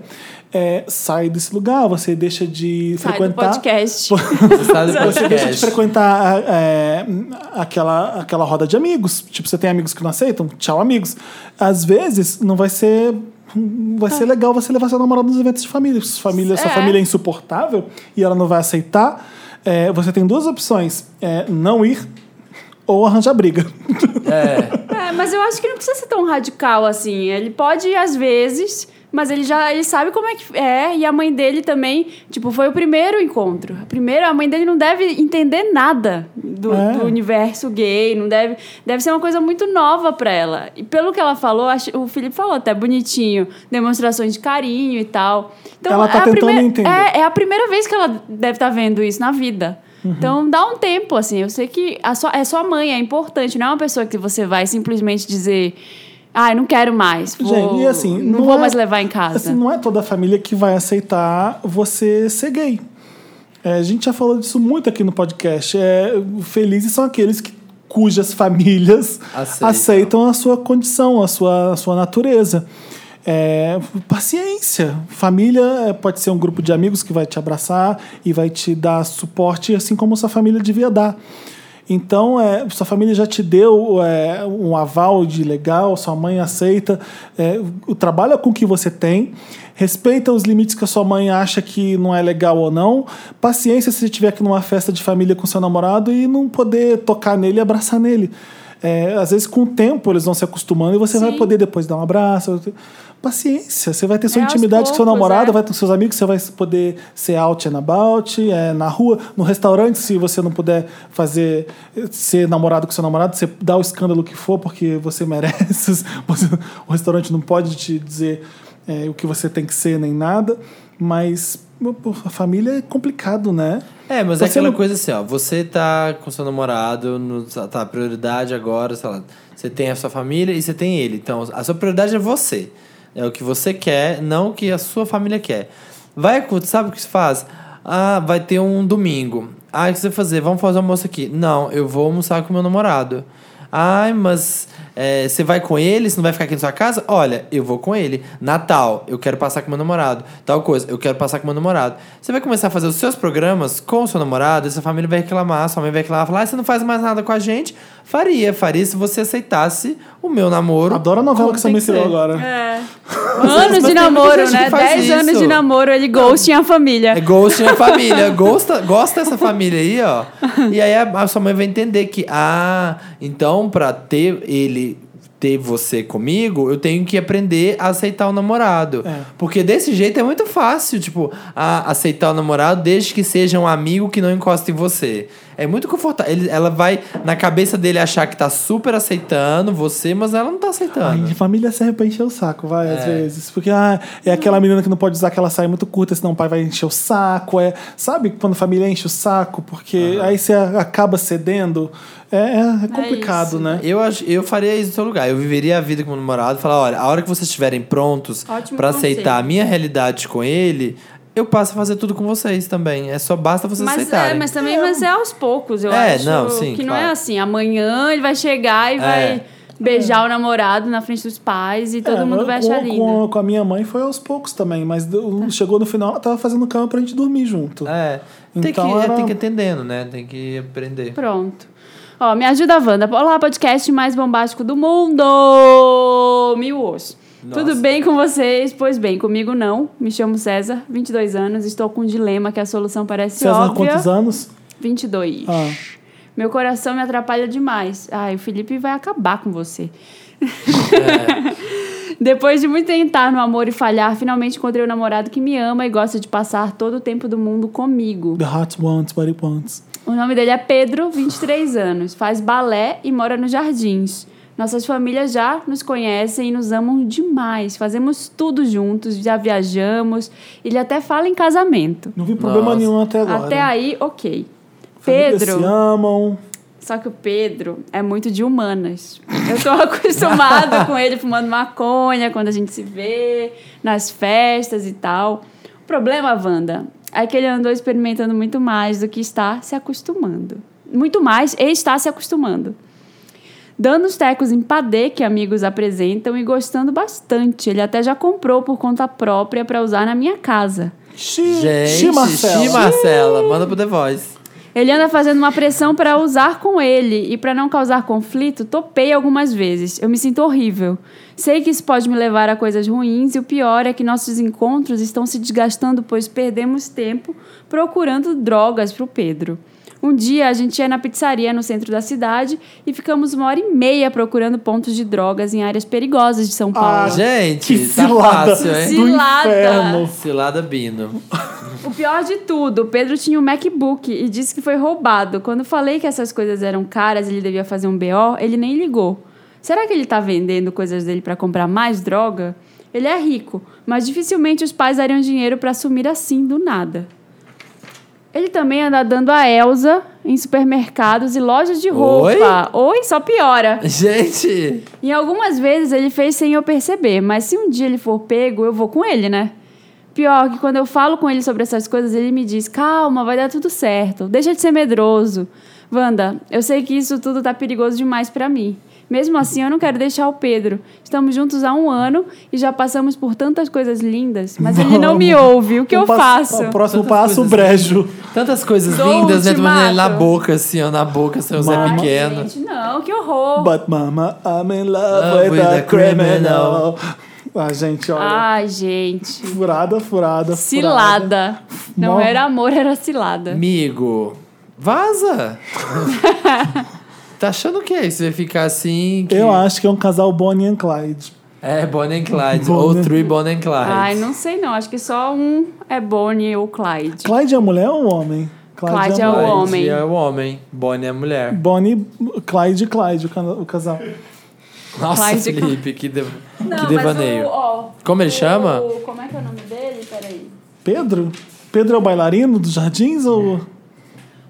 [SPEAKER 1] é, sai desse lugar, você deixa de
[SPEAKER 3] Sai
[SPEAKER 1] frequentar.
[SPEAKER 3] do podcast.
[SPEAKER 2] Você sabe do
[SPEAKER 1] Você deixa de
[SPEAKER 2] podcast.
[SPEAKER 1] frequentar é, aquela, aquela roda de amigos. Tipo, você tem amigos que não aceitam? Tchau, amigos. Às vezes, não vai ser. não Vai ser legal você levar seu namorado nos eventos de família. Se família sua
[SPEAKER 3] Ah. É.
[SPEAKER 1] família é insuportável e ela não vai aceitar, é, você tem duas opções: é, não ir ou arranjar briga.
[SPEAKER 3] É, mas eu acho que não precisa ser tão radical assim. Ele pode, às vezes, mas ele já ele sabe como é que é. E a mãe dele também, tipo, foi o primeiro encontro. Primeiro, a mãe dele não deve entender nada do,
[SPEAKER 1] É.
[SPEAKER 3] do universo gay, não deve. Deve ser uma coisa muito nova pra ela. E pelo que ela falou, acho- o Felipe falou até bonitinho, demonstrações de carinho e tal. Então,
[SPEAKER 1] Ela tá
[SPEAKER 3] é a
[SPEAKER 1] tentando
[SPEAKER 3] primeira-
[SPEAKER 1] entender.
[SPEAKER 3] É, é a primeira vez que ela deve estar vendo isso na vida.
[SPEAKER 1] Uhum.
[SPEAKER 3] Então dá um tempo, assim. Eu sei que a sua, é sua mãe, é importante. Não é uma pessoa que você vai simplesmente dizer. Ai, não quero mais. Vou,
[SPEAKER 1] Gente, e assim,
[SPEAKER 3] não, vou
[SPEAKER 1] é-
[SPEAKER 3] mais levar em casa.
[SPEAKER 1] Assim, não é toda a família que vai aceitar você ser gay. É, a gente já falou disso muito aqui no podcast. É, felizes são aqueles que, cujas famílias
[SPEAKER 2] Aceitam.
[SPEAKER 1] aceitam. a sua condição, a sua, a sua natureza. É, paciência. Família é, pode ser um grupo de amigos que vai te abraçar e vai te dar suporte, assim como sua família devia dar. Então, é, sua família já te deu é, um aval de legal, sua mãe aceita, é, o- trabalha com o que você tem, respeita os limites que a sua mãe acha que não é legal ou não, paciência se você estiver aqui numa festa de família com seu namorado e não poder tocar nele e abraçar nele. É, às vezes, com o tempo, eles vão se acostumando e você vai
[SPEAKER 3] Sim.
[SPEAKER 1] poder depois dar um abraço. Paciência, você vai ter sua
[SPEAKER 3] É, aos
[SPEAKER 1] intimidade com seu
[SPEAKER 3] poucos,
[SPEAKER 1] namorado,
[SPEAKER 3] é.
[SPEAKER 1] vai com seus amigos, você vai poder ser out and about, é, na rua, no restaurante, se você não puder fazer ser namorado com seu namorado, você dá o escândalo que for, porque você merece. Você- o restaurante não pode te dizer é, o que você tem que ser nem nada, mas pô, a família é complicado, né?
[SPEAKER 2] É, mas é
[SPEAKER 1] Você
[SPEAKER 2] aquela
[SPEAKER 1] não-
[SPEAKER 2] coisa assim, ó. Você tá com seu namorado, no, tá, prioridade agora, sei lá. Você tem a sua família e você tem ele. Então, a sua prioridade é você. É o que você quer, não o que a sua família quer. Vai a culto, sabe o que se faz? Ah, vai ter um domingo. Ah, o que você vai fazer? Vamos fazer almoço aqui. Não, eu vou almoçar com meu namorado. Ai, mas é, você vai com ele? Você não vai ficar aqui na sua casa? Olha, eu vou com ele. Natal, eu quero passar com meu namorado. Tal coisa, eu quero passar com meu namorado. Você vai começar a fazer os seus programas com o seu namorado, e sua família vai reclamar, sua mãe vai reclamar, falar, ah, você não faz mais nada com a gente. Faria, faria se você aceitasse o meu
[SPEAKER 3] É,
[SPEAKER 2] namoro.
[SPEAKER 1] Adoro a novela
[SPEAKER 2] como
[SPEAKER 1] que você
[SPEAKER 2] tem
[SPEAKER 1] me
[SPEAKER 2] ser.
[SPEAKER 1] ensinou agora.
[SPEAKER 3] Anos
[SPEAKER 2] mas
[SPEAKER 3] de
[SPEAKER 2] tem muita
[SPEAKER 3] namoro,
[SPEAKER 2] gente que
[SPEAKER 3] né?
[SPEAKER 2] faz
[SPEAKER 3] Dez anos
[SPEAKER 2] isso.
[SPEAKER 3] de namoro, ele ghosting a família.
[SPEAKER 2] É ghost na família. Gosta, gosta dessa família aí, ó. E aí a, a sua mãe vai entender que, ah, então pra ter ele ter você comigo, eu tenho que aprender a aceitar o namorado.
[SPEAKER 1] É.
[SPEAKER 2] Porque desse jeito é muito fácil, tipo, a, aceitar o namorado desde que seja um amigo que não encosta em você. É muito confortável. Ele- ela vai, na cabeça dele, achar que tá super aceitando você, mas ela não tá aceitando.
[SPEAKER 1] Ai, família serve pra encher o saco, vai, às
[SPEAKER 2] É.
[SPEAKER 1] vezes. Porque ah, é aquela menina que não pode usar aquela saia muito curta, senão o pai vai encher o saco. É, sabe quando a família enche o saco? Porque aí você acaba cedendo. É, é complicado,
[SPEAKER 3] isso.
[SPEAKER 1] né?
[SPEAKER 2] Eu, acho- eu faria isso no seu lugar. Eu viveria a vida com meu namorado e falar: olha, a hora que vocês estiverem prontos
[SPEAKER 3] Ótimo
[SPEAKER 2] pra
[SPEAKER 3] conselho.
[SPEAKER 2] aceitar a minha realidade com ele, eu passo a fazer tudo com vocês também. É só basta vocês
[SPEAKER 3] Mas, é,
[SPEAKER 2] aceitarem.
[SPEAKER 3] mas também mas é aos poucos, eu
[SPEAKER 2] É,
[SPEAKER 3] acho.
[SPEAKER 2] não, sim,
[SPEAKER 3] que não
[SPEAKER 2] claro. É.
[SPEAKER 3] é assim. Amanhã ele vai chegar e vai beijar o namorado na frente dos pais e todo
[SPEAKER 1] É,
[SPEAKER 3] mundo vai
[SPEAKER 1] com,
[SPEAKER 3] achar lindo.
[SPEAKER 1] Com, com a minha mãe foi aos poucos também, mas
[SPEAKER 3] Tá.
[SPEAKER 1] deu- chegou no final, ela tava fazendo cama pra gente dormir junto.
[SPEAKER 2] É. Tem,
[SPEAKER 1] Então
[SPEAKER 2] que, é,
[SPEAKER 1] era-
[SPEAKER 2] tem que ir atendendo, né? Tem que aprender.
[SPEAKER 3] Pronto. Ó, me ajuda a Wanda. Olá, podcast mais bombástico do mundo! Mil os.
[SPEAKER 2] Nossa.
[SPEAKER 3] Tudo bem com vocês? Pois bem, comigo não. Me chamo César, 22 anos, estou com um dilema que a solução parece
[SPEAKER 1] César, é há
[SPEAKER 3] óbvia.
[SPEAKER 1] quantos anos?
[SPEAKER 3] 22.
[SPEAKER 1] Ah.
[SPEAKER 3] Meu coração me atrapalha demais. Ai, o Felipe vai acabar com você.
[SPEAKER 1] É.
[SPEAKER 3] Depois de muito tentar no amor e falhar, finalmente encontrei um namorado que me ama e gosta de passar todo o tempo do mundo comigo.
[SPEAKER 1] The Heart Wants What It Wants.
[SPEAKER 3] O nome dele é Pedro, 23 anos, faz balé e mora nos jardins. Nossas famílias já nos conhecem e nos amam demais. Fazemos tudo juntos, já viajamos. Ele até fala em casamento.
[SPEAKER 1] Não vi problema
[SPEAKER 2] Nossa.
[SPEAKER 1] nenhum até agora.
[SPEAKER 3] Até aí, ok.
[SPEAKER 1] Famílias
[SPEAKER 3] Pedro.
[SPEAKER 1] se amam.
[SPEAKER 3] Só que o Pedro é muito de humanas. Eu tô acostumada com ele fumando maconha quando a gente se vê, nas festas e tal. O problema, Wanda, é que ele andou experimentando muito mais do que está se acostumando. Muito mais e está se acostumando. Dando os tecos em padê que amigos apresentam e gostando bastante. Ele até já comprou por conta própria para usar na minha casa.
[SPEAKER 1] Xi,
[SPEAKER 2] Gente,
[SPEAKER 1] xi, Marcela.
[SPEAKER 2] Xi Marcela, manda pro The Voice.
[SPEAKER 3] Ele anda fazendo uma pressão pra usar com ele e pra não causar conflito, topei algumas vezes. Eu me sinto horrível. Sei que isso pode me levar a coisas ruins e o pior é que nossos encontros estão se desgastando pois perdemos tempo procurando drogas pro Pedro. Um dia a gente ia na pizzaria no centro da cidade e ficamos uma hora e meia procurando pontos de drogas em áreas perigosas de São Paulo.
[SPEAKER 1] Ah,
[SPEAKER 2] Gente,
[SPEAKER 1] que
[SPEAKER 2] tá
[SPEAKER 1] cilada
[SPEAKER 2] fácil, hein?
[SPEAKER 1] do
[SPEAKER 3] Cilada.
[SPEAKER 1] inferno.
[SPEAKER 2] Cilada Bino.
[SPEAKER 3] O pior de tudo, o Pedro tinha um MacBook e disse que foi roubado. Quando falei que essas coisas eram caras e ele devia fazer um BO, ele nem ligou. Será que ele tá vendendo coisas dele pra comprar mais droga? Ele é rico, mas dificilmente os pais dariam dinheiro pra sumir assim do nada. Ele também anda dando a Elsa em supermercados e lojas de roupa. Oi, só piora.
[SPEAKER 2] Gente,
[SPEAKER 3] E algumas vezes ele fez sem eu perceber, mas se um dia ele for pego, eu vou com ele, né? Pior que quando eu falo com ele sobre essas coisas, ele me diz: calma, vai dar tudo certo, deixa de ser medroso. Wanda, eu sei que isso tudo tá perigoso demais pra mim. Mesmo assim, eu não quero deixar o Pedro. Estamos juntos há um ano e já passamos por tantas coisas lindas, mas ele não me ouve. O que eu
[SPEAKER 1] passo-
[SPEAKER 3] faço?
[SPEAKER 1] O próximo
[SPEAKER 2] Tantas
[SPEAKER 1] passo, o
[SPEAKER 2] coisas
[SPEAKER 1] brejo.
[SPEAKER 2] tantas coisas
[SPEAKER 3] Dou um
[SPEAKER 2] lindas, né? Tomando ele na
[SPEAKER 3] ultimato.
[SPEAKER 2] boca, assim, ó, na boca, seu Zé
[SPEAKER 1] Mama.
[SPEAKER 2] Pequeno.
[SPEAKER 3] Gente, não, que horror.
[SPEAKER 1] But mama, I'm in
[SPEAKER 2] Love
[SPEAKER 1] love with
[SPEAKER 2] with
[SPEAKER 1] a
[SPEAKER 2] a criminal.
[SPEAKER 1] criminal. Ah, gente, olha.
[SPEAKER 3] Ai, gente.
[SPEAKER 1] Furada, furada, furada.
[SPEAKER 3] Cilada. Não
[SPEAKER 1] Mó-
[SPEAKER 3] era amor, era cilada.
[SPEAKER 2] Amigo, vaza! tá achando o que é? Você vai ficar assim. que-
[SPEAKER 1] Eu acho que é um casal Bonnie and Clyde.
[SPEAKER 2] É, Bonnie and Clyde.
[SPEAKER 1] Bonnie-
[SPEAKER 2] Ou Three Bonnie and Clyde.
[SPEAKER 3] Ai, não sei não. Acho que só um é Bonnie ou Clyde.
[SPEAKER 1] Clyde é mulher ou homem?
[SPEAKER 3] Clyde é um o
[SPEAKER 2] Clyde
[SPEAKER 1] mulher.
[SPEAKER 3] homem.
[SPEAKER 2] é o homem. Bonnie é a mulher.
[SPEAKER 1] Bonnie, Clyde e Clyde, o cana- o casal.
[SPEAKER 2] Nossa,
[SPEAKER 3] Clyde- é
[SPEAKER 2] Felipe, que, de... que devaneio. Como ele chama?
[SPEAKER 3] como é que é o nome dele? Peraí.
[SPEAKER 1] Pedro? Pedro é o bailarino dos jardins ou...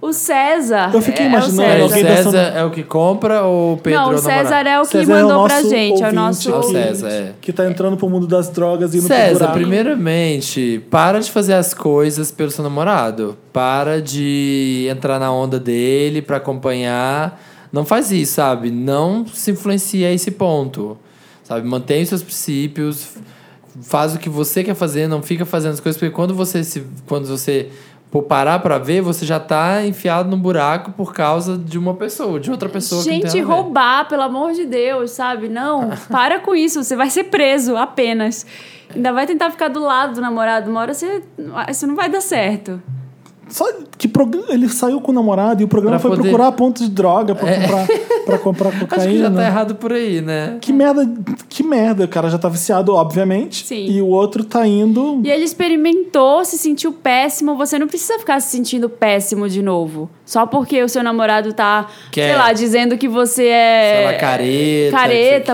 [SPEAKER 3] O César.
[SPEAKER 1] Eu fiquei
[SPEAKER 3] é-
[SPEAKER 1] imaginando
[SPEAKER 3] É
[SPEAKER 2] Aí
[SPEAKER 3] o
[SPEAKER 2] o
[SPEAKER 1] alguém
[SPEAKER 3] César.
[SPEAKER 1] da
[SPEAKER 2] César
[SPEAKER 1] Sonora-
[SPEAKER 2] é o que compra ou o Pedro
[SPEAKER 3] Não,
[SPEAKER 2] é
[SPEAKER 3] o
[SPEAKER 2] o namorado?
[SPEAKER 3] César é o que
[SPEAKER 1] César é o
[SPEAKER 3] mandou pra
[SPEAKER 1] nosso
[SPEAKER 3] gente. É o
[SPEAKER 1] ouvinte
[SPEAKER 3] nosso.
[SPEAKER 2] É o
[SPEAKER 1] aqui.
[SPEAKER 2] César, é.
[SPEAKER 1] Que tá entrando pro mundo das drogas e indo pro
[SPEAKER 2] César,
[SPEAKER 1] buraco.
[SPEAKER 2] primeiramente, para de fazer as coisas pelo seu namorado. Para de entrar na onda dele pra acompanhar. Não faz isso, sabe? Não se influencia a esse ponto. Sabe? Mantém os seus princípios. f- Faz o que você quer fazer, não fica fazendo as coisas, porque quando você se quando você pô, parar pra ver, você já tá enfiado num buraco por causa de uma pessoa, de outra pessoa que não
[SPEAKER 3] Gente,
[SPEAKER 2] tem nada a ver.
[SPEAKER 3] roubar, pelo amor de Deus, sabe? Não, para com isso. Você vai ser preso apenas. Ainda vai tentar ficar do lado do namorado. Uma hora você. Isso não vai dar certo.
[SPEAKER 1] Só que prog- ele saiu com o namorado e o programa
[SPEAKER 2] Pra
[SPEAKER 1] foi
[SPEAKER 2] poder- É.
[SPEAKER 1] procurar pontos de droga pra comprar, pra comprar
[SPEAKER 2] Acho que
[SPEAKER 1] cocaína.
[SPEAKER 2] já tá errado por aí, né?
[SPEAKER 1] Que merda, que merda. O cara já tá viciado, obviamente.
[SPEAKER 3] Sim.
[SPEAKER 1] E o outro tá indo.
[SPEAKER 3] E ele experimentou, se sentiu péssimo. Você não precisa ficar se sentindo péssimo de novo. Só porque o seu namorado tá,
[SPEAKER 2] Quer.
[SPEAKER 3] sei lá, dizendo que você é.
[SPEAKER 2] Sei lá, careta,
[SPEAKER 3] Careta,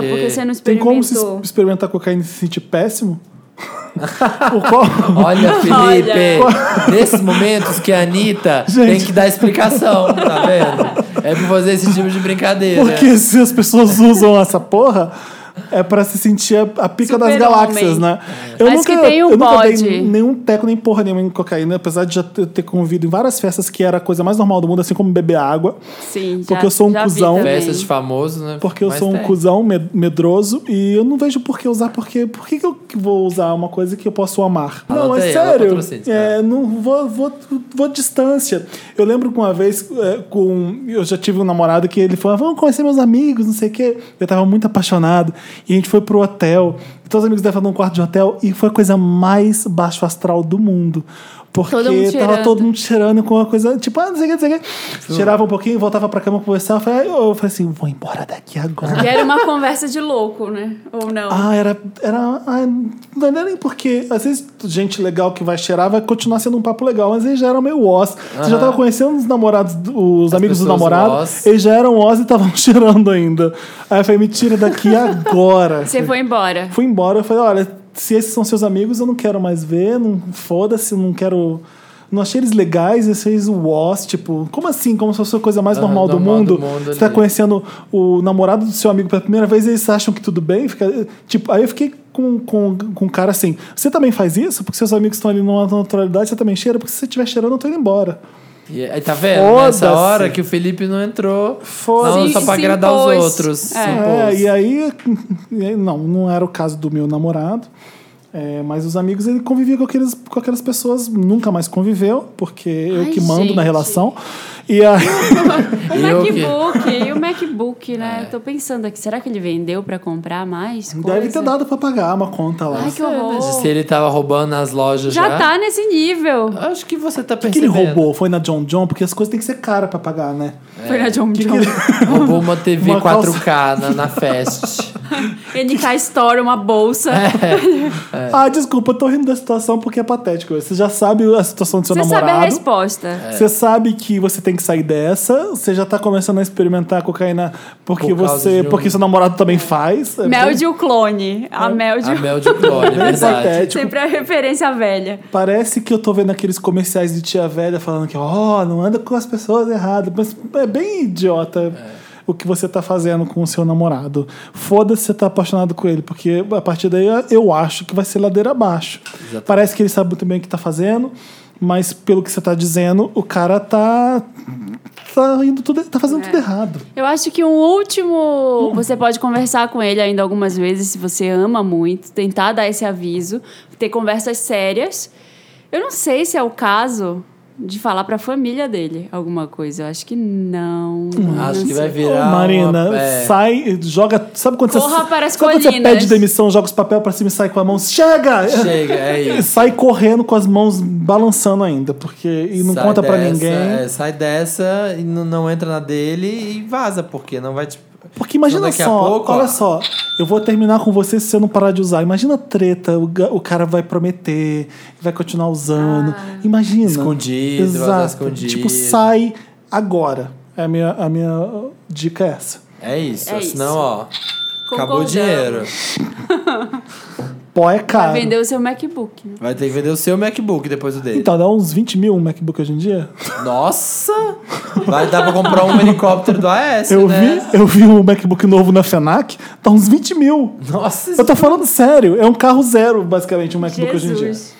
[SPEAKER 2] não sei o quê.
[SPEAKER 3] porque você não
[SPEAKER 1] Tem
[SPEAKER 3] experimentou.
[SPEAKER 1] como se es- experimentar cocaína e se sentir péssimo? Por qual?
[SPEAKER 2] Olha, Felipe, nesses momentos que a Anitta tem que dar explicação, tá vendo? É pra fazer esse tipo de brincadeira.
[SPEAKER 1] Porque se as pessoas usam essa porra, é pra se sentir a, a pica das
[SPEAKER 3] Super-homem.
[SPEAKER 1] galáxias, né? Eu
[SPEAKER 3] Mas que tem um
[SPEAKER 1] eu nunca dei
[SPEAKER 3] bode.
[SPEAKER 1] nenhum teco nem porra nenhuma em cocaína, apesar de já ter, ter convido em várias festas que era a coisa mais normal do mundo, assim como beber água.
[SPEAKER 3] Sim, já,
[SPEAKER 1] Porque eu sou um
[SPEAKER 3] já vi
[SPEAKER 1] cuzão.
[SPEAKER 3] também.
[SPEAKER 2] Festa de famoso, né?
[SPEAKER 1] Porque eu
[SPEAKER 2] Mas
[SPEAKER 1] sou um
[SPEAKER 2] tem.
[SPEAKER 1] cuzão med- medroso e eu não vejo por que usar, porque por que, que eu que vou usar uma coisa que eu posso amar?
[SPEAKER 2] Anota
[SPEAKER 1] não, é
[SPEAKER 2] aí, anota
[SPEAKER 1] sério.
[SPEAKER 2] patrocínios,
[SPEAKER 1] É, não vou, vou, vou distância. Eu lembro que uma vez é, com. Eu já tive um namorado que ele falou: vamos conhecer meus amigos, não sei o quê. Eu tava muito apaixonado. E a gente foi pro hotel. Então os amigos dela num quarto de hotel e foi a coisa mais baixo astral do mundo. Porque
[SPEAKER 3] Todo mundo
[SPEAKER 1] tava
[SPEAKER 3] cheirando.
[SPEAKER 1] todo mundo cheirando com uma coisa, tipo, ah, não sei o que, não sei o que. Cheirava um pouquinho, voltava pra cama conversar. Eu falei, eu falei assim, vou embora daqui agora.
[SPEAKER 3] E era uma conversa de louco, né? Ou não?
[SPEAKER 1] Ah, era. era ah, não era nem porque. Às vezes, gente legal que vai cheirar vai continuar sendo um papo legal, mas eles já eram meio Oz. Você já tava conhecendo os namorados, os amigos dos
[SPEAKER 2] pessoas
[SPEAKER 1] namorados,
[SPEAKER 2] Oz.
[SPEAKER 1] eles já eram Oz e estavam cheirando ainda. Aí eu falei, me tira daqui agora.
[SPEAKER 3] Você foi
[SPEAKER 2] É.
[SPEAKER 3] embora.
[SPEAKER 1] Fui embora, eu falei, olha, se esses são seus amigos, eu não quero mais ver, não foda-se, eu não quero. Não achei eles legais, eles fez o was, tipo, como assim? Como se fosse a coisa mais
[SPEAKER 2] Ah,
[SPEAKER 1] normal, do
[SPEAKER 2] normal
[SPEAKER 1] mundo.
[SPEAKER 2] do mundo
[SPEAKER 1] Você tá
[SPEAKER 2] ali.
[SPEAKER 1] conhecendo o namorado do seu amigo pela primeira vez, eles acham que tudo bem. Fica, tipo, aí eu fiquei com, com, com um cara assim, você também faz isso? Porque seus amigos estão ali numa naturalidade, você também cheira, porque se você estiver cheirando, eu tô indo embora.
[SPEAKER 2] E aí, tá vendo?
[SPEAKER 1] Foda-se.
[SPEAKER 2] Nessa hora que o Felipe não entrou.
[SPEAKER 1] Foda-se.
[SPEAKER 2] Não, só pra
[SPEAKER 3] Se
[SPEAKER 2] agradar
[SPEAKER 3] impôs.
[SPEAKER 2] os outros.
[SPEAKER 3] É.
[SPEAKER 2] Se
[SPEAKER 1] É,
[SPEAKER 2] impôs.
[SPEAKER 1] e aí, e aí, não, não era o caso do meu namorado. é, mas os amigos, ele convivia com, aqueles, com aquelas pessoas, nunca mais conviveu, porque eu
[SPEAKER 3] Ai,
[SPEAKER 1] que mando na
[SPEAKER 3] gente.
[SPEAKER 1] relação. E aí,
[SPEAKER 3] O
[SPEAKER 2] Eu que-
[SPEAKER 3] MacBook, e o MacBook, né?
[SPEAKER 2] É.
[SPEAKER 3] Eu Tô pensando aqui, será que ele vendeu pra comprar mais?
[SPEAKER 1] deve ter
[SPEAKER 3] coisa?
[SPEAKER 1] dado pra pagar uma conta lá.
[SPEAKER 3] Ai, que horror.
[SPEAKER 2] Se ele tava roubando as lojas já.
[SPEAKER 3] Já, tá nesse nível.
[SPEAKER 2] Acho que você tá
[SPEAKER 1] o que ele
[SPEAKER 2] percebendo.
[SPEAKER 1] roubou? Foi na John John? Porque as coisas têm que ser cara pra pagar, né?
[SPEAKER 2] É.
[SPEAKER 3] Foi na John John.
[SPEAKER 2] Roubou uma TV
[SPEAKER 1] Uma calça.
[SPEAKER 2] 4K na, na Fest.
[SPEAKER 3] NK Store, uma bolsa.
[SPEAKER 1] Ah, desculpa, eu tô rindo da situação porque é patético. Você já sabe a situação do seu
[SPEAKER 3] Você
[SPEAKER 1] namorado.
[SPEAKER 3] sabe a resposta.
[SPEAKER 1] Você sabe que você tem que sair dessa, você já tá começando a experimentar cocaína porque
[SPEAKER 2] Por causa
[SPEAKER 1] você.
[SPEAKER 2] de um-
[SPEAKER 1] porque seu namorado também faz. É
[SPEAKER 3] Mel
[SPEAKER 1] bem-
[SPEAKER 3] de o clone. A Mel de
[SPEAKER 2] É.
[SPEAKER 3] um
[SPEAKER 2] a Mel de Clone, é
[SPEAKER 1] bem
[SPEAKER 2] verdade.
[SPEAKER 1] patético.
[SPEAKER 3] Sempre a referência velha.
[SPEAKER 1] Parece que eu tô vendo aqueles comerciais de tia velha falando que, ó, não anda com as pessoas erradas. Mas é bem idiota
[SPEAKER 2] É.
[SPEAKER 1] o que você tá fazendo com o seu namorado. Foda-se você tá apaixonado com ele, porque a partir daí eu acho que vai ser ladeira abaixo. Parece que ele sabe muito bem o que tá fazendo, mas pelo que você tá dizendo, o cara tá. tá indo tudo. tá fazendo
[SPEAKER 3] É.
[SPEAKER 1] tudo errado.
[SPEAKER 3] Eu acho que um último.
[SPEAKER 2] Hum.
[SPEAKER 3] Você pode conversar com ele ainda algumas vezes, se você ama muito, tentar dar esse aviso, ter conversas sérias. Eu não sei se é o caso de falar pra família dele alguma coisa. Eu acho que não. não
[SPEAKER 2] Hum, Acho que vai
[SPEAKER 3] sei.
[SPEAKER 2] virar.
[SPEAKER 1] Marina,
[SPEAKER 2] uma- é.
[SPEAKER 1] sai, joga. Sabe quando
[SPEAKER 3] Corra
[SPEAKER 1] você.
[SPEAKER 3] para as
[SPEAKER 1] sabe quando você
[SPEAKER 3] colinas.
[SPEAKER 1] pede demissão, joga os papéis pra cima e sai com a mão? Chega!
[SPEAKER 2] Chega, é
[SPEAKER 1] E
[SPEAKER 2] isso.
[SPEAKER 1] sai correndo com as mãos balançando ainda, porque e não
[SPEAKER 2] Sai
[SPEAKER 1] conta pra
[SPEAKER 2] dessa,
[SPEAKER 1] ninguém.
[SPEAKER 2] é, sai dessa e não, não entra na dele e vaza, porque não vai te.
[SPEAKER 1] Porque imagina
[SPEAKER 2] Então daqui a
[SPEAKER 1] só,
[SPEAKER 2] pouco,
[SPEAKER 1] olha
[SPEAKER 2] ó.
[SPEAKER 1] só, eu vou terminar com você se você não parar de usar. Imagina a treta, o, ga- o cara vai prometer, vai continuar usando. Imagina.
[SPEAKER 2] Escondido, vai usar escondido.
[SPEAKER 1] Tipo, sai agora. É a minha, a minha dica é essa.
[SPEAKER 2] É isso.
[SPEAKER 3] É
[SPEAKER 2] senão,
[SPEAKER 3] isso.
[SPEAKER 2] ó. Acabou o
[SPEAKER 3] Concordamos.
[SPEAKER 2] dinheiro.
[SPEAKER 1] Pó é caro.
[SPEAKER 3] Vendeu o seu MacBook. né?
[SPEAKER 2] Vai ter que vender o seu MacBook depois do dele.
[SPEAKER 1] Então, dá uns 20 mil um MacBook hoje em dia?
[SPEAKER 2] Nossa! Vai dar pra comprar um helicóptero do AS,
[SPEAKER 1] Eu
[SPEAKER 2] né?
[SPEAKER 1] vi, eu vi um MacBook novo na FENAC, tá uns 20 mil.
[SPEAKER 2] Nossa,
[SPEAKER 1] Eu tô falando sério, é um carro zero, basicamente, um MacBook hoje em dia.
[SPEAKER 3] Jesus.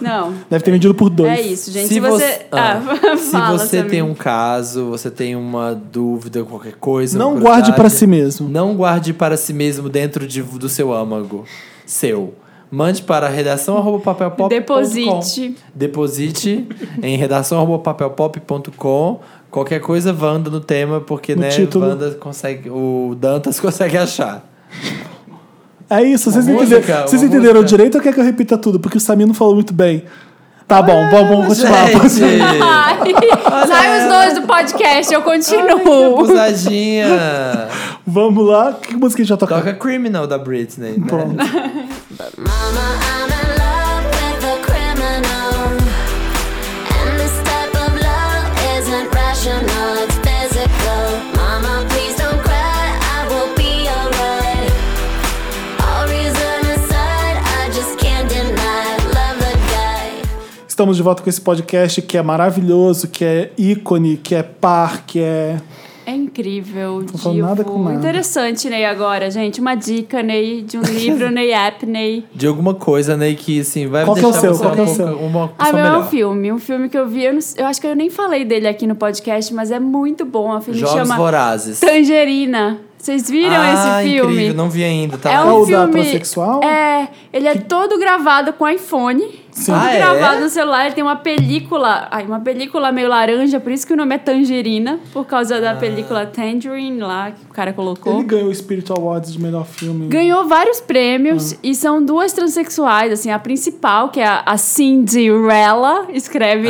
[SPEAKER 3] Não.
[SPEAKER 1] Deve ter vendido por dois.
[SPEAKER 3] É isso, gente.
[SPEAKER 2] Se
[SPEAKER 3] Se
[SPEAKER 2] você,
[SPEAKER 3] você.
[SPEAKER 2] ah,
[SPEAKER 3] Ah,
[SPEAKER 2] se
[SPEAKER 3] fala,
[SPEAKER 2] você tem
[SPEAKER 3] Samir.
[SPEAKER 2] um caso, você tem uma dúvida, qualquer coisa, uma
[SPEAKER 1] Não guarde
[SPEAKER 2] curiosidade,
[SPEAKER 1] pra si mesmo.
[SPEAKER 2] Não guarde para si mesmo dentro de- do seu âmago, seu. Mande para redação arroba papelpop ponto com.
[SPEAKER 3] Deposite.
[SPEAKER 2] Deposite em redação arroba papelpop.com. Qualquer coisa, Wanda no tema, porque
[SPEAKER 1] No
[SPEAKER 2] né,
[SPEAKER 1] título.
[SPEAKER 2] Wanda consegue, o Dantas consegue achar.
[SPEAKER 1] É isso, vocês,
[SPEAKER 2] Uma
[SPEAKER 1] entenderam,
[SPEAKER 2] música,
[SPEAKER 1] vocês
[SPEAKER 2] uma
[SPEAKER 1] entenderam
[SPEAKER 2] música.
[SPEAKER 1] direito ou quer que eu repita tudo? Porque o Samir não falou muito bem. Tá bom, vamos, vamos continuar.
[SPEAKER 2] Gente,
[SPEAKER 3] Ai, sai os dois do podcast, eu continuo.
[SPEAKER 2] abusadinha.
[SPEAKER 1] Vamos lá, que música a gente vai tocar?
[SPEAKER 2] Toca Criminal da Britney, né?
[SPEAKER 1] Pronto.
[SPEAKER 7] Mama, I'm in love with a criminal. And this type of love isn't rational, it's physical. Mama, please don't cry, I will be alright. All reason aside, I just can't deny. Love the guy.
[SPEAKER 1] Estamos de volta com esse podcast que é maravilhoso, que é ícone, que é par, que é.
[SPEAKER 3] É incrível, Não
[SPEAKER 1] falando nada com nada.
[SPEAKER 3] Interessante, Ney, agora, gente. Uma dica, Ney, de um livro, Ney App, Ney.
[SPEAKER 2] de alguma coisa, né? Que assim, vai
[SPEAKER 1] Qual que é o
[SPEAKER 2] deixar
[SPEAKER 1] seu?
[SPEAKER 2] você
[SPEAKER 1] Qual que é o
[SPEAKER 2] uma,
[SPEAKER 1] seu?
[SPEAKER 2] uma pessoa
[SPEAKER 3] Ah, meu é
[SPEAKER 2] melhor.
[SPEAKER 3] um filme. Um filme que eu vi, eu, não- eu acho que eu nem falei dele aqui no podcast, mas é muito bom. A filme
[SPEAKER 2] Jogos
[SPEAKER 3] chama
[SPEAKER 2] Vorazes.
[SPEAKER 3] Tangerina. Vocês viram
[SPEAKER 2] ah,
[SPEAKER 3] esse filme?
[SPEAKER 2] incrível, não vi ainda. Tá
[SPEAKER 3] É
[SPEAKER 2] lá.
[SPEAKER 1] Qual
[SPEAKER 3] um
[SPEAKER 1] o da
[SPEAKER 3] filme.
[SPEAKER 1] transexual?
[SPEAKER 3] É, ele é todo gravado com iPhone.
[SPEAKER 1] Sim.
[SPEAKER 3] Todo
[SPEAKER 2] Ah, é?
[SPEAKER 3] gravado no celular. Ele tem uma película. Ai, uma película meio laranja, por isso que o nome é Tangerina, por causa
[SPEAKER 2] Ah.
[SPEAKER 3] da película Tangerine lá que o cara colocou.
[SPEAKER 1] Ele ganhou o Spirit Awards de melhor filme.
[SPEAKER 3] Ganhou vários prêmios e são duas transexuais, assim, a principal, que é a, a Cinderella, escreve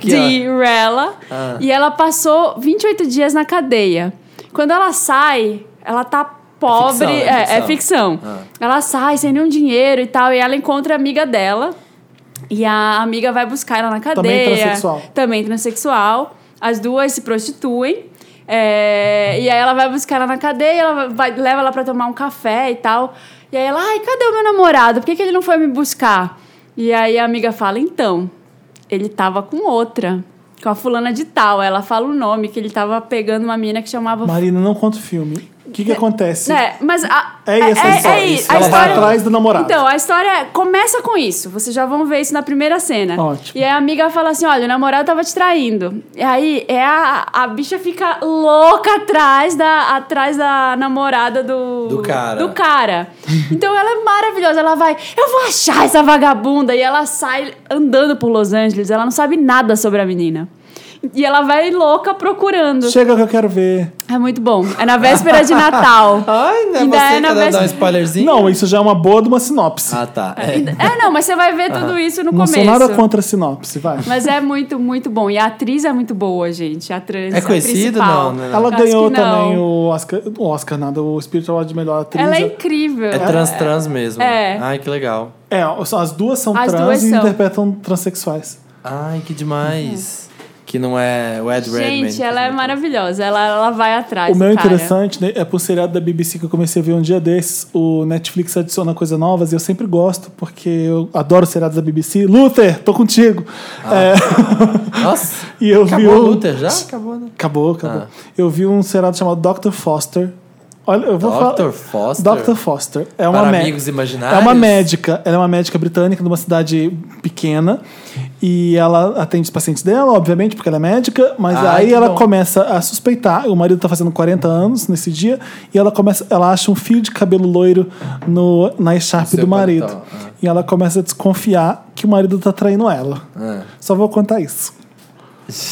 [SPEAKER 3] Cinderella,
[SPEAKER 2] Ah.
[SPEAKER 3] e ela passou 28 dias na cadeia. Quando ela sai, ela tá pobre,
[SPEAKER 2] ficção,
[SPEAKER 3] é,
[SPEAKER 2] é
[SPEAKER 3] é
[SPEAKER 2] ficção.
[SPEAKER 3] ficção. Ela sai sem nenhum dinheiro e tal, e ela encontra a amiga dela, e a amiga vai buscar ela na cadeia.
[SPEAKER 1] transexual.
[SPEAKER 3] Também transexual. As duas se prostituem. é, e aí ela vai buscar ela na cadeia, ela vai, leva ela pra tomar um café e tal. E aí ela, ai, cadê o meu namorado? Por que, que ele não foi me buscar? E aí a amiga fala, então, ele tava com outra, com a fulana de tal. Aí Ela fala o nome, que ele tava pegando uma mina que chamava...
[SPEAKER 1] Marina, não conta o filme. O que, que acontece?
[SPEAKER 3] É, mas a,
[SPEAKER 1] É essa a história.
[SPEAKER 3] isso.
[SPEAKER 1] Ela vai
[SPEAKER 3] a história
[SPEAKER 1] atrás do namorado.
[SPEAKER 3] Então, a história começa com isso. Vocês já vão ver isso na primeira cena.
[SPEAKER 1] Ótimo.
[SPEAKER 3] E aí a amiga fala assim: olha, o namorado tava te traindo. E aí é a, a bicha fica louca atrás da, atrás da namorada do.
[SPEAKER 2] Do cara.
[SPEAKER 3] do cara. Então ela é maravilhosa. Ela vai, eu vou achar essa vagabunda. E ela sai andando por Los Angeles. Ela não sabe nada sobre a menina. E ela vai louca procurando.
[SPEAKER 1] Chega que eu quero ver.
[SPEAKER 3] É muito bom. É na véspera de Natal.
[SPEAKER 2] Ai,
[SPEAKER 1] né,
[SPEAKER 2] não é
[SPEAKER 3] Ainda
[SPEAKER 2] você que tá
[SPEAKER 3] na
[SPEAKER 2] dando
[SPEAKER 3] véspera-
[SPEAKER 2] um spoilerzinho?
[SPEAKER 1] Não, isso já é uma boa de uma sinopse.
[SPEAKER 2] Ah, tá. É.
[SPEAKER 3] É, não, mas você vai ver tudo isso no
[SPEAKER 1] Ah, não
[SPEAKER 3] começo.
[SPEAKER 1] sou nada contra a sinopse, vai.
[SPEAKER 3] Mas é muito, muito bom. E a atriz é muito boa, gente. A trans
[SPEAKER 2] É conhecido?
[SPEAKER 3] principal.
[SPEAKER 2] Não, né?
[SPEAKER 1] Ela
[SPEAKER 3] Acho que
[SPEAKER 1] ganhou
[SPEAKER 3] não.
[SPEAKER 1] também o Oscar, o Oscar nada, o Spirit Award de melhor atriz.
[SPEAKER 3] Ela é incrível.
[SPEAKER 2] É trans, trans mesmo.
[SPEAKER 3] É.
[SPEAKER 2] Ai, que legal.
[SPEAKER 1] É, as duas são
[SPEAKER 3] As
[SPEAKER 1] trans
[SPEAKER 3] duas
[SPEAKER 1] e
[SPEAKER 3] são.
[SPEAKER 1] interpretam transexuais.
[SPEAKER 2] Ai, que demais. Que não é o Ed Redman.
[SPEAKER 3] Uhum. Gente, ela é maravilhosa. Ela, ela vai atrás.
[SPEAKER 1] O meu
[SPEAKER 3] do cara.
[SPEAKER 1] interessante né, é pro seriado da BBC que eu comecei a ver um dia desses. O Netflix adiciona coisas novas e eu sempre gosto, porque eu adoro seriados da BBC. Luther, tô contigo!
[SPEAKER 2] Nossa,
[SPEAKER 1] É, e eu vi
[SPEAKER 2] acabou a
[SPEAKER 1] um...
[SPEAKER 2] luta já? Acabou, né?
[SPEAKER 1] Acabou, acabou.
[SPEAKER 2] Ah.
[SPEAKER 1] Eu vi um seriado chamado Dr. Foster. Olha, eu vou falar.
[SPEAKER 2] Dr. Foster?
[SPEAKER 1] Dr. Foster. É uma
[SPEAKER 2] Para
[SPEAKER 1] mé-
[SPEAKER 2] amigos imaginários?
[SPEAKER 1] É uma médica. Ela é uma médica britânica de uma cidade pequena. E ela atende os pacientes dela, obviamente, porque ela é médica. Mas
[SPEAKER 2] Ai,
[SPEAKER 1] aí
[SPEAKER 2] Ah, que
[SPEAKER 1] ela
[SPEAKER 2] bom.
[SPEAKER 1] começa a suspeitar. O marido tá fazendo 40 anos nesse dia. E ela começa. Ela acha um fio de cabelo loiro no, na echarpe
[SPEAKER 2] seu
[SPEAKER 1] do marido.
[SPEAKER 2] paletó, ah.
[SPEAKER 1] E ela começa a desconfiar que o marido tá traindo ela.
[SPEAKER 2] Ah.
[SPEAKER 1] Só vou contar isso.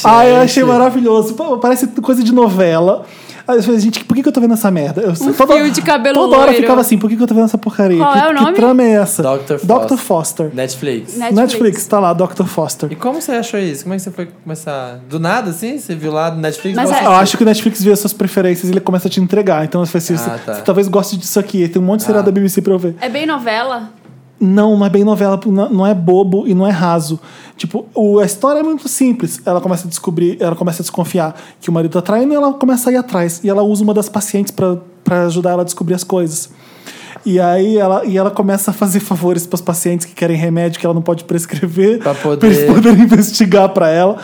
[SPEAKER 1] Ah, eu
[SPEAKER 2] Gente.
[SPEAKER 1] achei maravilhoso. Pô, Parece coisa de novela. Aí eu falei, gente, por que, que eu tô vendo essa merda? Eu, um
[SPEAKER 3] fio de cabelo
[SPEAKER 1] Toda hora eu
[SPEAKER 3] loiro.
[SPEAKER 1] ficava assim, por que, que eu tô vendo essa porcaria?
[SPEAKER 3] Qual
[SPEAKER 1] que,
[SPEAKER 3] é o
[SPEAKER 1] que
[SPEAKER 3] nome?
[SPEAKER 1] trama é essa?
[SPEAKER 2] Dr.
[SPEAKER 1] Dr.
[SPEAKER 2] Foster.
[SPEAKER 1] Foster.
[SPEAKER 2] Netflix.
[SPEAKER 3] Net-
[SPEAKER 1] Netflix. tá lá, Dr. Foster.
[SPEAKER 2] E como você achou isso? Como é que você foi começar? Do nada, assim? Você viu lá no Netflix?
[SPEAKER 3] Mas
[SPEAKER 2] Nossa,
[SPEAKER 3] é-
[SPEAKER 1] Eu acho que o Netflix vê as suas preferências e ele começa a te entregar. Então eu falei assim,
[SPEAKER 2] Ah,
[SPEAKER 1] você,
[SPEAKER 2] tá. Ah.
[SPEAKER 1] você talvez goste disso aqui. Tem um monte de seriado da BBC pra eu ver.
[SPEAKER 3] É bem novela.
[SPEAKER 1] Não, não é bem novela, não não é bobo e não é raso. Tipo, o- a história é muito simples. Ela começa a descobrir, ela começa a desconfiar que o marido tá traindo e ela começa a ir atrás. E ela usa uma das pacientes pra pra ajudar ela a descobrir as coisas. E aí ela, e ela começa a fazer favores pros pacientes que querem remédio que ela não pode prescrever.
[SPEAKER 2] Pra poder-
[SPEAKER 1] eles poderem investigar pra ela.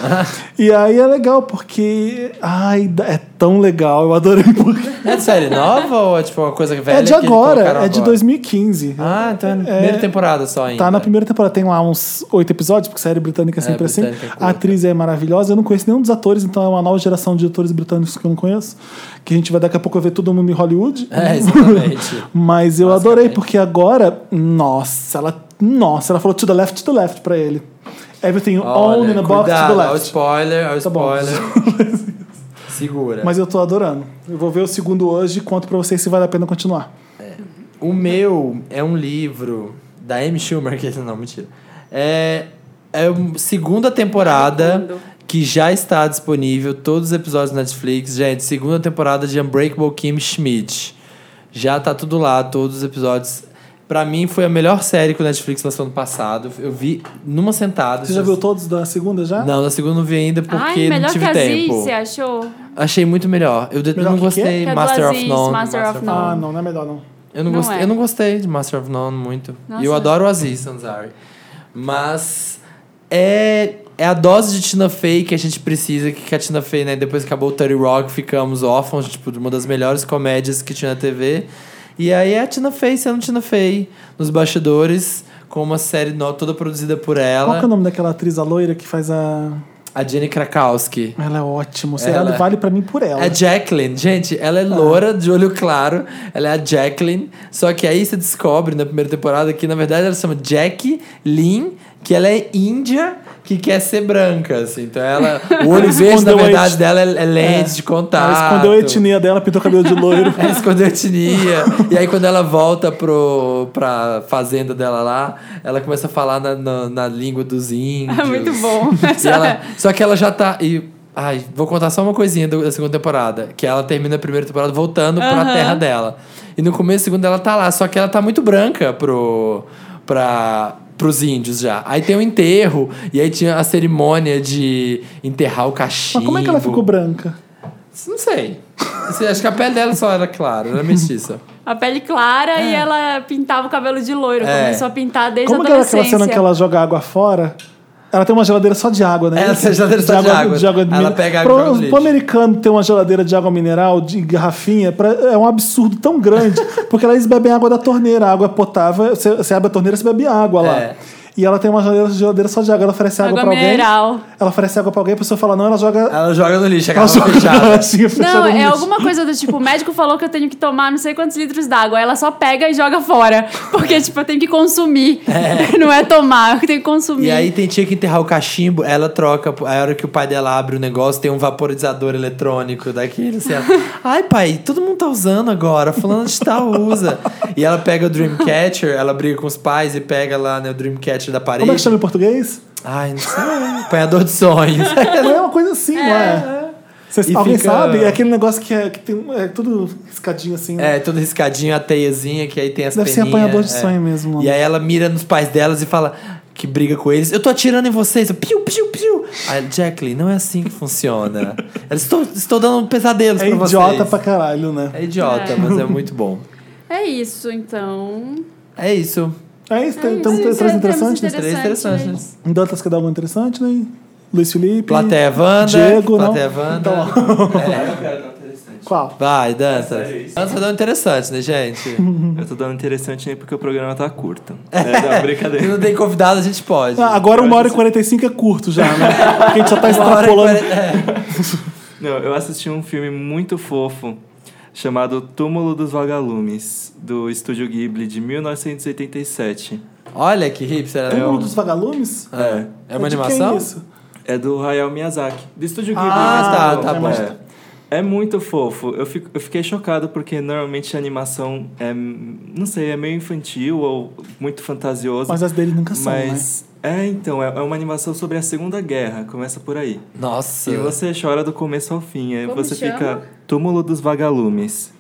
[SPEAKER 1] e aí é legal, porque. Ai, é tão legal. Eu adorei. Porque...
[SPEAKER 2] É de série nova ou é tipo uma coisa velha?
[SPEAKER 1] é de
[SPEAKER 2] que eles
[SPEAKER 1] agora,
[SPEAKER 2] colocaram
[SPEAKER 1] é de
[SPEAKER 2] agora?
[SPEAKER 1] 2015.
[SPEAKER 2] Ah, então é na primeira temporada só ainda.
[SPEAKER 1] Tá na primeira temporada, tem lá uns oito episódios, porque série britânica é sempre assim.
[SPEAKER 2] britânica é curta.
[SPEAKER 1] a atriz é maravilhosa, eu não conheço nenhum dos atores, então é uma nova geração de atores britânicos que eu não conheço. Que a gente vai daqui a pouco ver todo mundo em Hollywood.
[SPEAKER 2] É, exatamente.
[SPEAKER 1] Mas eu adorei,
[SPEAKER 2] Basicamente.
[SPEAKER 1] porque agora, nossa, ela. Nossa, ela falou to the left, to the left pra ele. Everything on
[SPEAKER 2] Olha,
[SPEAKER 1] in a box to the
[SPEAKER 2] cuidado, ao
[SPEAKER 1] left.
[SPEAKER 2] spoiler, ao
[SPEAKER 1] Tá bom.
[SPEAKER 2] spoiler. Segura.
[SPEAKER 1] Mas eu tô adorando. Eu vou ver o segundo hoje e conto pra vocês se vale a pena continuar.
[SPEAKER 2] O meu é um livro da Amy Schumer, que não, mentira. É, é uma segunda temporada que já está disponível, todos os episódios na Netflix. Gente, segunda temporada de Unbreakable Kim Schmidt. Já tá tudo lá, todos os episódios. Pra mim, foi a melhor série que o Netflix lançou no passado. Eu vi numa sentada.
[SPEAKER 1] Você já viu todos da segunda já?
[SPEAKER 2] Não, na segunda não vi ainda porque
[SPEAKER 3] Ai,
[SPEAKER 2] não
[SPEAKER 3] melhor
[SPEAKER 2] tive
[SPEAKER 3] que a Aziz,
[SPEAKER 2] tempo.
[SPEAKER 3] você achou?
[SPEAKER 2] Achei muito melhor. Eu de-
[SPEAKER 1] Melhor
[SPEAKER 2] não
[SPEAKER 1] que quê?
[SPEAKER 2] gostei.
[SPEAKER 3] Que a do
[SPEAKER 2] Master of
[SPEAKER 3] Aziz,
[SPEAKER 2] None.
[SPEAKER 3] Master of None.
[SPEAKER 1] Ah, não, não é melhor não.
[SPEAKER 2] Eu não,
[SPEAKER 3] Não
[SPEAKER 2] gostei,
[SPEAKER 3] é.
[SPEAKER 2] eu não gostei de Master of None muito.
[SPEAKER 3] Nossa.
[SPEAKER 2] E eu adoro o Aziz Ansari. Mas é, é a dose de Tina Fey que a gente precisa, que que a Tina Fey, né, depois que acabou o 30 Rock, ficamos órfãos, tipo, de uma das melhores comédias que tinha na TV. E aí é a Tina Fey sendo Tina Fey nos bastidores, com uma série no- toda produzida por
[SPEAKER 1] Qual é
[SPEAKER 2] ela. é
[SPEAKER 1] que é o nome daquela atriz, a loira, que faz a.
[SPEAKER 2] A Jenny Krakowski.
[SPEAKER 1] Ela é ótima. Você
[SPEAKER 2] Ela-
[SPEAKER 1] ela vale pra mim por ela.
[SPEAKER 2] A É Jacqueline, gente, ela é
[SPEAKER 1] Tá.
[SPEAKER 2] loura, de olho claro. Ela é a Jacqueline. Só que aí você descobre na primeira temporada que, na verdade, ela se chama Jack Lynn, que ela é índia, que quer ser branca, assim. Então ela. O olho verde, na
[SPEAKER 1] Escondeu a
[SPEAKER 2] verdade,
[SPEAKER 1] etnia.
[SPEAKER 2] dela é, é lente de contato.
[SPEAKER 1] Ela escondeu a etnia dela, pintou o cabelo de loiro.
[SPEAKER 2] Ela escondeu É, a etnia. e aí, quando ela volta pro, pra fazenda dela lá, ela começa a falar na, na, na língua dos índios.
[SPEAKER 3] É muito bom. é.
[SPEAKER 2] E ela- só que ela já tá. E, ai, vou contar só uma coisinha do- da segunda temporada. Que ela termina a primeira temporada voltando pra terra dela. E no começo da segunda ela tá lá, só que ela tá muito branca pro. pra pros índios já. Aí tem o enterro, e aí tinha a cerimônia de enterrar o cachimbo.
[SPEAKER 1] Mas como é que ela ficou branca?
[SPEAKER 2] Não sei. Assim, Acho que a pele dela só era clara, era mestiça.
[SPEAKER 3] A pele clara e ela pintava o cabelo de loiro.
[SPEAKER 2] É.
[SPEAKER 3] Começou a pintar desde
[SPEAKER 1] É. como
[SPEAKER 3] a
[SPEAKER 1] que era
[SPEAKER 3] adolescência.
[SPEAKER 1] aquela cena que ela joga água fora? Ela tem uma geladeira só de água, né?
[SPEAKER 2] Ela tem geladeira só de água. Ela
[SPEAKER 1] mineral.
[SPEAKER 2] pega água e joga
[SPEAKER 1] Pro-
[SPEAKER 2] no lixo.
[SPEAKER 1] Pro americano ter uma geladeira de água mineral, de garrafinha, pra- é um absurdo tão grande. porque eles bebem água da torneira, água é potável. Você, você abre a torneira, você bebe água lá.
[SPEAKER 2] É.
[SPEAKER 1] E ela tem uma geladeira, geladeira só de água. Ela oferece água,
[SPEAKER 3] Água
[SPEAKER 1] pra alguém.
[SPEAKER 3] mineral.
[SPEAKER 1] Ela oferece água pra alguém, a pessoa fala não, ela joga...
[SPEAKER 2] Ela joga no lixo, a
[SPEAKER 1] ela
[SPEAKER 2] garrafa
[SPEAKER 1] joga a
[SPEAKER 2] fechada.
[SPEAKER 1] latinha fechada
[SPEAKER 3] Não,
[SPEAKER 1] no
[SPEAKER 3] é
[SPEAKER 1] lixo.
[SPEAKER 3] alguma coisa do tipo, o médico falou que eu tenho que tomar não sei quantos litros d'água. Aí Ela só pega e joga fora. Porque, tipo, eu tenho que consumir. Não é tomar, eu tenho que consumir.
[SPEAKER 2] E aí tem, tinha que enterrar o cachimbo, ela troca. A hora que o pai dela abre o negócio, tem um vaporizador eletrônico daquele. Assim, ela, Ai, pai, todo mundo tá usando agora. Fulano de tal usa. E ela pega o Dreamcatcher, ela briga com os pais e pega lá né, o Dreamcatcher da parede.
[SPEAKER 1] Como é que chama em português?
[SPEAKER 2] Ai, não sei. Apanhador de sonhos.
[SPEAKER 1] Mas é uma coisa assim, não é? Cês-
[SPEAKER 2] E
[SPEAKER 1] alguém
[SPEAKER 2] fica-
[SPEAKER 1] sabe? É aquele negócio que é, que tem, é tudo escadinho assim. né?
[SPEAKER 2] É, todo riscadinho, a teiazinha, que aí tem as
[SPEAKER 1] Deve ser
[SPEAKER 2] peninhas,
[SPEAKER 1] apanhador de
[SPEAKER 2] é.
[SPEAKER 1] sonho mesmo,
[SPEAKER 2] E
[SPEAKER 1] né?
[SPEAKER 2] aí ela mira nos pais delas e fala que briga com eles. Eu tô atirando em vocês. Eu, piu, piu, piu. Aí, Jacqueline, não é assim que funciona. Ela, estou, estou dando pesadelos
[SPEAKER 1] É
[SPEAKER 2] pra vocês.
[SPEAKER 1] idiota pra caralho, né?
[SPEAKER 2] É idiota,
[SPEAKER 3] É.
[SPEAKER 2] mas é muito bom.
[SPEAKER 3] É isso, então.
[SPEAKER 2] É isso.
[SPEAKER 1] É isso, tem,
[SPEAKER 3] É
[SPEAKER 1] tem
[SPEAKER 3] isso,
[SPEAKER 1] três
[SPEAKER 3] temos
[SPEAKER 1] interessantes. Né?
[SPEAKER 3] interessantes.
[SPEAKER 2] Três interessantes. né?
[SPEAKER 1] Ainda outras que dá alguma interessante, né? Luiz Felipe.
[SPEAKER 2] Plateia Wanda.
[SPEAKER 1] Diego, não? Então,
[SPEAKER 2] Plateia Wanda. É.
[SPEAKER 1] Qual?
[SPEAKER 2] Vai, dança. Dança dá um interessante, né, gente?
[SPEAKER 8] Eu tô dando interessante aí porque o programa tá curto. É, não,
[SPEAKER 2] Se
[SPEAKER 8] brincadeira.
[SPEAKER 2] não tem convidado, a gente pode.
[SPEAKER 1] Ah, agora uma hora e 45 é curto já, né? Porque a gente já tá
[SPEAKER 2] Uma hora e
[SPEAKER 1] extrapolando.
[SPEAKER 2] quarenta- é.
[SPEAKER 8] Não, eu assisti um filme muito fofo chamado Túmulo dos Vagalumes, do Estúdio Ghibli, de 1987.
[SPEAKER 2] Olha que hipster.
[SPEAKER 1] Todo
[SPEAKER 2] né?
[SPEAKER 1] mundo É um dos vagalumes?
[SPEAKER 8] É.
[SPEAKER 2] É uma
[SPEAKER 1] de quem
[SPEAKER 2] animação?
[SPEAKER 1] isso?
[SPEAKER 8] É do Hayao Miyazaki, do Estúdio Ghibli.
[SPEAKER 2] Ah,
[SPEAKER 8] mesmo.
[SPEAKER 2] tá, tá bom.
[SPEAKER 8] É. É muito fofo. Eu, fico- eu fiquei chocado porque normalmente a animação é, não sei, é meio infantil ou muito fantasioso.
[SPEAKER 1] Mas as dele nunca são,
[SPEAKER 8] Mas- É, então, é é uma animação sobre a Segunda Guerra, começa por aí.
[SPEAKER 2] Nossa.
[SPEAKER 8] E você chora do começo ao fim, aí
[SPEAKER 3] Como
[SPEAKER 8] você
[SPEAKER 3] chama?
[SPEAKER 8] fica Túmulo dos Vagalumes.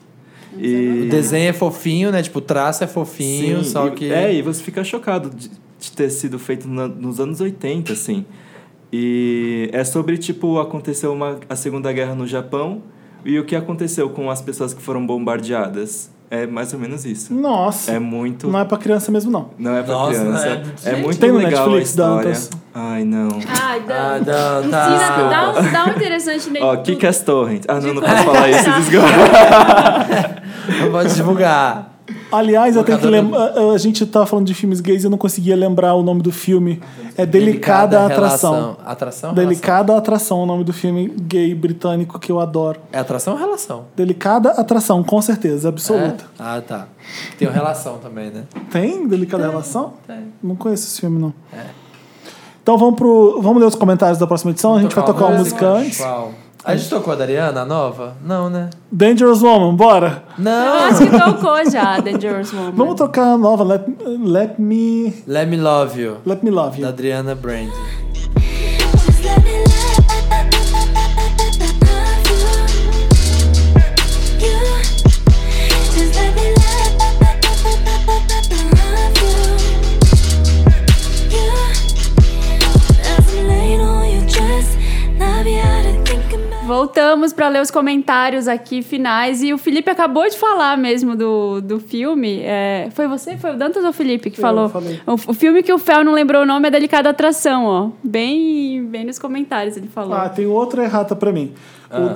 [SPEAKER 8] E...
[SPEAKER 2] O desenho é fofinho, né? Tipo, o traço é fofinho,
[SPEAKER 8] Sim,
[SPEAKER 2] só
[SPEAKER 8] e-
[SPEAKER 2] que.
[SPEAKER 8] É, e você fica chocado de, de ter sido feito na- nos anos 80, assim. E é sobre, tipo, aconteceu uma, a Segunda Guerra no Japão e o que aconteceu com as pessoas que foram bombardeadas. É mais ou menos isso.
[SPEAKER 1] né? Nossa.
[SPEAKER 8] É muito...
[SPEAKER 1] Não é pra criança mesmo, não.
[SPEAKER 8] Não é pra
[SPEAKER 2] Nossa,
[SPEAKER 8] criança.
[SPEAKER 2] é-
[SPEAKER 8] É,
[SPEAKER 2] Gente,
[SPEAKER 8] muito
[SPEAKER 1] tem no
[SPEAKER 8] legal
[SPEAKER 1] Netflix,
[SPEAKER 8] a história.
[SPEAKER 1] Dantas.
[SPEAKER 8] Ai, não.
[SPEAKER 2] Ah,
[SPEAKER 3] Ai, Dan.
[SPEAKER 2] não, tá.
[SPEAKER 3] Ensina, dá, um, dá um interessante nele.
[SPEAKER 8] Ó,
[SPEAKER 3] tudo.
[SPEAKER 2] é?
[SPEAKER 8] Kick as Torrent. Ah, não, não posso falar isso. desculpa.
[SPEAKER 2] Não pode divulgar.
[SPEAKER 1] Aliás, eu tenho que
[SPEAKER 2] Locadora-
[SPEAKER 1] lembrar. A, a gente tava falando de filmes gays e eu não conseguia lembrar o nome do filme. É Delicada, Atração.
[SPEAKER 2] Relação. Atração? Delicada.
[SPEAKER 1] Delicada Atração, é o nome do filme gay britânico que eu adoro.
[SPEAKER 2] É atração ou relação?
[SPEAKER 1] Delicada Atração, com certeza, absoluta.
[SPEAKER 2] É? Ah, tá. Tem uma relação também, né?
[SPEAKER 1] É? Tem É. Delicada Relação? Não conheço esse filme, não. Então vamos pro. Vamos ler os comentários da próxima edição. a gente vai tocar uma música antes.
[SPEAKER 2] Qual? A gente tocou a Dariana, a nova? Não, né?
[SPEAKER 1] Dangerous Woman, bora!
[SPEAKER 3] Eu
[SPEAKER 2] Não!
[SPEAKER 3] acho que tocou já, Dangerous Woman.
[SPEAKER 1] Vamos tocar a nova, let, Let Me.
[SPEAKER 2] Let Me Love You,
[SPEAKER 1] Let Me Love
[SPEAKER 2] da
[SPEAKER 1] You.
[SPEAKER 2] Adriana Brand.
[SPEAKER 7] Just let me love you. You. Just let me love you. You. As I'm laying on your chest, I'll be out of thinking about.
[SPEAKER 3] voltamos para ler os comentários aqui finais. E o Felipe acabou de falar mesmo do, do filme. É, foi você? Foi o Dantas ou o Felipe que
[SPEAKER 1] Eu
[SPEAKER 3] falou?
[SPEAKER 1] falei.
[SPEAKER 3] O, o filme que o Fel não lembrou o nome é Delicada Atração, ó. Bem, bem nos comentários ele falou.
[SPEAKER 1] Ah, tem outra errata pra mim.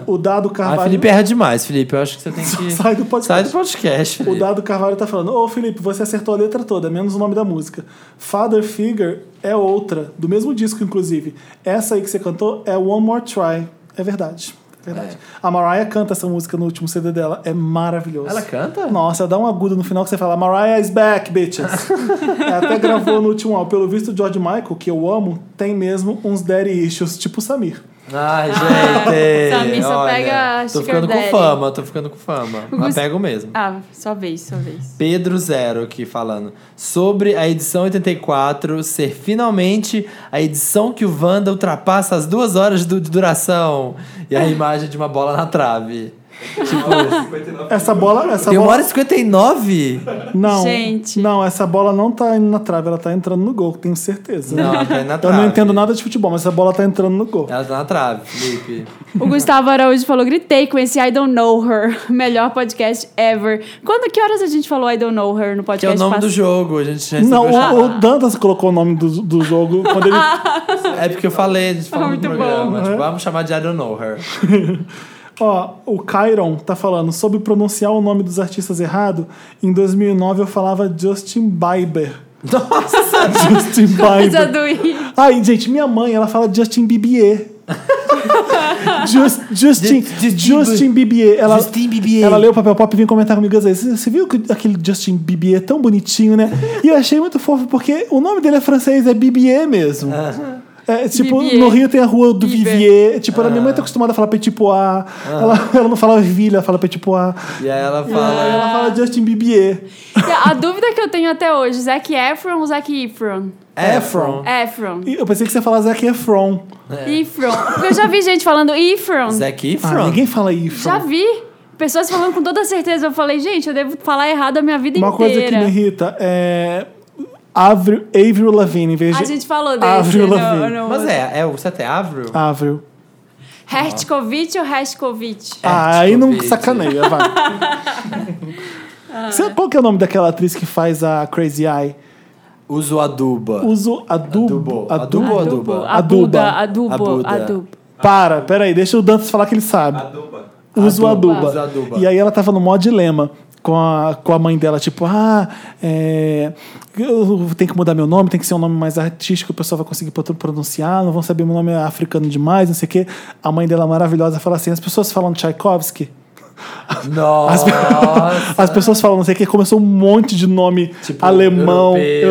[SPEAKER 1] O, o Dado Carvalho.
[SPEAKER 2] Ah, Felipe erra demais, Felipe. Eu acho que você tem que.
[SPEAKER 1] Sai do podcast.
[SPEAKER 2] Sai do podcast,
[SPEAKER 1] O
[SPEAKER 2] Felipe.
[SPEAKER 1] Dado Carvalho tá falando: Ô Felipe, você acertou a letra toda, menos o nome da música. Father Figure é outra, do mesmo disco, inclusive. Essa aí que você cantou é One More Try. É verdade. é Verdade. A Mariah canta essa música no último CD dela. É maravilhoso.
[SPEAKER 2] Ela canta?
[SPEAKER 1] Nossa, dá um agudo no final que você fala Mariah is back, bitches. Ela até gravou no último álbum. Pelo visto, o George Michael, que eu amo, tem mesmo uns daddy issues, tipo o Samir.
[SPEAKER 2] Ai, gente.
[SPEAKER 3] Ah, Samir só
[SPEAKER 2] olha,
[SPEAKER 3] pega
[SPEAKER 2] Tô
[SPEAKER 3] sugar
[SPEAKER 2] ficando
[SPEAKER 3] daddy.
[SPEAKER 2] com fama, tô ficando com fama. Mas
[SPEAKER 3] Gus-
[SPEAKER 2] pego mesmo.
[SPEAKER 3] Ah, só vez, só vez.
[SPEAKER 2] Pedro Zero aqui falando sobre a edição 84 ser finalmente a edição que o Wanda ultrapassa as duas horas do- de duração e a imagem de uma bola na trave.
[SPEAKER 1] Essa bola. Essa
[SPEAKER 2] Tem uma
[SPEAKER 1] bola...
[SPEAKER 2] hora e 59?
[SPEAKER 1] Não,
[SPEAKER 3] Gente.
[SPEAKER 1] não, essa bola não tá indo na trave, ela tá entrando no gol, tenho certeza.
[SPEAKER 2] Não, ela tá indo na
[SPEAKER 1] Eu não
[SPEAKER 2] trave.
[SPEAKER 1] entendo nada de futebol, mas essa bola tá entrando no gol.
[SPEAKER 2] Ela tá na trave, Felipe.
[SPEAKER 3] O Gustavo Araújo falou: gritei com esse I don't know her. Melhor podcast ever. Quando que horas a gente falou I don't know her no
[SPEAKER 2] Que é
[SPEAKER 3] podcast?
[SPEAKER 2] o nome
[SPEAKER 3] pass-
[SPEAKER 2] do jogo, a gente já recebeu
[SPEAKER 1] Não,
[SPEAKER 2] já-
[SPEAKER 1] o, o Dantas colocou o nome do, do jogo quando ele.
[SPEAKER 2] É porque eu falei, a gente falou
[SPEAKER 3] Ah, Muito
[SPEAKER 2] no programa.
[SPEAKER 1] bom.
[SPEAKER 2] Tipo, vamos chamar de I don't know her.
[SPEAKER 1] Ó, o Kyron tá falando sobre pronunciar o nome dos artistas errado. Em 2009 eu falava Justin Bieber.
[SPEAKER 2] Nossa!
[SPEAKER 1] Justin
[SPEAKER 3] Coisa
[SPEAKER 1] Bieber.
[SPEAKER 3] do I.
[SPEAKER 1] Ai, gente, minha mãe, ela fala Justin Bibier. Just- Justin,
[SPEAKER 2] Ju- Ju-
[SPEAKER 1] Justin Bibier. Ela,
[SPEAKER 2] Justin Bibier.
[SPEAKER 1] Ela leu o papel pop e vinha comentar comigo às vezes. Você viu que aquele Justin Bibier tão bonitinho, né? E eu achei muito fofo, porque o nome dele é francês, é Bibier mesmo. É, tipo,
[SPEAKER 3] Bibier.
[SPEAKER 1] no Rio tem a rua do
[SPEAKER 3] Biber.
[SPEAKER 1] Vivier. Tipo, a minha mãe tá acostumada a falar Petit Pois. Ela, ela não fala Ville, ela fala Petit Pois.
[SPEAKER 2] E aí ela
[SPEAKER 1] Aí
[SPEAKER 3] Ah.
[SPEAKER 2] fala.
[SPEAKER 1] ela fala Justin Bibier.
[SPEAKER 3] A dúvida que eu tenho até hoje: Zac Efron ou Zac Efron?
[SPEAKER 1] É.
[SPEAKER 2] É, Efron.
[SPEAKER 3] Efron.
[SPEAKER 1] E Eu pensei que você ia falar Zac Efron.
[SPEAKER 2] É.
[SPEAKER 3] Efron. Porque eu já vi gente falando Efron.
[SPEAKER 2] Zac
[SPEAKER 1] Ah,
[SPEAKER 2] Efron.
[SPEAKER 1] ninguém fala Efron.
[SPEAKER 3] Já vi. Pessoas falando com toda certeza. Eu falei, gente, eu devo falar errado a minha vida
[SPEAKER 1] Uma coisa que
[SPEAKER 3] inteira.
[SPEAKER 1] me irrita é. Avril, Avril Lavigne, em vez de.
[SPEAKER 3] a gente falou desse.
[SPEAKER 1] Avril
[SPEAKER 3] no-
[SPEAKER 1] Lavigne.
[SPEAKER 3] no-
[SPEAKER 2] Mas é, é o certo é Avril?
[SPEAKER 1] Avril.
[SPEAKER 3] Hertkovic ou Hertkovic?
[SPEAKER 1] Ah, aí não
[SPEAKER 2] Covid.
[SPEAKER 1] sacaneia, vai. Sabe qual que é o nome daquela atriz que faz a Crazy Eye?
[SPEAKER 2] Uso aduba.
[SPEAKER 1] Uso adubo.
[SPEAKER 2] Adubo. Adubo ou aduba?
[SPEAKER 3] Aduba.
[SPEAKER 1] Aduba.
[SPEAKER 3] Adubo.
[SPEAKER 2] Abuda.
[SPEAKER 3] Adubo.
[SPEAKER 1] Para, peraí, deixa o Dantas falar que ele sabe.
[SPEAKER 8] Aduba.
[SPEAKER 1] Uso
[SPEAKER 2] Aduba.
[SPEAKER 1] aduba.
[SPEAKER 2] Uso aduba.
[SPEAKER 1] E aí ela tava no maior dilema com a, com a mãe dela, tipo, ah, é, eu tenho que mudar meu nome, tem que ser um nome mais artístico, o pessoal vai conseguir pro- pronunciar, não vão saber meu nome é africano demais, não sei o quê. A mãe dela maravilhosa fala assim, as pessoas falam Tchaikovsky, as, pe-
[SPEAKER 2] Nossa!
[SPEAKER 1] as pessoas falam não sei o quê, começou um monte de nome
[SPEAKER 2] Tipo,
[SPEAKER 1] alemão,
[SPEAKER 2] europeu,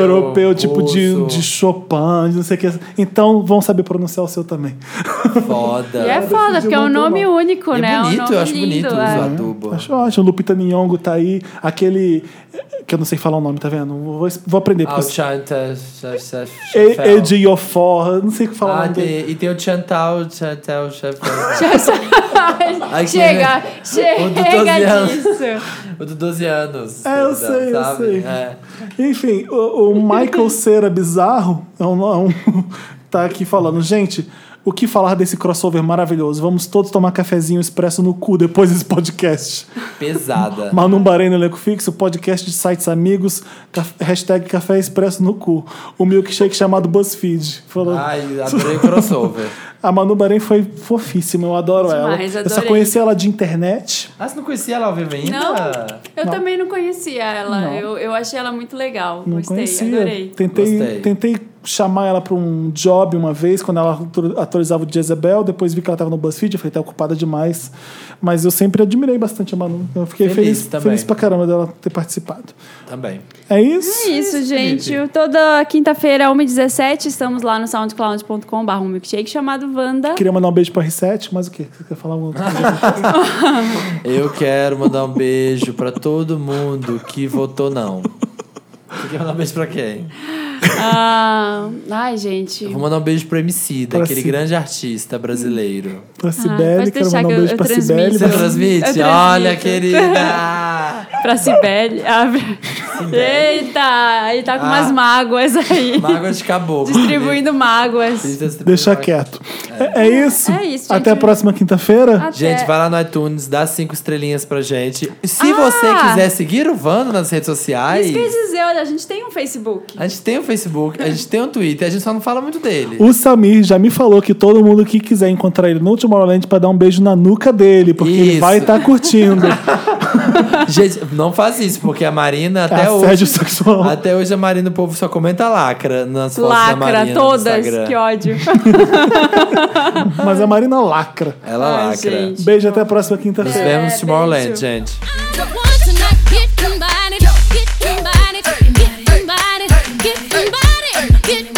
[SPEAKER 1] europeu, tipo de,
[SPEAKER 2] russo.
[SPEAKER 1] de Chopin, de não sei o quê. Então vão saber pronunciar o seu também.
[SPEAKER 2] Foda.
[SPEAKER 3] E é foda, porque é um
[SPEAKER 1] muito
[SPEAKER 3] nome
[SPEAKER 1] bom.
[SPEAKER 3] único,
[SPEAKER 2] E
[SPEAKER 3] né? É
[SPEAKER 2] é
[SPEAKER 3] um
[SPEAKER 2] bonito,
[SPEAKER 3] nome
[SPEAKER 2] eu acho bonito
[SPEAKER 3] lindo,
[SPEAKER 2] o
[SPEAKER 3] é.
[SPEAKER 2] uso adubo.
[SPEAKER 1] Acho ótimo. Lupita Nyong'o tá aí. Aquele... Que eu não sei falar o nome, tá vendo? Vou, vou aprender.
[SPEAKER 2] Ah, o
[SPEAKER 1] Porque
[SPEAKER 2] Chantal.
[SPEAKER 1] eu- E- Ediofor, não sei o que falar o
[SPEAKER 2] Ah,
[SPEAKER 1] nome dele.
[SPEAKER 2] tem- e tem o Chantal, Chantal, Chefel. Ai, que-
[SPEAKER 3] chega,
[SPEAKER 2] O do 12
[SPEAKER 3] chega
[SPEAKER 2] anos.
[SPEAKER 3] disso.
[SPEAKER 2] O de 12 anos.
[SPEAKER 1] É, eu
[SPEAKER 2] sabe?
[SPEAKER 1] sei, eu sei.
[SPEAKER 2] É.
[SPEAKER 1] Enfim, o, o Michael Cera Bizarro é um, é um- tá aqui falando. Gente, o que falar desse crossover maravilhoso? Vamos todos tomar cafezinho expresso no cu depois desse podcast.
[SPEAKER 2] Pesada.
[SPEAKER 1] Manu Bahrein no elenco fixo, podcast de sites amigos, caf- hashtag café expresso no cu. O milkshake chamado BuzzFeed. Falou.
[SPEAKER 2] Ai, adorei o crossover.
[SPEAKER 1] A Manu Bahrein foi fofíssima, eu adoro
[SPEAKER 3] Demais,
[SPEAKER 1] ela. Eu só
[SPEAKER 3] adorei.
[SPEAKER 1] conheci ela de internet.
[SPEAKER 2] Ah, você não conhecia ela ao vivo ainda?
[SPEAKER 3] Não, eu
[SPEAKER 1] Não.
[SPEAKER 3] também não conhecia ela.
[SPEAKER 1] Não.
[SPEAKER 3] Eu, eu achei ela muito legal.
[SPEAKER 1] Não
[SPEAKER 3] Gostei,
[SPEAKER 1] conhecia.
[SPEAKER 3] adorei.
[SPEAKER 1] Tentei,
[SPEAKER 2] Gostei.
[SPEAKER 1] tentei chamar ela pra um job uma vez, quando ela atu- atualizava o Jezebel. Depois vi que ela tava no BuzzFeed, eu falei, tá ocupada demais. Mas eu sempre admirei bastante a Manu. Eu fiquei
[SPEAKER 2] Feliz
[SPEAKER 1] feliz, feliz,
[SPEAKER 2] também.
[SPEAKER 1] pra caramba dela ter participado.
[SPEAKER 2] Também.
[SPEAKER 1] É isso?
[SPEAKER 3] É isso, gente. Toda quinta-feira, 1h17, estamos lá no soundcloud.com.br um milkshake chamado Wanda.
[SPEAKER 1] Queria mandar um beijo pra Reset, mas o quê? Você quer falar alguma coisa?
[SPEAKER 2] Eu quero mandar um beijo pra todo mundo que votou não. Você quer mandar um beijo pra quem?
[SPEAKER 3] Ah, ai, gente.
[SPEAKER 2] Vou mandar um beijo pro MC,
[SPEAKER 1] Pra
[SPEAKER 2] daquele
[SPEAKER 1] Cida.
[SPEAKER 2] grande artista brasileiro.
[SPEAKER 1] Pra
[SPEAKER 3] Ah,
[SPEAKER 1] Sibeli, quero
[SPEAKER 3] pode deixar
[SPEAKER 1] mandar um
[SPEAKER 3] que eu-
[SPEAKER 1] beijo
[SPEAKER 3] eu
[SPEAKER 1] pra Sibeli.
[SPEAKER 3] transmito.
[SPEAKER 2] Você
[SPEAKER 1] pra-
[SPEAKER 2] transmite?
[SPEAKER 3] transmito.
[SPEAKER 2] Olha, querida!
[SPEAKER 3] Pra Cibele. Ah, Eita, ele tá com
[SPEAKER 2] Ah.
[SPEAKER 3] umas mágoas aí.
[SPEAKER 2] Mágoa é né? de caboclo.
[SPEAKER 3] Distribuindo mágoas.
[SPEAKER 2] Precisa distribuir
[SPEAKER 1] Deixar
[SPEAKER 2] mágoa.
[SPEAKER 1] quieto. É, é isso?
[SPEAKER 3] É isso, gente.
[SPEAKER 1] Até a próxima quinta-feira.
[SPEAKER 2] Gente,
[SPEAKER 3] Até-
[SPEAKER 2] vai lá no iTunes, dá cinco estrelinhas pra gente. E Se
[SPEAKER 3] É. Ah!
[SPEAKER 2] você quiser seguir o Vando nas redes sociais,
[SPEAKER 3] Isso quer dizer, olha, a gente tem um Facebook.
[SPEAKER 2] a gente tem o Facebook, a gente tem o Twitter, a gente só não fala muito dele.
[SPEAKER 1] O Samir já me falou que todo mundo que quiser encontrar ele no Tomorrowland pra dar um beijo na nuca dele, porque ele
[SPEAKER 2] Isso.
[SPEAKER 1] vai estar curtindo.
[SPEAKER 2] Gente, não faz isso, porque a Marina
[SPEAKER 3] Tá
[SPEAKER 2] até
[SPEAKER 1] Assédio
[SPEAKER 2] hoje.
[SPEAKER 1] sexual.
[SPEAKER 2] Até hoje a Marina, o povo só comenta lacra nas fotos da Marina.
[SPEAKER 3] Lacra,
[SPEAKER 2] no
[SPEAKER 3] todas.
[SPEAKER 2] Instagram.
[SPEAKER 3] Que ódio.
[SPEAKER 1] Mas a Marina lacra.
[SPEAKER 2] Ela
[SPEAKER 3] Ai,
[SPEAKER 2] lacra.
[SPEAKER 3] gente. É,
[SPEAKER 1] Beijo até a próxima
[SPEAKER 2] Nos
[SPEAKER 1] quinta-feira.
[SPEAKER 2] vemos no Tomorrowland,
[SPEAKER 3] beijo.
[SPEAKER 2] gente.
[SPEAKER 7] Don't want to not get invited, get invited, get invited, get invited, get invited.